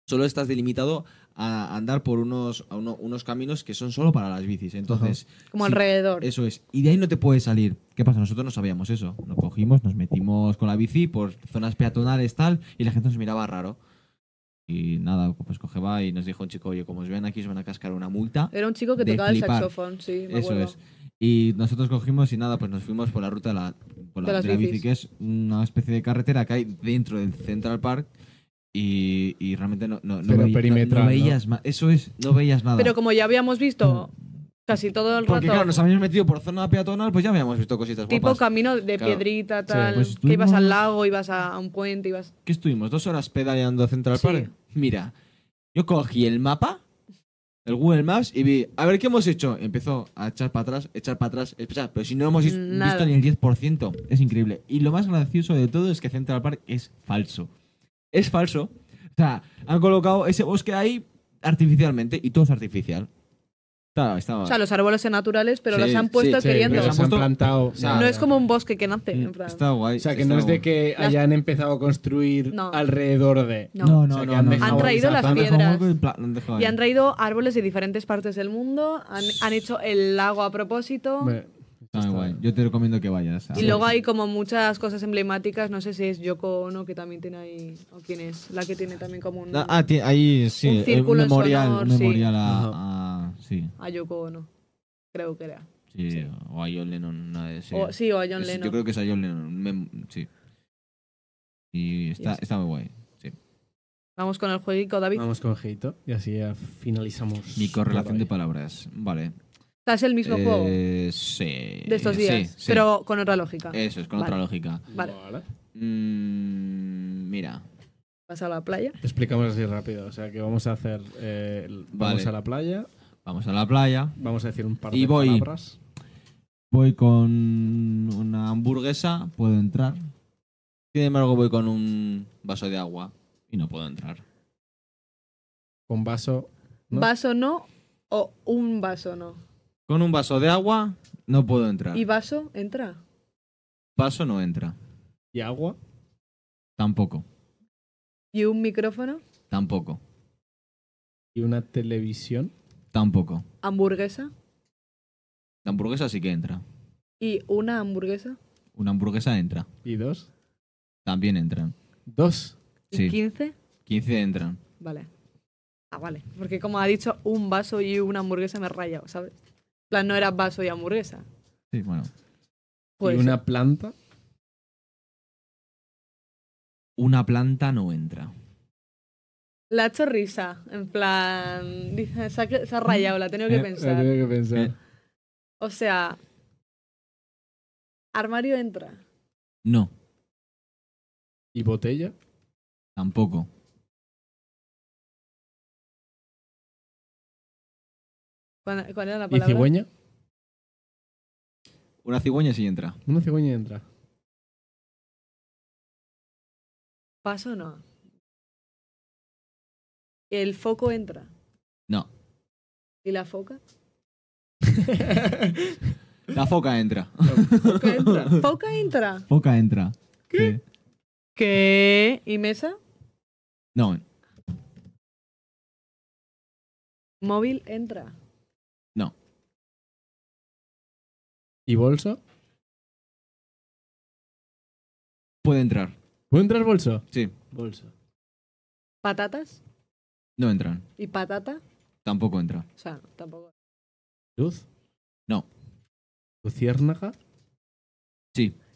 S1: solo estás delimitado a andar por unos, a uno- unos caminos que son solo para las bicis. Entonces,
S2: Como
S1: si-
S2: alrededor.
S1: Eso es. Y de ahí no te puedes salir. ¿Qué pasa? Nosotros no sabíamos eso. Nos cogimos, nos metimos con la bici por zonas peatonales, tal, y la gente nos miraba raro. Y nada, pues cogeba y nos dijo un chico, oye, como os vean aquí, os van a cascar una multa.
S2: Era un chico que
S1: de
S2: tocaba el
S1: flipar.
S2: saxofón, sí, me
S1: Eso
S2: acuerdo.
S1: es. Y nosotros cogimos y nada, pues nos fuimos por la ruta de la, por la-
S2: De las
S1: de la bici,
S2: bicis.
S1: que es una especie de carretera que hay dentro del Central Park. Y, y realmente no, no, no
S3: Pero
S1: veí- no- no
S3: perimetral, ¿no?
S1: veías ma- Eso es, no veías nada.
S2: Pero como ya habíamos visto casi todo el
S1: Mm. Porque
S2: rato,
S1: claro, nos habíamos metido por zona peatonal, pues ya habíamos visto cositas
S2: tipo
S1: guapas.
S2: camino de
S1: Claro.
S2: piedrita, tal,
S1: pues
S2: que ibas al
S1: estuvimos-
S2: lago, ibas a, a un puente, ibas...
S1: ¿Qué estuvimos? ¿Dos horas pedaleando a Central
S2: Sí.
S1: Park? Mira, yo cogí el mapa, el Google Maps, y vi, a ver qué hemos hecho. Empezó a echar para atrás, echar para atrás, echar, pero si no hemos is-
S2: Nada.
S1: visto ni el 10%. Es increíble. Y lo más gracioso de todo es que Central Park es falso. Es falso. O sea, han colocado ese bosque ahí artificialmente y todo es artificial. Estaba, estaba.
S2: O sea, los árboles son naturales, pero
S1: Sí,
S2: los han
S1: sí,
S2: puesto
S1: sí,
S2: queriendo.
S1: pero
S3: se
S1: se
S3: han
S1: han puesto-
S3: plantado.
S1: sea,
S2: No es como un bosque que nace, en plan.
S1: Mm, Está guay.
S3: O sea, que
S1: está
S3: no es de
S1: guay.
S3: que
S2: Las-
S3: hayan empezado a construir
S2: No.
S3: alrededor de.
S2: No.
S1: No,
S3: O
S1: no,
S3: sea, que
S1: no,
S3: han
S1: no,
S3: dejado-
S1: no.
S2: Han traído
S3: o sea,
S2: las
S1: Han dejado
S2: piedras.
S1: un hueco en pla- lo han dejado
S2: Y
S1: ahí.
S2: han traído árboles de diferentes partes del mundo, han, han hecho el lago a propósito.
S3: Hombre,
S1: Está muy guay. Yo te recomiendo que vayas. a
S2: Y
S1: ver.
S2: luego hay como muchas cosas emblemáticas, no sé si es Yoko Ono que también tiene ahí, o quién es, la que tiene también como un...
S1: Ah, Ah, ti- ahí sí,
S2: Un
S1: eh,
S2: círculo en su
S1: memorial,
S2: honor, sí.
S1: memorial a,
S3: Ajá.
S1: a- sí,
S2: A Yoko Ono, creo que era.
S1: sí,
S2: Sí.
S1: o a John Lennon, una de sí.
S2: O, sí, o a John
S1: Es-
S2: Lennon.
S1: Yo creo que es a John Lennon, un mem- sí. Y está,
S2: Ya sé.
S1: está muy guay.
S2: Vamos con el jueguito, David.
S3: Vamos con Heito y así ya finalizamos.
S1: Mi correlación de
S3: por
S1: palabras, vale.
S2: O sea, es el mismo
S1: Eh,
S2: juego
S1: Sí.
S2: de estos
S1: sí,
S2: días,
S1: sí. Eh.
S2: pero con otra lógica.
S1: Eso es, con otra
S2: Vale.
S1: lógica.
S3: hoy.
S2: Vale.
S1: Mm, mira,
S2: Vas a la playa.
S3: Te explicamos así rápido. O sea, que vamos a hacer. eh, el- Vamos
S1: Vale.
S3: a la playa,
S1: vamos a la playa.
S3: vamos a decir un par
S1: Y
S3: de
S1: voy.
S3: palabras.
S1: Voy con una hamburguesa, puedo entrar. Sin embargo, voy con un vaso de agua y no puedo entrar.
S3: Con vaso. ¿no?
S2: Vaso no o un vaso no.
S1: Con un vaso de agua no puedo entrar.
S2: ¿Y vaso entra?
S1: Vaso no entra.
S3: y agua.
S1: Tampoco.
S2: ¿Y un micrófono?
S1: Tampoco.
S3: Y una televisión.
S1: Tampoco.
S2: ¿Hamburguesa?
S1: La hamburguesa sí que entra.
S2: ¿Y una hamburguesa?
S1: Una hamburguesa entra.
S3: Y dos.
S1: También entran.
S3: Dos.
S2: ¿Y
S1: Sí.
S2: 15?
S1: 15 entran.
S2: Vale. Ah, vale. Porque como ha dicho, un vaso y una hamburguesa me he rayado, ¿sabes? En plan, no era vaso y hamburguesa.
S1: Sí, bueno.
S2: Pues
S3: y una planta.
S1: Una planta no entra.
S2: la ha hecho risa. En plan, dice, se ha, se ha rayado, la ha tenido que
S3: Eh, la
S2: pensar.
S3: tengo que pensar.
S1: Eh.
S2: O sea, armario entra.
S1: No.
S3: Y botella.
S1: Tampoco.
S2: ¿Cuál, cuál era la
S3: Y
S2: palabra?
S3: cigüeña.
S1: Una cigüeña sí entra.
S3: Una
S2: *laughs*
S3: cigüeña entra.
S2: Paso no. El foco entra.
S1: No.
S2: ¿Y la foca?
S1: La foca entra.
S2: Foca
S3: *laughs*
S2: entra. Foca entra.
S1: Foca entra. ¿Qué?
S2: ¿Qué? ¿Y mesa?
S1: No.
S2: Móvil entra.
S3: y bolso.
S1: Puede entrar.
S3: ¿Puede entrar bolso?
S1: Sí.
S3: Bolso.
S2: Patatas.
S1: No entran.
S2: ¿Y patata?
S1: Tampoco entra.
S2: O sea, tampoco.
S3: ¿Luz?
S1: No.
S3: ¿Luciérnaga?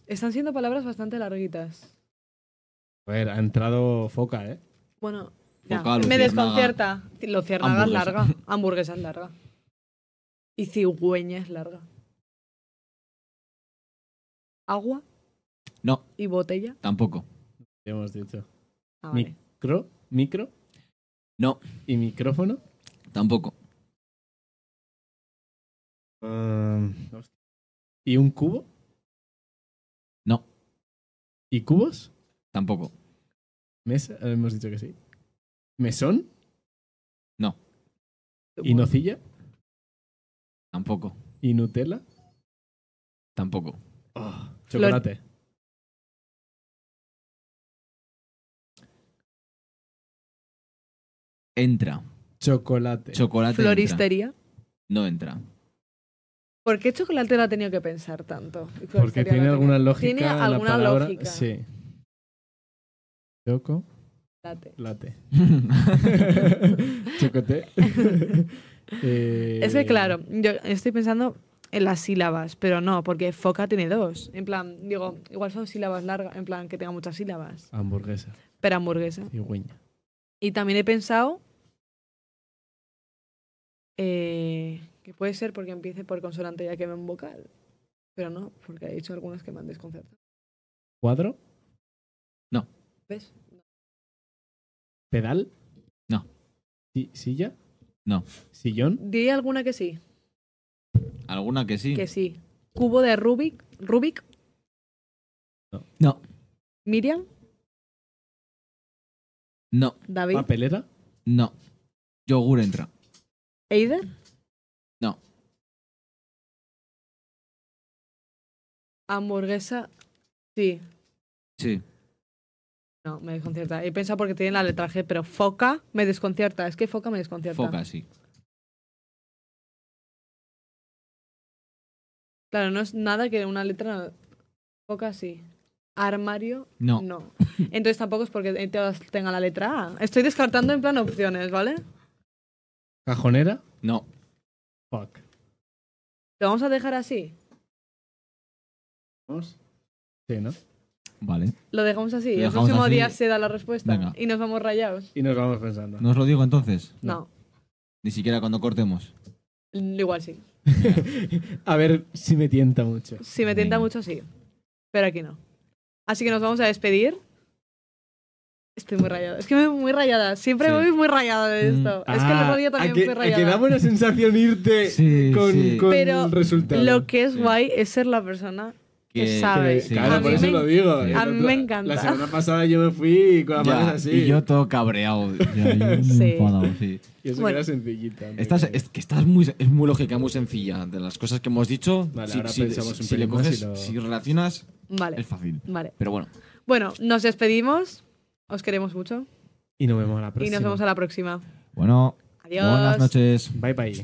S2: Están siendo palabras bastante larguitas.
S3: A ver, ha entrado foca, ¿eh?
S2: Bueno, ya.
S1: Foca,
S2: me
S1: luciérnaga.
S2: desconcierta. Luciérnaga es
S1: Hamburguesa.
S2: larga. Hamburguesa es larga. Y cigüeña es larga. Agua.
S1: No.
S2: ¿Y botella?
S1: Tampoco.
S3: Ya hemos dicho.
S2: Ah,
S3: Mi-
S2: vale.
S3: ¿Cro? ¿Micro?
S1: No.
S3: ¿Y micrófono?
S1: Tampoco.
S3: Hostia. ¿Y un cubo?
S1: No.
S3: ¿Y cubos?
S1: Tampoco.
S3: Mesa, eh, hemos dicho que sí. ¿Mesón? ¿Y
S2: Bueno,
S3: nocilla?
S1: Tampoco.
S3: ¿Y Nutella?
S1: Tampoco.
S3: Oh, chocolate.
S1: Entra.
S3: Chocolate.
S1: Chocolate. entra.
S2: Floristería.
S1: No entra.
S2: ¿Por qué chocolate la ha tenido que pensar tanto? Y
S3: Porque
S2: floristería
S3: tiene
S2: la
S3: alguna
S2: tenía-
S3: lógica.
S2: Tiene
S3: la
S2: alguna
S3: palabra.
S2: lógica.
S3: Sí. Choco.
S2: Chocolate. *laughs*
S3: Late.
S1: *laughs*
S3: Chocote. Eh,
S1: Eh.
S2: Es que claro, yo estoy pensando en las sílabas, pero no, porque foca tiene dos. En plan, digo, igual son sílabas largas, en plan que tenga muchas sílabas.
S3: Hamburguesa,
S2: Pero hamburguesa.
S3: cigüeña.
S2: Y también he pensado eh, que puede ser porque empiece por consonante ya que me un vocal. Pero no, porque he dicho algunas que me han desconcertado.
S3: ¿Cuadro?
S2: ¿Ves?
S3: ¿Pedal?
S1: No.
S3: Si- ¿Silla?
S1: No.
S3: ¿Sillón?
S2: Diría alguna que sí,
S1: ¿Alguna que sí?
S2: que sí. Cubo de Rubik, Rubik,
S1: No.
S2: Miriam,
S1: No.
S2: David,
S3: ¿Papelera?
S1: No. Yogur entra.
S2: Eider.
S1: No.
S2: Hamburguesa, sí.
S1: Sí.
S2: No, me desconcierta. He pensado porque tiene la letra G, pero foca me desconcierta. Es que foca me desconcierta.
S1: Foca, sí.
S2: Claro, no es nada que una letra. Foca sí. Armario,
S1: No.
S2: no. Entonces tampoco es porque todas tengan la letra A. Estoy descartando en plan opciones, ¿vale?
S3: ¿Cajonera?
S1: No.
S3: Fuck.
S2: Lo vamos a dejar así.
S3: Sí, ¿no?
S1: Vale.
S2: Lo dejamos así.
S1: Lo
S2: el
S1: dejamos
S2: próximo
S1: así.
S2: día se da la respuesta.
S1: Venga.
S2: Y nos vamos rayados.
S3: Y nos vamos pensando.
S1: ¿No os lo digo entonces?
S2: No.
S1: Ni siquiera cuando cortemos.
S2: Igual sí.
S3: *laughs* A ver si me tienta mucho.
S2: Si me tienta
S1: Venga.
S2: mucho, sí. Pero aquí no. Así que nos vamos a despedir. Estoy muy rayada. Es que me veo muy rayada. Siempre
S1: Sí.
S2: me voy muy rayada de
S1: Mm.
S2: esto. es que el otro día también
S3: que,
S2: fui
S3: Ah, a que da
S2: rayada.
S3: buena sensación irte
S1: Sí,
S3: con,
S1: sí.
S3: con
S2: Pero
S3: el resultado.
S2: Lo que es
S1: Sí.
S2: guay es ser la persona que
S3: Que-
S2: sabe.
S3: claro,
S2: a
S3: por
S2: mí
S3: eso
S2: me-
S3: lo digo.
S1: a
S3: El
S2: mí
S3: otro-
S2: me encanta.
S3: La semana pasada yo me fui con la
S1: Ya,
S3: mano así.
S1: Y yo todo cabreado. Ya, yo me
S2: Sí.
S1: enfadado, sí.
S3: Y eso
S2: Bueno.
S3: que era sencillita. hombre.
S1: Esta es, es que esta es muy, es muy lógica, muy sencilla. De las cosas que hemos dicho,
S3: Vale,
S1: si,
S3: ahora
S1: si-
S3: pensamos
S1: si-
S3: un
S1: si le
S3: pelín más
S1: coges,
S3: y lo-
S1: si relacionas,
S2: Vale,
S1: es fácil.
S2: vale.
S1: Pero bueno,
S2: Bueno, nos despedimos. Os queremos mucho.
S3: Y nos vemos a la próxima.
S2: Y nos vemos a la próxima.
S1: bueno,
S2: Adiós.
S1: buenas noches.
S3: Bye bye.